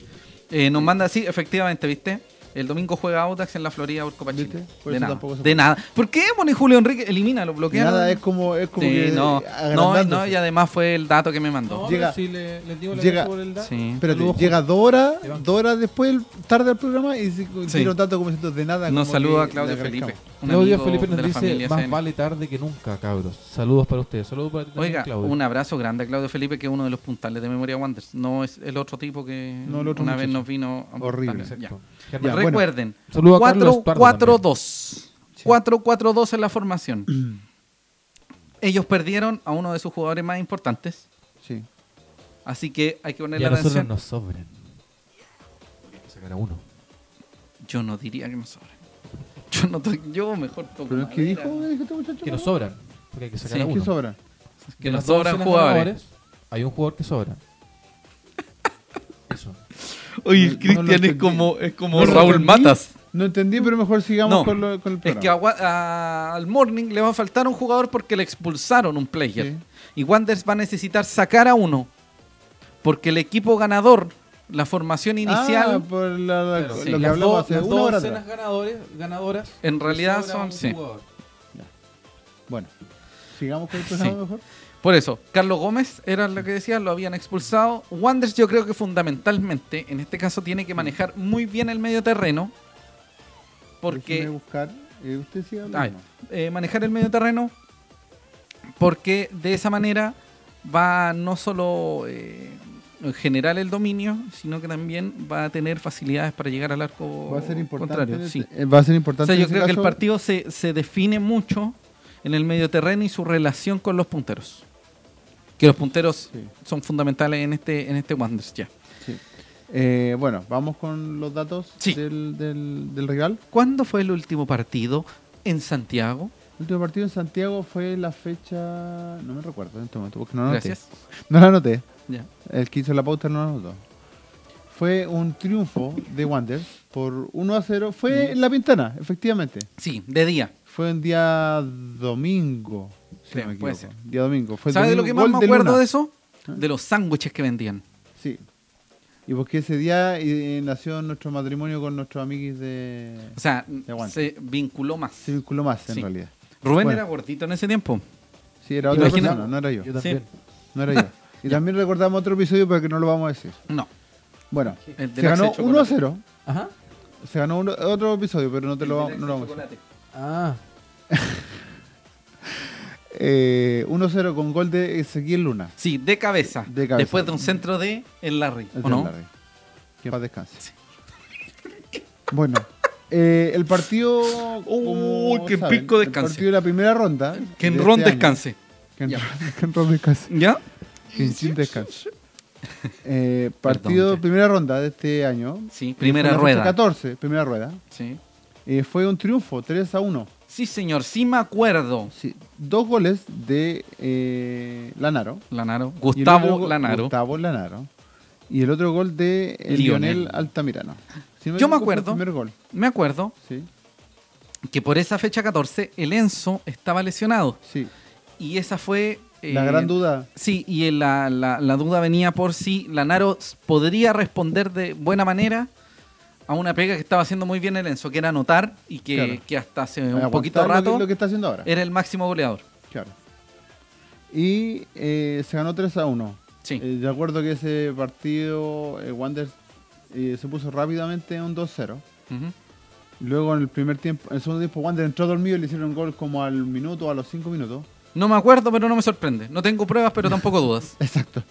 S2: Eh, nos manda así, efectivamente, ¿viste? El domingo juega Audax en la Florida, Urco Pachín.
S1: ¿Viste? Por
S2: De
S1: eso
S2: nada.
S1: tampoco se
S2: De
S1: puede.
S2: nada. ¿Por qué pone Julio Enrique? Elimina, lo
S1: Y
S2: bloquea.
S1: nada, es como, es como
S2: Sí,
S1: que
S2: no, no,
S1: agrandándose.
S2: no, y además fue el dato que me mandó.
S3: No,
S1: llega-
S3: pero sí le, les dimos la
S1: llega-
S3: gracia por el dato.
S2: Sí.
S1: Espérate,
S3: Saludos,
S1: llega dos horas,
S3: Te van.
S1: dos horas después, el- tarde al programa, y se
S2: Sí.
S1: dieron tanto como cientos de nada.
S2: Nos
S1: como
S2: saluda
S1: que
S2: Claudio
S1: le
S2: Felipe.
S1: arrancamos.
S2: un
S3: Claudio
S2: amigo
S3: Felipe
S2: de
S3: nos
S2: la
S3: dice,
S2: familia
S3: más
S2: CN.
S3: vale tarde que nunca, cabros. Saludos para ustedes. Saludos para ti también,
S2: Oiga,
S3: Claudio.
S2: un abrazo grande a Claudio Felipe, que es uno de los puntales de Memoria Wanderers. No es el otro tipo que
S1: No, el otro
S2: una vez
S1: muchacho.
S2: nos vino a
S1: Horrible.
S2: apuntar. Ya.
S3: Exacto.
S1: Ya,
S3: Germán,
S1: bueno.
S2: Recuerden,
S3: Saludo a Carlos Estuardo
S2: 4-4-2. 4-4-2 en la formación. Ellos perdieron a uno de sus jugadores más importantes,
S1: Sí.
S2: así que hay que
S3: y
S2: ponerle
S3: a nosotros
S2: atención.
S3: nos sobran. Sacar a uno.
S2: Yo no diría que nos sobra. Yo no to- yo mejor toco
S1: ¿Pero qué
S2: madera,
S1: dijo?
S2: ¿no?
S1: dijo este muchacho?
S3: Que nos sobran. Porque hay que sacar
S2: Sí.
S3: a
S1: ¿Qué
S3: uno.
S1: sobra?
S2: Que
S3: De
S2: nos
S3: las dos
S2: sobran
S3: docenas de
S2: jugadores.
S3: Hay un jugador que sobra. Eso.
S2: Oye,
S1: No- no lo
S2: Cristian es
S1: entendí.
S2: como, es como
S1: No lo
S2: Raúl
S1: entendí.
S2: Matas.
S1: No entendí, pero mejor sigamos
S2: No.
S1: con, lo- con el
S2: Es
S1: programa.
S2: que a Wa- a- al Morning le va a faltar un jugador porque le expulsaron un player.
S1: Sí.
S2: Y Wanderers va a necesitar sacar a uno. Porque el equipo ganador, la formación
S1: Ah,
S2: inicial,
S1: por la- la-
S3: Claro,
S1: lo
S2: sí.
S1: que
S3: las
S1: hablamos
S3: dos-
S1: hace
S3: las
S1: una
S3: dos
S1: hora
S3: escenas
S1: atrás.
S3: ganadores, ganadoras.
S2: En realidad
S3: sobra
S2: son-
S3: un
S2: sí.
S3: jugador.
S1: Bueno, sigamos con el programa
S2: Sí.
S1: mejor.
S2: por eso, Carlos Gómez era lo que decía, lo habían expulsado. Wanderers yo creo que fundamentalmente, en este caso, tiene que manejar muy bien el medio terreno.
S1: Déjeme
S2: Porque
S1: buscar. eh, usted sigue hablando.
S2: Ah, eh, manejar el medio terreno porque de esa manera va a no solo eh, generar el dominio, sino que también va a tener facilidades para llegar al arco
S1: va a ser importante.
S2: contrario. sí.
S1: eh, Va a ser
S2: O
S1: importante.
S2: sea, yo
S1: en
S2: creo
S1: ese
S2: que el
S1: caso,
S2: partido se, se define mucho en el medio terreno y su relación con los punteros. Que los punteros
S1: Sí.
S2: son fundamentales en este, en este Wanderers ya.
S1: sí. Eh, bueno, vamos con los datos
S2: Sí.
S1: del, del, del rival.
S2: ¿Cuándo fue el último partido en Santiago?
S1: El último partido en Santiago fue la fecha. No me recuerdo en este momento porque no la anoté.
S2: Gracias.
S1: No la anoté.
S2: Ya.
S1: El que hizo la pauta no la anotó. Fue un triunfo de Wander por 1 a 0. Fue en la pintana, efectivamente.
S2: Sí, de día.
S1: Fue un día domingo. Si
S2: Creo,
S1: no me
S2: puede
S1: equivoco. Día domingo. Fue el
S2: ¿Sabes de lo que
S1: domingo, gol
S2: más me acuerdo
S1: Pues Luna. Ah.
S2: de eso? De los sándwiches que vendían.
S1: Sí. Y porque ese día eh, nació nuestro matrimonio con nuestros amiguis de.
S2: O sea,
S1: De aguante.
S2: se vinculó más.
S1: Se vinculó más, en
S2: Sí.
S1: realidad.
S2: Rubén
S1: Bueno.
S2: era gordito en ese tiempo.
S1: Sí, era otra
S2: Imagina-
S1: persona, no era yo.
S3: Yo también.
S1: No era yo. Y también recordamos otro episodio, pero que no lo vamos a decir.
S2: No.
S1: Bueno,
S2: El
S1: se
S2: del Axe
S1: ganó
S2: de
S1: 1 a
S2: chocolate.
S1: 0.
S3: Ajá.
S1: Se ganó uno- otro episodio, pero no te lo, vamos- no lo vamos a decir.
S3: Ah.
S1: Eh, 1-0 con gol de Ezequiel Luna.
S2: Sí, de cabeza.
S1: De cabeza.
S2: Después de un centro de El Larry.
S1: El
S2: ¿O no?
S1: Larry. Que en paz descanse. Bueno, eh, el partido.
S2: Uy,
S1: como
S2: que en
S1: saben,
S2: pico
S1: el
S2: descanse.
S1: partido de la primera ronda.
S2: Que en
S1: de
S2: Ron
S1: este año.
S2: descanse.
S1: Que en,
S2: Ya.
S1: Ron- que en Ron descanse.
S2: ¿Ya?
S1: Que en Chin descanse. Eh, partido,
S2: Perdón, ya.
S1: primera ronda de este año.
S2: Sí,
S1: que
S2: primera
S1: fue la fecha
S2: rueda.
S1: 14, primera rueda.
S2: Sí.
S1: Eh, fue un triunfo, 3 a 1.
S2: Sí, señor. Sí me acuerdo.
S1: Sí, dos goles de eh, Lanaro. Y
S2: Lanaro.
S1: el otro
S2: Gustavo
S1: gol-
S2: Lanaro.
S1: Gustavo Lanaro. Y el otro gol de eh,
S2: Lionel.
S1: Lionel, Altamirano. Si no
S2: Yo me
S1: equivoco, fue el
S2: acuerdo.
S1: primer gol,
S2: Me acuerdo
S1: sí.
S2: que por esa fecha 14 el Enzo estaba lesionado.
S1: sí.
S2: Y esa fue... eh,
S1: La gran duda.
S2: Sí, y el- la, la- la duda venía por si Lanaro s- podría responder de buena manera a una pega que estaba haciendo muy bien el Enzo, que era anotar y que,
S1: Claro.
S2: que hasta hace
S1: aguantar
S2: eh, un poquito
S1: lo que-
S2: rato Eh.
S1: Lo que está haciendo ahora.
S2: era el máximo goleador.
S1: Claro. Y eh, se ganó 3 a 1.
S2: Sí.
S1: Eh, de acuerdo que ese partido, eh, Wander eh, se puso rápidamente un 2-0.
S2: Ujú.
S1: Luego en el primer tiempo, en el segundo tiempo, Wander entró dormido y le hicieron gol como al minuto, a los 5 minutos.
S2: No me acuerdo, pero no me sorprende. No tengo pruebas, pero tampoco dudas.
S1: Exacto.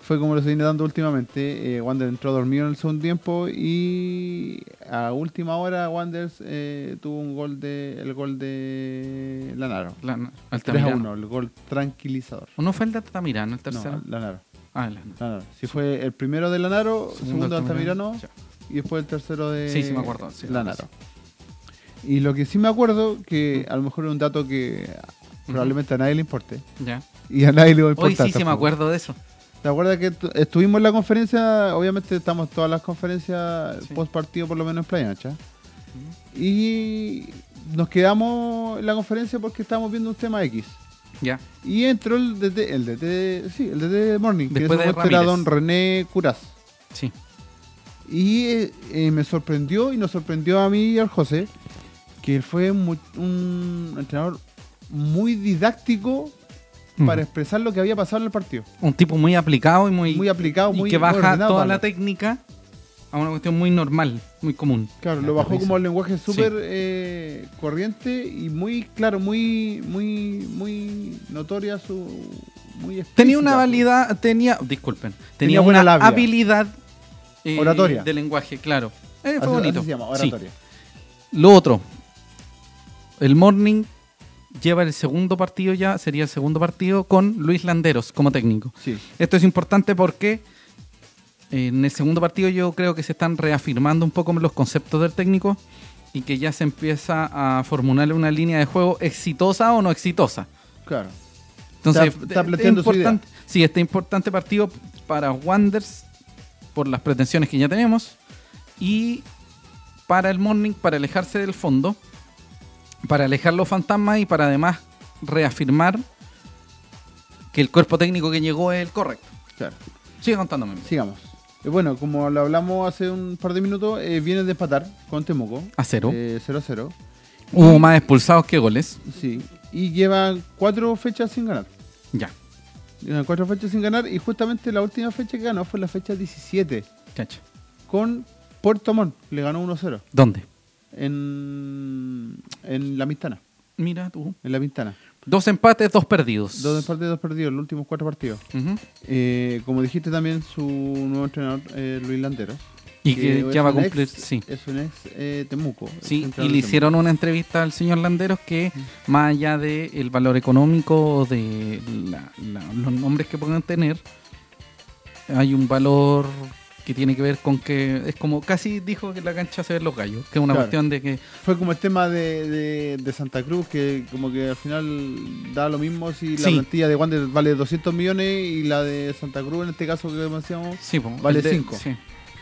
S1: Fue como lo se viene dando últimamente. Eh, Wander entró dormido en el segundo tiempo y a última hora Wander eh, tuvo un gol de el gol de Lanaro.
S2: Lan-
S1: 3 a
S2: Altamirano.
S1: 1, el gol tranquilizador.
S2: ¿O no fue el de Altamirano el tercero?
S1: No, Lanaro.
S2: Ah, el Lanaro.
S1: Lanaro. Si fue el primero de Lanaro, segundo, de Altamirano
S2: Ya.
S1: y después el tercero de
S2: Sí, sí me acuerdo, sí,
S1: Lanaro. Y lo que sí me acuerdo, que a lo mejor es un dato que probablemente a nadie le importe
S2: Ya.
S1: y a nadie le va a
S2: Hoy
S1: importar.
S2: sí, sí me
S1: tampoco.
S2: acuerdo de eso.
S1: ¿Te acuerdas que tu- estuvimos en la conferencia? Obviamente estamos todas las conferencias
S2: Sí.
S1: post partido, por lo menos en Playa Ancha. Y nos quedamos en la conferencia porque estábamos viendo un tema X.
S2: Ya.
S1: Y entró el DT, el DT, sí, el DT Morning, que en
S2: Después
S1: ese
S2: de
S1: momento era
S2: Ramírez.
S1: don René Curaz.
S2: Sí.
S1: Y eh, eh, me sorprendió y nos sorprendió a mí y al José que él fue mu- un entrenador muy didáctico
S2: Mm.
S1: para expresar lo que había pasado en el partido.
S2: Un tipo muy aplicado y muy,
S1: Muy aplicado,
S2: y
S1: muy
S2: que
S1: muy
S2: baja
S1: ordenado
S2: toda
S1: para
S2: la
S1: hablar.
S2: técnica a una cuestión muy normal, muy común.
S1: Claro,
S3: La
S1: lo bajó
S3: aterriza.
S1: como al lenguaje súper
S2: Sí.
S1: eh, corriente y muy, claro, muy, muy, muy notoria su... Muy
S2: Tenía
S1: explícita,
S2: una
S1: pues.
S2: habilidad, tenía, disculpen, tenía,
S1: Tenía buena
S2: una
S1: labia.
S2: habilidad eh,
S1: Oratoria.
S2: de lenguaje, claro. Eh,
S1: Así-
S2: fue bonito.
S1: así se llama,
S2: Sí.
S1: oratoria.
S2: Lo otro, el Morning lleva el segundo partido ya, sería el segundo partido con Luis Landeros como técnico.
S1: Sí.
S2: Esto es importante porque eh, en el segundo partido yo creo que se están reafirmando un poco los conceptos del técnico y que ya se empieza a formular una línea de juego exitosa o no exitosa.
S1: claro.
S2: Entonces,
S1: Está- está
S2: es
S1: planteando su
S2: importante, sí, este importante partido para Wanders por las pretensiones que ya tenemos y para el Morning, para alejarse del fondo, para alejar los fantasmas y para además reafirmar que el cuerpo técnico que llegó es el correcto.
S1: Claro.
S2: Sigue contándome.
S1: Sigamos. Eh, bueno, como lo hablamos hace un par de minutos, eh, viene de empatar con Temuco.
S2: A cero.
S1: Eh, 0 a 0.
S2: Hubo más expulsados que goles.
S1: Sí. Y lleva cuatro fechas sin ganar.
S2: Ya,
S1: Llevan cuatro fechas sin ganar y justamente la última fecha que ganó fue la fecha 17
S2: chacho.
S1: con Puerto Montt. Le ganó 1-0
S2: ¿Dónde?
S1: en, en La Mistana.
S2: Mira tú.
S1: En La Mistana.
S2: Dos empates, dos perdidos.
S1: Dos partidos, dos perdidos, los últimos cuatro partidos.
S2: Ujú.
S1: Eh, como dijiste también, su nuevo entrenador, eh, Luis Landeros.
S2: Y que
S1: es
S2: ya va a
S1: un ex-
S2: cumplir, sí.
S1: Es un ex eh, Temuco.
S2: Sí,
S1: ex
S2: y
S1: entrenador
S2: le
S1: de Temuco.
S2: hicieron una entrevista al señor Landeros que,
S1: Mm.
S2: más allá del valor económico de la- la- los nombres que puedan tener, hay un valor que tiene que ver con que es como casi dijo que en la cancha se ven los gallos, que es una
S1: Claro.
S2: cuestión de que
S1: Fue como el tema de, de- de Santa Cruz, que como que al final da lo mismo si la
S2: Sí.
S1: plantilla de Wander vale 200 millones y la de Santa Cruz, en este caso que decíamos,
S2: sí, po,
S1: Vale
S2: el de-
S1: cinco.
S2: sí.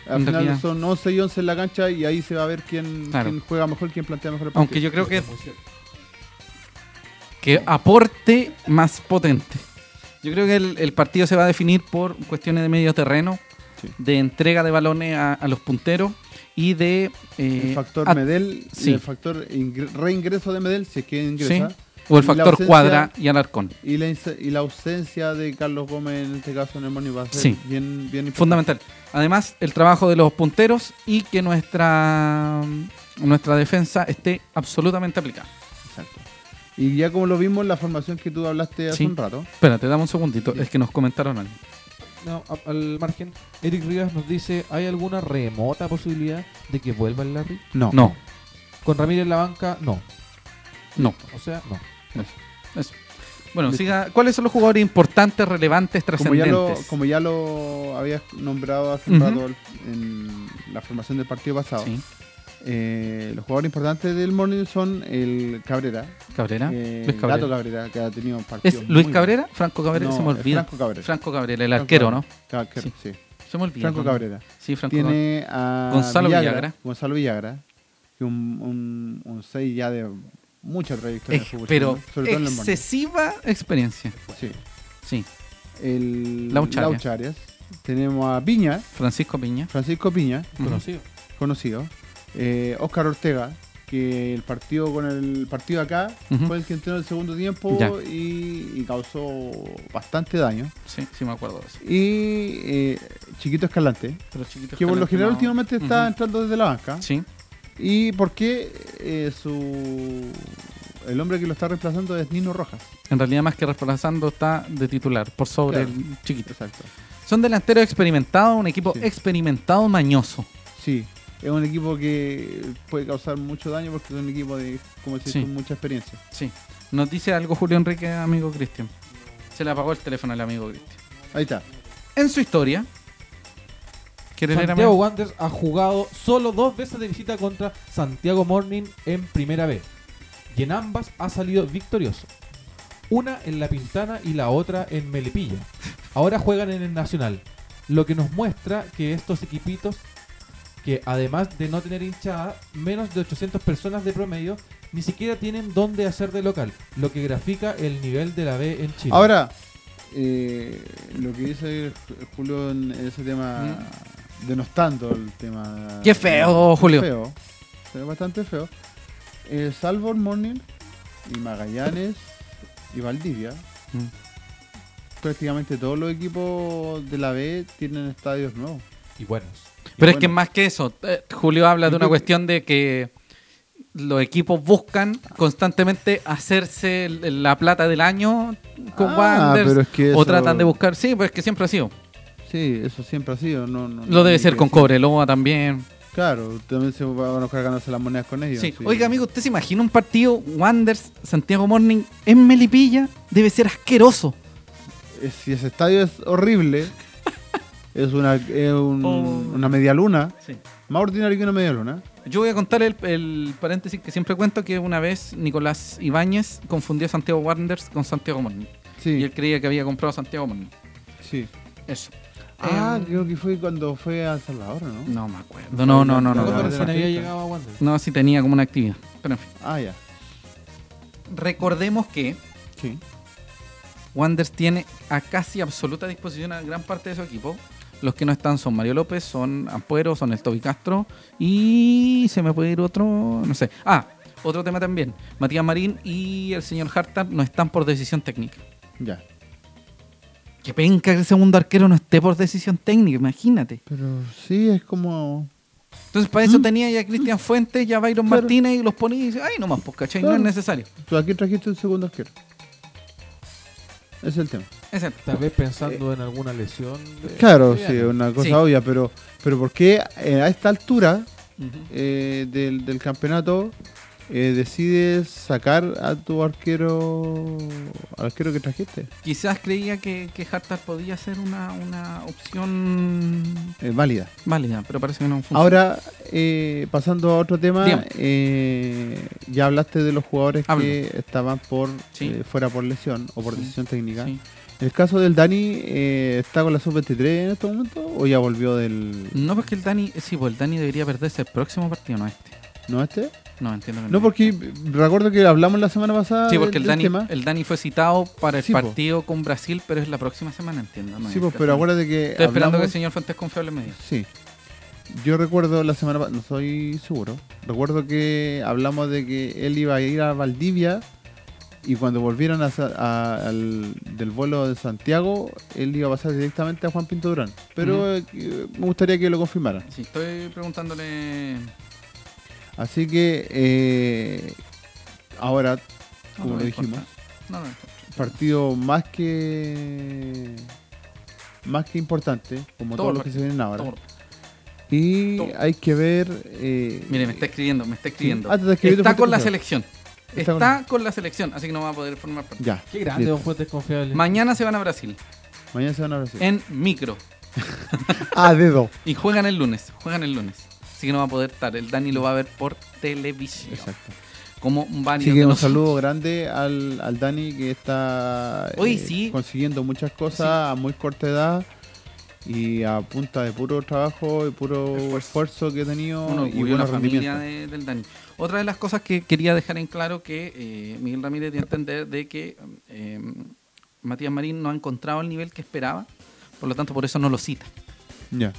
S1: al
S2: En
S1: final
S2: realidad-
S1: son 11 y 11 en la cancha y ahí se va a ver quién,
S2: Claro.
S1: quién juega mejor, quién plantea mejor el partido.
S2: Aunque yo creo que que aporte más potente. Yo creo que el, el partido se va a definir por cuestiones de medio terreno,
S1: Sí.
S2: de entrega de balones a, a los punteros y de eh,
S1: el factor
S2: at-
S1: Medel y
S2: sí.
S1: el factor ingre- reingreso de Medel, si es que ingresa,
S2: Sí. O
S1: La
S2: el factor
S1: ausencia-
S2: cuadra y alarcón.
S1: y, la, ins- y la ausencia de Carlos Gómez en este caso en el Moni va a ser
S2: Sí.
S1: bien, bien importante.
S2: Fundamental. Además, el trabajo de los punteros y que nuestra, nuestra defensa esté absolutamente aplicada.
S1: Exacto. Y ya como lo vimos, la formación que tú hablaste hace
S2: Sí.
S1: un rato.
S2: Espérate, dame un segundito.
S3: Ya.
S2: Es que nos comentaron algo.
S3: No, a- al margen, Eric Rivas nos dice, ¿hay alguna remota posibilidad de que vuelva el Larry?
S2: No,
S3: Con Ramírez en la banca, no.
S2: no.
S3: O sea, no.
S2: Eso. Bueno, siga. ¿Cuáles son los jugadores importantes, relevantes,
S1: como ya
S2: trascendentes?
S1: lo como ya lo habías nombrado hace un
S2: Ujú.
S1: rato en la formación del partido pasado
S2: Sí.
S1: eh, los jugadores importantes del morning son el Cabrera,
S2: Cabrera.
S1: eh,
S2: Luis Cabrera.
S1: Gato Cabrera que ha tenido un partido
S2: ¿Es Luis Cabrera? Franco Cabrera,
S1: No,
S2: se me
S1: es
S2: olvida.
S1: Franco Cabrera.
S2: Franco Cabrera, el arquero, ¿no?
S1: sí.
S2: Se me olvida.
S1: Franco
S2: ¿no?
S1: Cabrera
S2: Sí, Franco Cabrera.
S1: tiene a
S2: Gonzalo
S1: Villagra,
S2: Villagra.
S1: Gonzalo Villagra que un un 6 ya de mucha trayectoria en el
S2: Ex-
S1: fútbol
S2: pero
S1: chileno, sobre todo en el morning
S2: excesiva experiencia.
S1: sí.
S2: Sí.
S1: el
S2: Lauch Arias.
S1: Lauch Arias. tenemos a Piña
S2: Francisco Piña.
S1: Francisco Piña
S2: Ujú.
S3: Conocido.
S1: conocido, eh, Oscar Ortega, que el partido con el partido acá
S2: Ujú.
S1: fue el que entró en el segundo tiempo
S2: Ya.
S1: y, y causó bastante daño.
S2: Sí, sí me acuerdo de eso.
S1: Y eh, Chiquito Escalante,
S2: Pero chiquito
S1: que por lo
S2: Escalante
S1: general
S2: no.
S1: últimamente está
S2: Ujú.
S1: entrando desde la banca.
S2: Sí,
S1: ¿Y por qué eh, su el hombre que lo está reemplazando es Nino Rojas?
S2: en realidad más que reemplazando está de titular, por sobre
S1: Claro.
S2: el chiquito.
S1: Exacto.
S2: Son delanteros experimentados, un equipo
S1: Sí.
S2: experimentado mañoso.
S1: Sí, es un equipo que puede causar mucho daño porque es un equipo de, como decís,
S2: Sí.
S1: con mucha experiencia.
S2: Sí. Nos dice algo Julio Enrique, amigo Cristian. Se le apagó el teléfono al amigo Cristian.
S1: Ahí está.
S2: En su historia, ¿quieres leer
S3: Santiago
S2: amigo?
S3: Wanderers ha jugado solo dos veces de visita contra Santiago Morning en Primera B. Y en ambas ha salido victorioso. Una en La Pintana y la otra en Melipilla. Ahora juegan en el Nacional. Lo que nos muestra que estos equipitos, que además de no tener hinchada, menos de 800 personas de promedio, ni siquiera tienen dónde hacer de local. Lo que grafica el nivel de la B en Chile.
S1: Ahora, eh, lo que dice Julio en ese tema, denostando el tema.
S2: Mm. Qué feo, Julio.
S1: Feo, feo, bastante feo. Eh, Salvo el Morning y Magallanes y Valdivia,
S2: Mm.
S1: prácticamente todos los equipos de la B tienen estadios nuevos.
S3: Y buenos.
S1: Y
S2: Pero es
S1: bueno,
S2: que más que eso, eh, Julio habla de
S1: Yo
S2: una
S1: creo que-
S2: cuestión de que los equipos buscan constantemente hacerse el- la plata del año con
S1: Ah,
S2: Wanderers,
S1: pero es que
S2: o
S1: eso-
S2: tratan de buscar, sí, pues es que siempre ha sido.
S1: Sí, eso siempre ha sido. No, no-
S2: Lo
S1: no
S2: debe
S1: hay
S2: ser
S1: que
S2: con
S1: decir.
S2: Cobreloa también.
S1: Claro, también se van a buscar ganarse las monedas con ellos.
S2: Sí.
S1: sí.
S2: Oiga, amigo, ¿usted se imagina un partido Wanderers Santiago Morning en Melipilla? Debe ser asqueroso.
S1: Eh, si ese estadio es horrible, es una, es un-
S2: Oh.
S1: una media luna, más ordinario que una media luna.
S2: Yo voy a contar el, el paréntesis que siempre cuento que una vez Nicolás Ibáñez confundió a Santiago Wanderers con Santiago Morning. Y
S1: Sí,
S2: él creía que había comprado a Santiago Morning.
S1: sí.
S2: Eso.
S1: Ah,
S3: en-
S1: creo que fue cuando fue a El Salvador, ¿no?
S2: Eh, um, No me acuerdo. No, no, no,
S1: No,
S2: no.
S3: Cuando
S1: no,
S2: No,
S1: no.
S3: recién había llegado a Wander.
S2: no sí tenía como una actividad. Pero en fin.
S1: Ah, ya.
S2: Recordemos que
S1: Sí.
S2: Wanders tiene a casi absoluta disposición a gran parte de su equipo. Los que no están son Mario López, son Ampuero, son el Toby Castro y se me puede ir otro, no sé. Ah, otro tema también. Matías Marín y el señor Hartan no están por decisión técnica.
S1: Ya.
S2: Que penca que el segundo arquero no esté por decisión técnica, imagínate.
S1: Pero sí, es como.
S2: Entonces para eso tenía ya a Cristian Fuentes, ya a Byron
S1: Claro.
S2: Martínez y los ponía y dice, ay nomás, pues cachai, no
S1: Claro.
S2: es necesario.
S1: Tú aquí trajiste un segundo arquero. Ese Es el tema.
S2: Es el-
S3: Tal vez pensando en alguna lesión. eh,
S1: Claro, sí,
S3: liviana.
S1: es una cosa
S2: Sí.
S1: obvia, pero, pero ¿por qué eh, a esta altura eh, del, del campeonato eh, decides sacar a tu arquero al arquero que trajiste?
S2: Quizás creía que, que Hartan podía ser una, una opción
S1: Es Eh, válida.
S2: Válida, pero parece que no funciona.
S1: Ahora, eh, pasando a otro tema,
S2: Dígame.
S1: eh, ya hablaste de los jugadores
S2: Hablo.
S1: que estaban por
S2: Sí.
S1: eh, fuera por lesión o por
S2: Sí.
S1: decisión técnica.
S2: Sí.
S1: ¿El caso del Dani eh, está con la sub-23 en este momento o ya volvió del...
S2: No, porque el Dani, sí, pues el Dani debería perderse el próximo partido, no este.
S1: ¿No este?
S2: No, entiendo que
S1: No, porque recuerdo que hablamos la semana pasada
S2: Sí,
S1: del-
S2: porque el
S1: del
S2: Dani,
S1: tema.
S2: el Dani fue citado para el
S1: Sí, po.
S2: partido con Brasil, pero es la próxima semana, entiendo. no
S1: sí,
S2: es
S1: pues,
S2: esta
S1: pero
S2: semana.
S1: acuérdate que...
S2: Estoy esperando que el
S1: hablamos-
S2: señor Fuentes confíe en medio.
S1: Sí. Yo recuerdo la semana pasada, no soy seguro, recuerdo que hablamos de que él iba a ir a Valdivia y cuando volvieran a Sa- a- al- del vuelo de Santiago, él iba a pasar directamente a Juan Pinto Durán. Pero
S2: Ujú.
S1: eh, que- me gustaría que lo confirmaran.
S2: Sí, estoy preguntándole.
S1: Así que eh, ahora,
S2: no,
S1: como
S2: no
S1: lo
S2: me
S1: dijimos,
S2: importa. No, no, me importa.
S1: partido más que más que importante, como
S2: Todo
S1: todos
S2: el
S1: los que se vienen ahora.
S2: Toma.
S1: Y
S2: Todo.
S1: hay que ver. Eh,
S2: Mire, me está escribiendo, me está escribiendo.
S1: Ah, te está escribiendo
S2: está con
S1: Fuentes
S2: la
S1: Confío.
S2: selección.
S1: Está
S2: Está,
S1: con-
S2: con la selección, así que no va a poder formar parte.
S1: Ya.
S3: Qué grande,
S1: Listo.
S3: don Fuentes Confiable.
S2: Mañana se van a Brasil,
S1: Mañana se van a Brasil. Ah,
S2: en micro.
S1: A dedo.
S2: Y juegan el lunes, juegan el lunes. Así que no va a poder estar. El Dani lo va a ver por televisión.
S1: Exacto.
S2: Como varios
S1: Así que
S2: de
S1: un
S2: nosotros.
S1: saludo grande al, al Dani que está eh,
S2: Oye, sí.
S1: consiguiendo muchas cosas a muy corta edad y a punta de puro trabajo y puro esfuerzo, que he tenido y
S2: Un orgullo a la
S1: buenos
S2: familia
S1: rendimientos.
S2: de- del Dani. Otra de las cosas que quería dejar en claro que eh, Miguel Ramírez dio a entender de que eh, Matías Marín no ha encontrado el nivel que esperaba, por lo tanto por eso no lo cita.
S1: Ya.
S2: eh.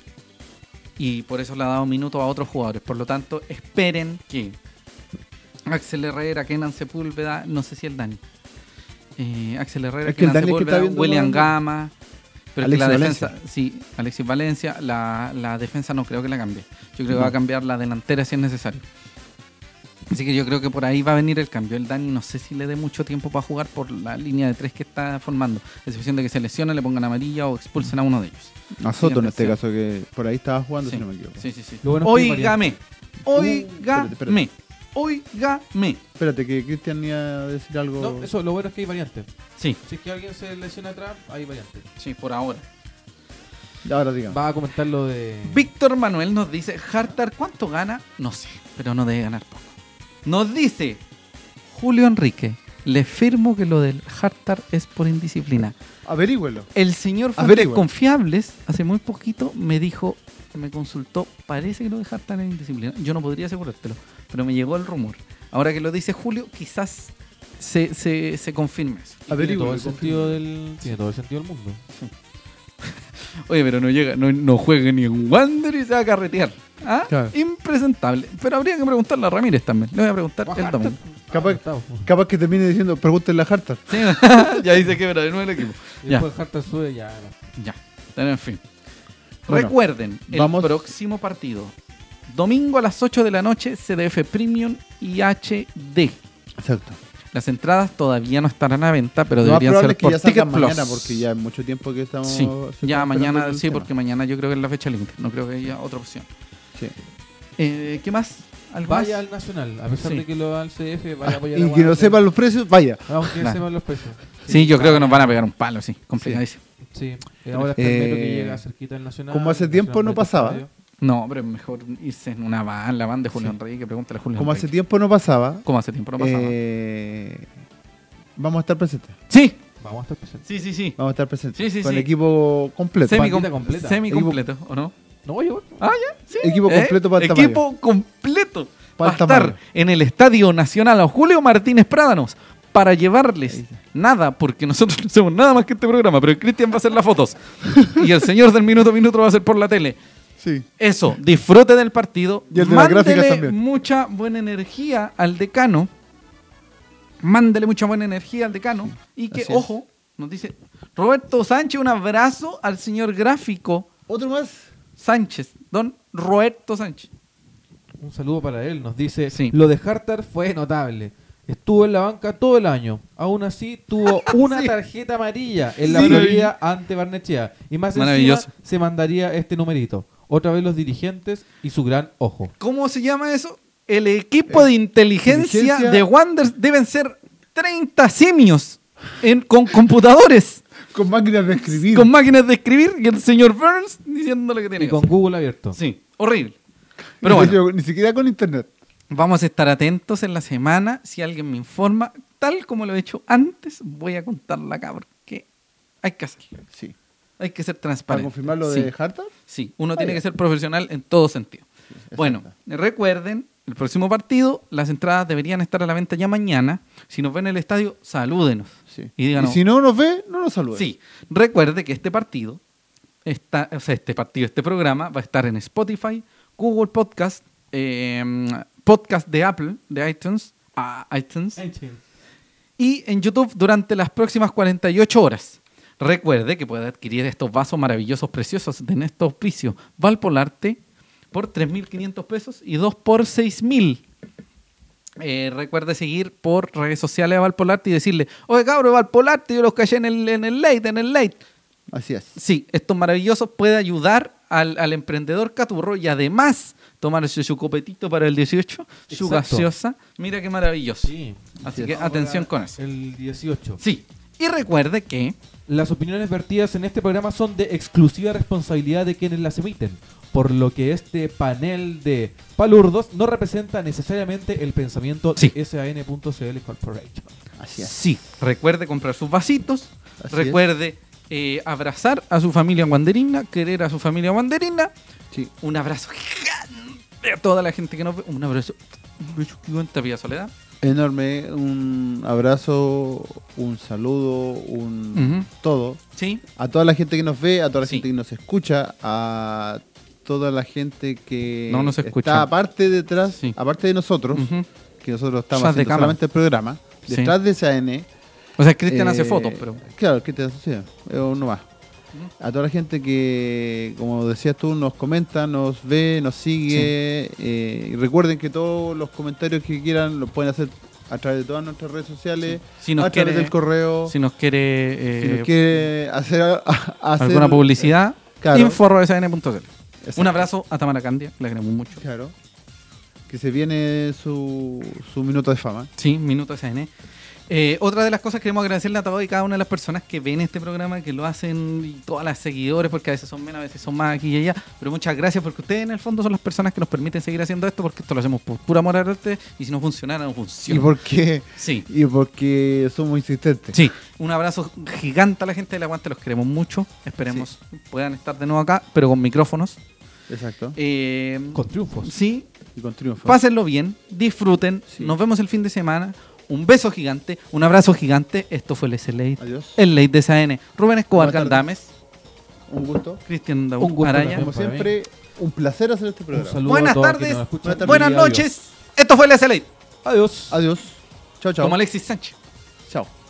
S2: y por eso le ha dado minutos a otros jugadores. Por lo tanto, esperen que Axel Herrera, Kenan Sepúlveda, no sé si el Dani. Eh, Axel Herrera,
S1: Es que el
S2: Kenan
S1: Dani es que está
S2: Sepúlveda,
S1: viendo
S2: William
S1: todo el-
S2: Gama. Pero es que la
S1: Alexis
S2: defensa, sí, Alexis Valencia, la, la defensa no creo que la cambie. Yo creo que va a
S1: No.
S2: cambiar la delantera si es necesario. Así que yo creo que por ahí va a venir el cambio. El Dani no sé si le dé mucho tiempo para jugar por la línea de tres que está formando. A excepción de que se lesione, le pongan amarilla o expulsen a uno de ellos.
S1: A Soto en este
S2: Sí.
S1: caso, que por ahí estaba jugando,
S2: Sí,
S1: si no me equivoco.
S2: sí, sí, sí.
S3: Lo bueno es que hay
S2: Óigame.
S1: Uh, espérate, espérate.
S2: Óigame. Óigame.
S1: Espérate, que Cristian iba a decir algo.
S3: No, eso, lo bueno es que hay variantes.
S2: Sí,
S3: Si es que alguien se lesiona atrás, hay variantes.
S2: sí, por ahora.
S1: Ahora digamos.
S3: Va a comentar lo de.
S2: Víctor Manuel nos dice, Hartar, ¿cuánto gana? No sé, pero no debe ganar poco. Nos dice, Julio Enrique, le firmo que lo del Hartar es por indisciplina.
S1: Averígüelo.
S2: El señor
S1: A ver,
S2: Fuentes
S1: igual.
S2: Confiables hace muy poquito me dijo, me consultó, parece que lo de Hartar es indisciplina. Yo no podría asegurártelo, pero me llegó el rumor. Ahora que lo dice Julio, quizás se, se, se confirme eso.
S3: Tiene todo
S1: Averígüelo.
S3: el sentido del. Tiene todo el sentido del mundo.
S2: Oye, pero no llega, no, no juega ni en Wander y se va a carretear. ¿Ah?
S1: Claro.
S2: Impresentable. Pero habría que preguntarle a Ramírez también. Le voy a preguntar el domingo.
S1: Capaz-
S3: Capaz.
S1: Capaz que termine diciendo, pregúntenle a Hartar.
S2: Sí, ya dice que de nuevo el equipo.
S3: Y
S2: Ya.
S3: después Harta sube ya.
S2: Ya. Pero en fin.
S1: Bueno,
S2: Recuerden, el
S1: vamos-
S2: próximo partido. Domingo a las 8 de la noche, CDF Premium y HD.
S1: Exacto.
S2: Las entradas todavía no estarán a venta, pero
S1: Lo más
S2: deberían
S1: probable
S2: ser
S1: es que
S2: por
S1: ya
S2: Ticket
S1: salgan
S2: Plus.
S1: mañana, porque ya es mucho tiempo que estamos.
S2: Sí,
S1: se
S2: ya
S1: está
S2: mañana,
S1: esperando el
S2: sí,
S1: tema.
S2: porque mañana yo creo que es la fecha límite. No creo que haya otra opción.
S1: Sí.
S2: Eh, ¿Qué más? ¿Algo
S3: Vaya
S2: más?
S3: al Nacional. A pesar
S2: Sí.
S3: de que lo da al CF, vaya a apoyar
S1: Ah,
S3: a
S1: Y que
S3: Wander.
S1: no sepan los precios, vaya.
S3: Aunque
S2: Claro.
S3: sepan los precios.
S2: Sí, yo creo que nos van a pegar un palo, sí, complicadísimo.
S3: Sí, eh, ahora está el metro que
S1: Eh,
S3: llega cerquita del Nacional.
S1: como hace
S3: el
S1: tiempo
S3: Nacional
S1: no
S3: mete
S1: pasaba.
S3: estadio.
S2: No, pero es mejor irse en una van, la van de Julio
S1: Sí.
S2: Enrique, pregúntale a Julio
S1: Como hace
S2: Enrique.
S1: tiempo Eh, no pasaba,
S2: ¿Cómo hace tiempo no pasaba?
S1: eh, vamos a estar presentes.
S2: sí,
S3: Vamos a estar presentes.
S2: Sí, sí, sí.
S1: Vamos a estar presentes.
S2: Sí, sí,
S1: Con
S2: sí.
S1: el equipo completo.
S2: Semi
S3: Pandita completa.
S2: completo, ¿o no?
S3: No, yo.
S2: Ah, ya. Sí.
S1: Equipo completo para el tamaño.
S2: Equipo completo.
S1: Para
S2: Va
S1: el
S2: a estar
S1: tamaño.
S2: en el Estadio Nacional a Julio Martínez Prádanos para llevarles nada, porque nosotros no hacemos nada más que este programa, pero el Cristian va a hacer las fotos y el señor del minuto a minuto lo va a hacer por la tele.
S1: Sí.
S2: Eso, disfrute del partido.
S1: Y el de las
S2: Mándele
S1: gráficas también.
S2: mucha buena energía al decano. Mándele mucha buena energía al decano. Y que,
S1: Así es.
S2: ojo, nos dice Roberto Sánchez, un abrazo al señor gráfico
S1: ¿Otro más?
S2: Sánchez, don Roberto Sánchez.
S3: Un saludo para él. Nos dice,
S2: Sí.
S3: lo de Hartar fue notable. Estuvo en la banca todo el año. Aún así, tuvo una tarjeta amarilla en la
S1: Sí.
S3: previa ante Barnechea. Y más encima,
S2: Maravilloso.
S3: se mandaría este numerito. Otra vez los dirigentes y su gran ojo.
S2: ¿Cómo se llama eso? El equipo de inteligencia,
S1: Inteligencia.
S2: de Wanderers deben ser 30 simios en- con computadores,
S1: Con máquinas de escribir.
S2: con máquinas de escribir y el señor Burns diciendo lo que tiene
S3: Y
S2: que
S3: con
S2: hacer.
S3: Google abierto.
S2: Sí, horrible. Pero bueno.
S1: Ni siquiera con internet.
S2: Vamos a estar atentos en la semana. Si alguien me informa, tal como lo he hecho antes, voy a contarla acá porque hay que hacerlo.
S1: Sí.
S2: Hay que ser
S1: Para
S2: transparente.
S1: confirmar lo
S2: Sí,
S1: de Hartar.
S2: Sí, uno tiene que ser profesional en todo sentido. Bueno, recuerden, el próximo partido, las entradas deberían estar a la venta ya mañana. Si nos ven en el estadio, salúdenos.
S1: Sí.
S2: Y díganos.
S1: si no nos ve, no nos saluda.
S2: Sí, recuerde que este partido, está, o sea, este partido, este programa va a estar en Spotify, Google Podcast, eh, Podcast de Apple, de iTunes, ah, iTunes, y en YouTube durante las próximas 48 horas. Recuerde que puede adquirir estos vasos maravillosos, preciosos de Néstor Auspicio, Valpolarte, por 3.500 pesos y dos por 6.000. Eh, recuerde seguir por redes sociales a Valpolarte y decirle, oye cabrón, Valpolarte, yo los caché en el, en el late, en el late.
S1: Así es.
S2: Sí, esto es maravilloso, puede ayudar al, al emprendedor caturro y además tomarse su copetito para el 18, su
S3: Exacto.
S2: gaseosa. Mira qué maravilloso.
S3: Sí.
S2: Así
S1: Así
S2: que
S1: es.
S2: atención con eso.
S3: El 18.
S2: Sí, y recuerde que
S3: Las opiniones vertidas en este programa son de exclusiva responsabilidad de quienes las emiten, por lo que este panel de palurdos no representa necesariamente el pensamiento
S2: Sí.
S3: de SAN.cl Corporation.
S1: Así es.
S2: sí, recuerde comprar sus vasitos,
S1: Así
S2: recuerde eh, abrazar a su familia guanderina, querer a su familia guanderina.
S1: Sí.
S2: Un abrazo gigante a toda la gente que nos ve. Un abrazo, un beso gigante a Villa Soledad.
S1: Enorme. Un abrazo, un saludo, un
S2: Ujú.
S1: todo.
S2: Sí,
S1: A toda la gente que nos ve, a toda la
S2: Sí.
S1: gente que nos escucha, a toda la gente que
S2: No nos escucha.
S1: está aparte detrás,
S2: Sí.
S1: aparte de nosotros,
S2: ujú.
S1: que nosotros estamos
S2: Detrás de
S1: haciendo
S2: cámara.
S1: solamente el programa,
S2: Sí.
S1: detrás de esa N.
S2: O sea, Cristian
S1: eh,
S2: hace fotos, pero.
S1: Claro, Cristian hace sí, es uno más. A toda la gente que, como decías tú, nos comenta, nos ve, nos sigue. eh, y recuerden que todos los comentarios que quieran los pueden hacer a través de todas nuestras redes sociales,
S2: Si nos
S1: a través
S2: quiere-
S1: del correo.
S2: Si nos quiere, eh,
S1: si nos quiere hacer, a- a- hacer- eh,
S2: alguna publicidad,
S1: claro.
S2: info.sn.cl.
S1: Exacto.
S2: Un abrazo a Tamara Candia, la queremos mucho.
S1: Claro. Que se viene su, su minuto de fama.
S2: Sí, Minuto SN. Eh, otra de las cosas que queremos agradecerle a todas y cada una de las personas que ven este programa, que lo hacen, y todas las seguidores, porque a veces son menos, a veces son más aquí y allá, pero muchas gracias porque ustedes en el fondo son las personas que nos permiten seguir haciendo esto, porque esto lo hacemos por pura amor al arte, y si no funcionara, no
S1: Y
S2: funciona.
S1: porque,
S2: Sí,
S1: y porque somos insistentes.
S2: sí. Un abrazo gigante a la gente del Aguante, los queremos mucho, esperemos puedan estar de nuevo acá, pero con micrófonos.
S1: Exacto.
S2: Eh,
S3: Con triunfos.
S2: sí,
S1: Y con triunfo.
S2: Pues, Pásenlo bien, disfruten.
S1: Sí.
S2: Nos vemos el fin de semana. Un beso gigante, un abrazo gigante. Esto fue el SLATE,
S1: Adiós.
S2: el Late de SAN. Rubén Escobar
S1: Buenas tardes.
S2: Galdames,
S1: Un gusto.
S2: Cristian
S3: Un
S2: Daúl
S3: gusto
S2: Araña.
S1: Como siempre, un placer hacer este
S3: Un
S1: programa.
S3: saludo a
S2: Buenas
S3: todos
S2: tardes,
S3: quienes nos escuchan
S1: buenas tardes.
S2: buenas
S3: y adiós.
S2: noches. Esto fue el SLATE,
S3: Adiós.
S1: Adiós. Chao, chao.
S2: como Alexis Sánchez.
S1: Chao.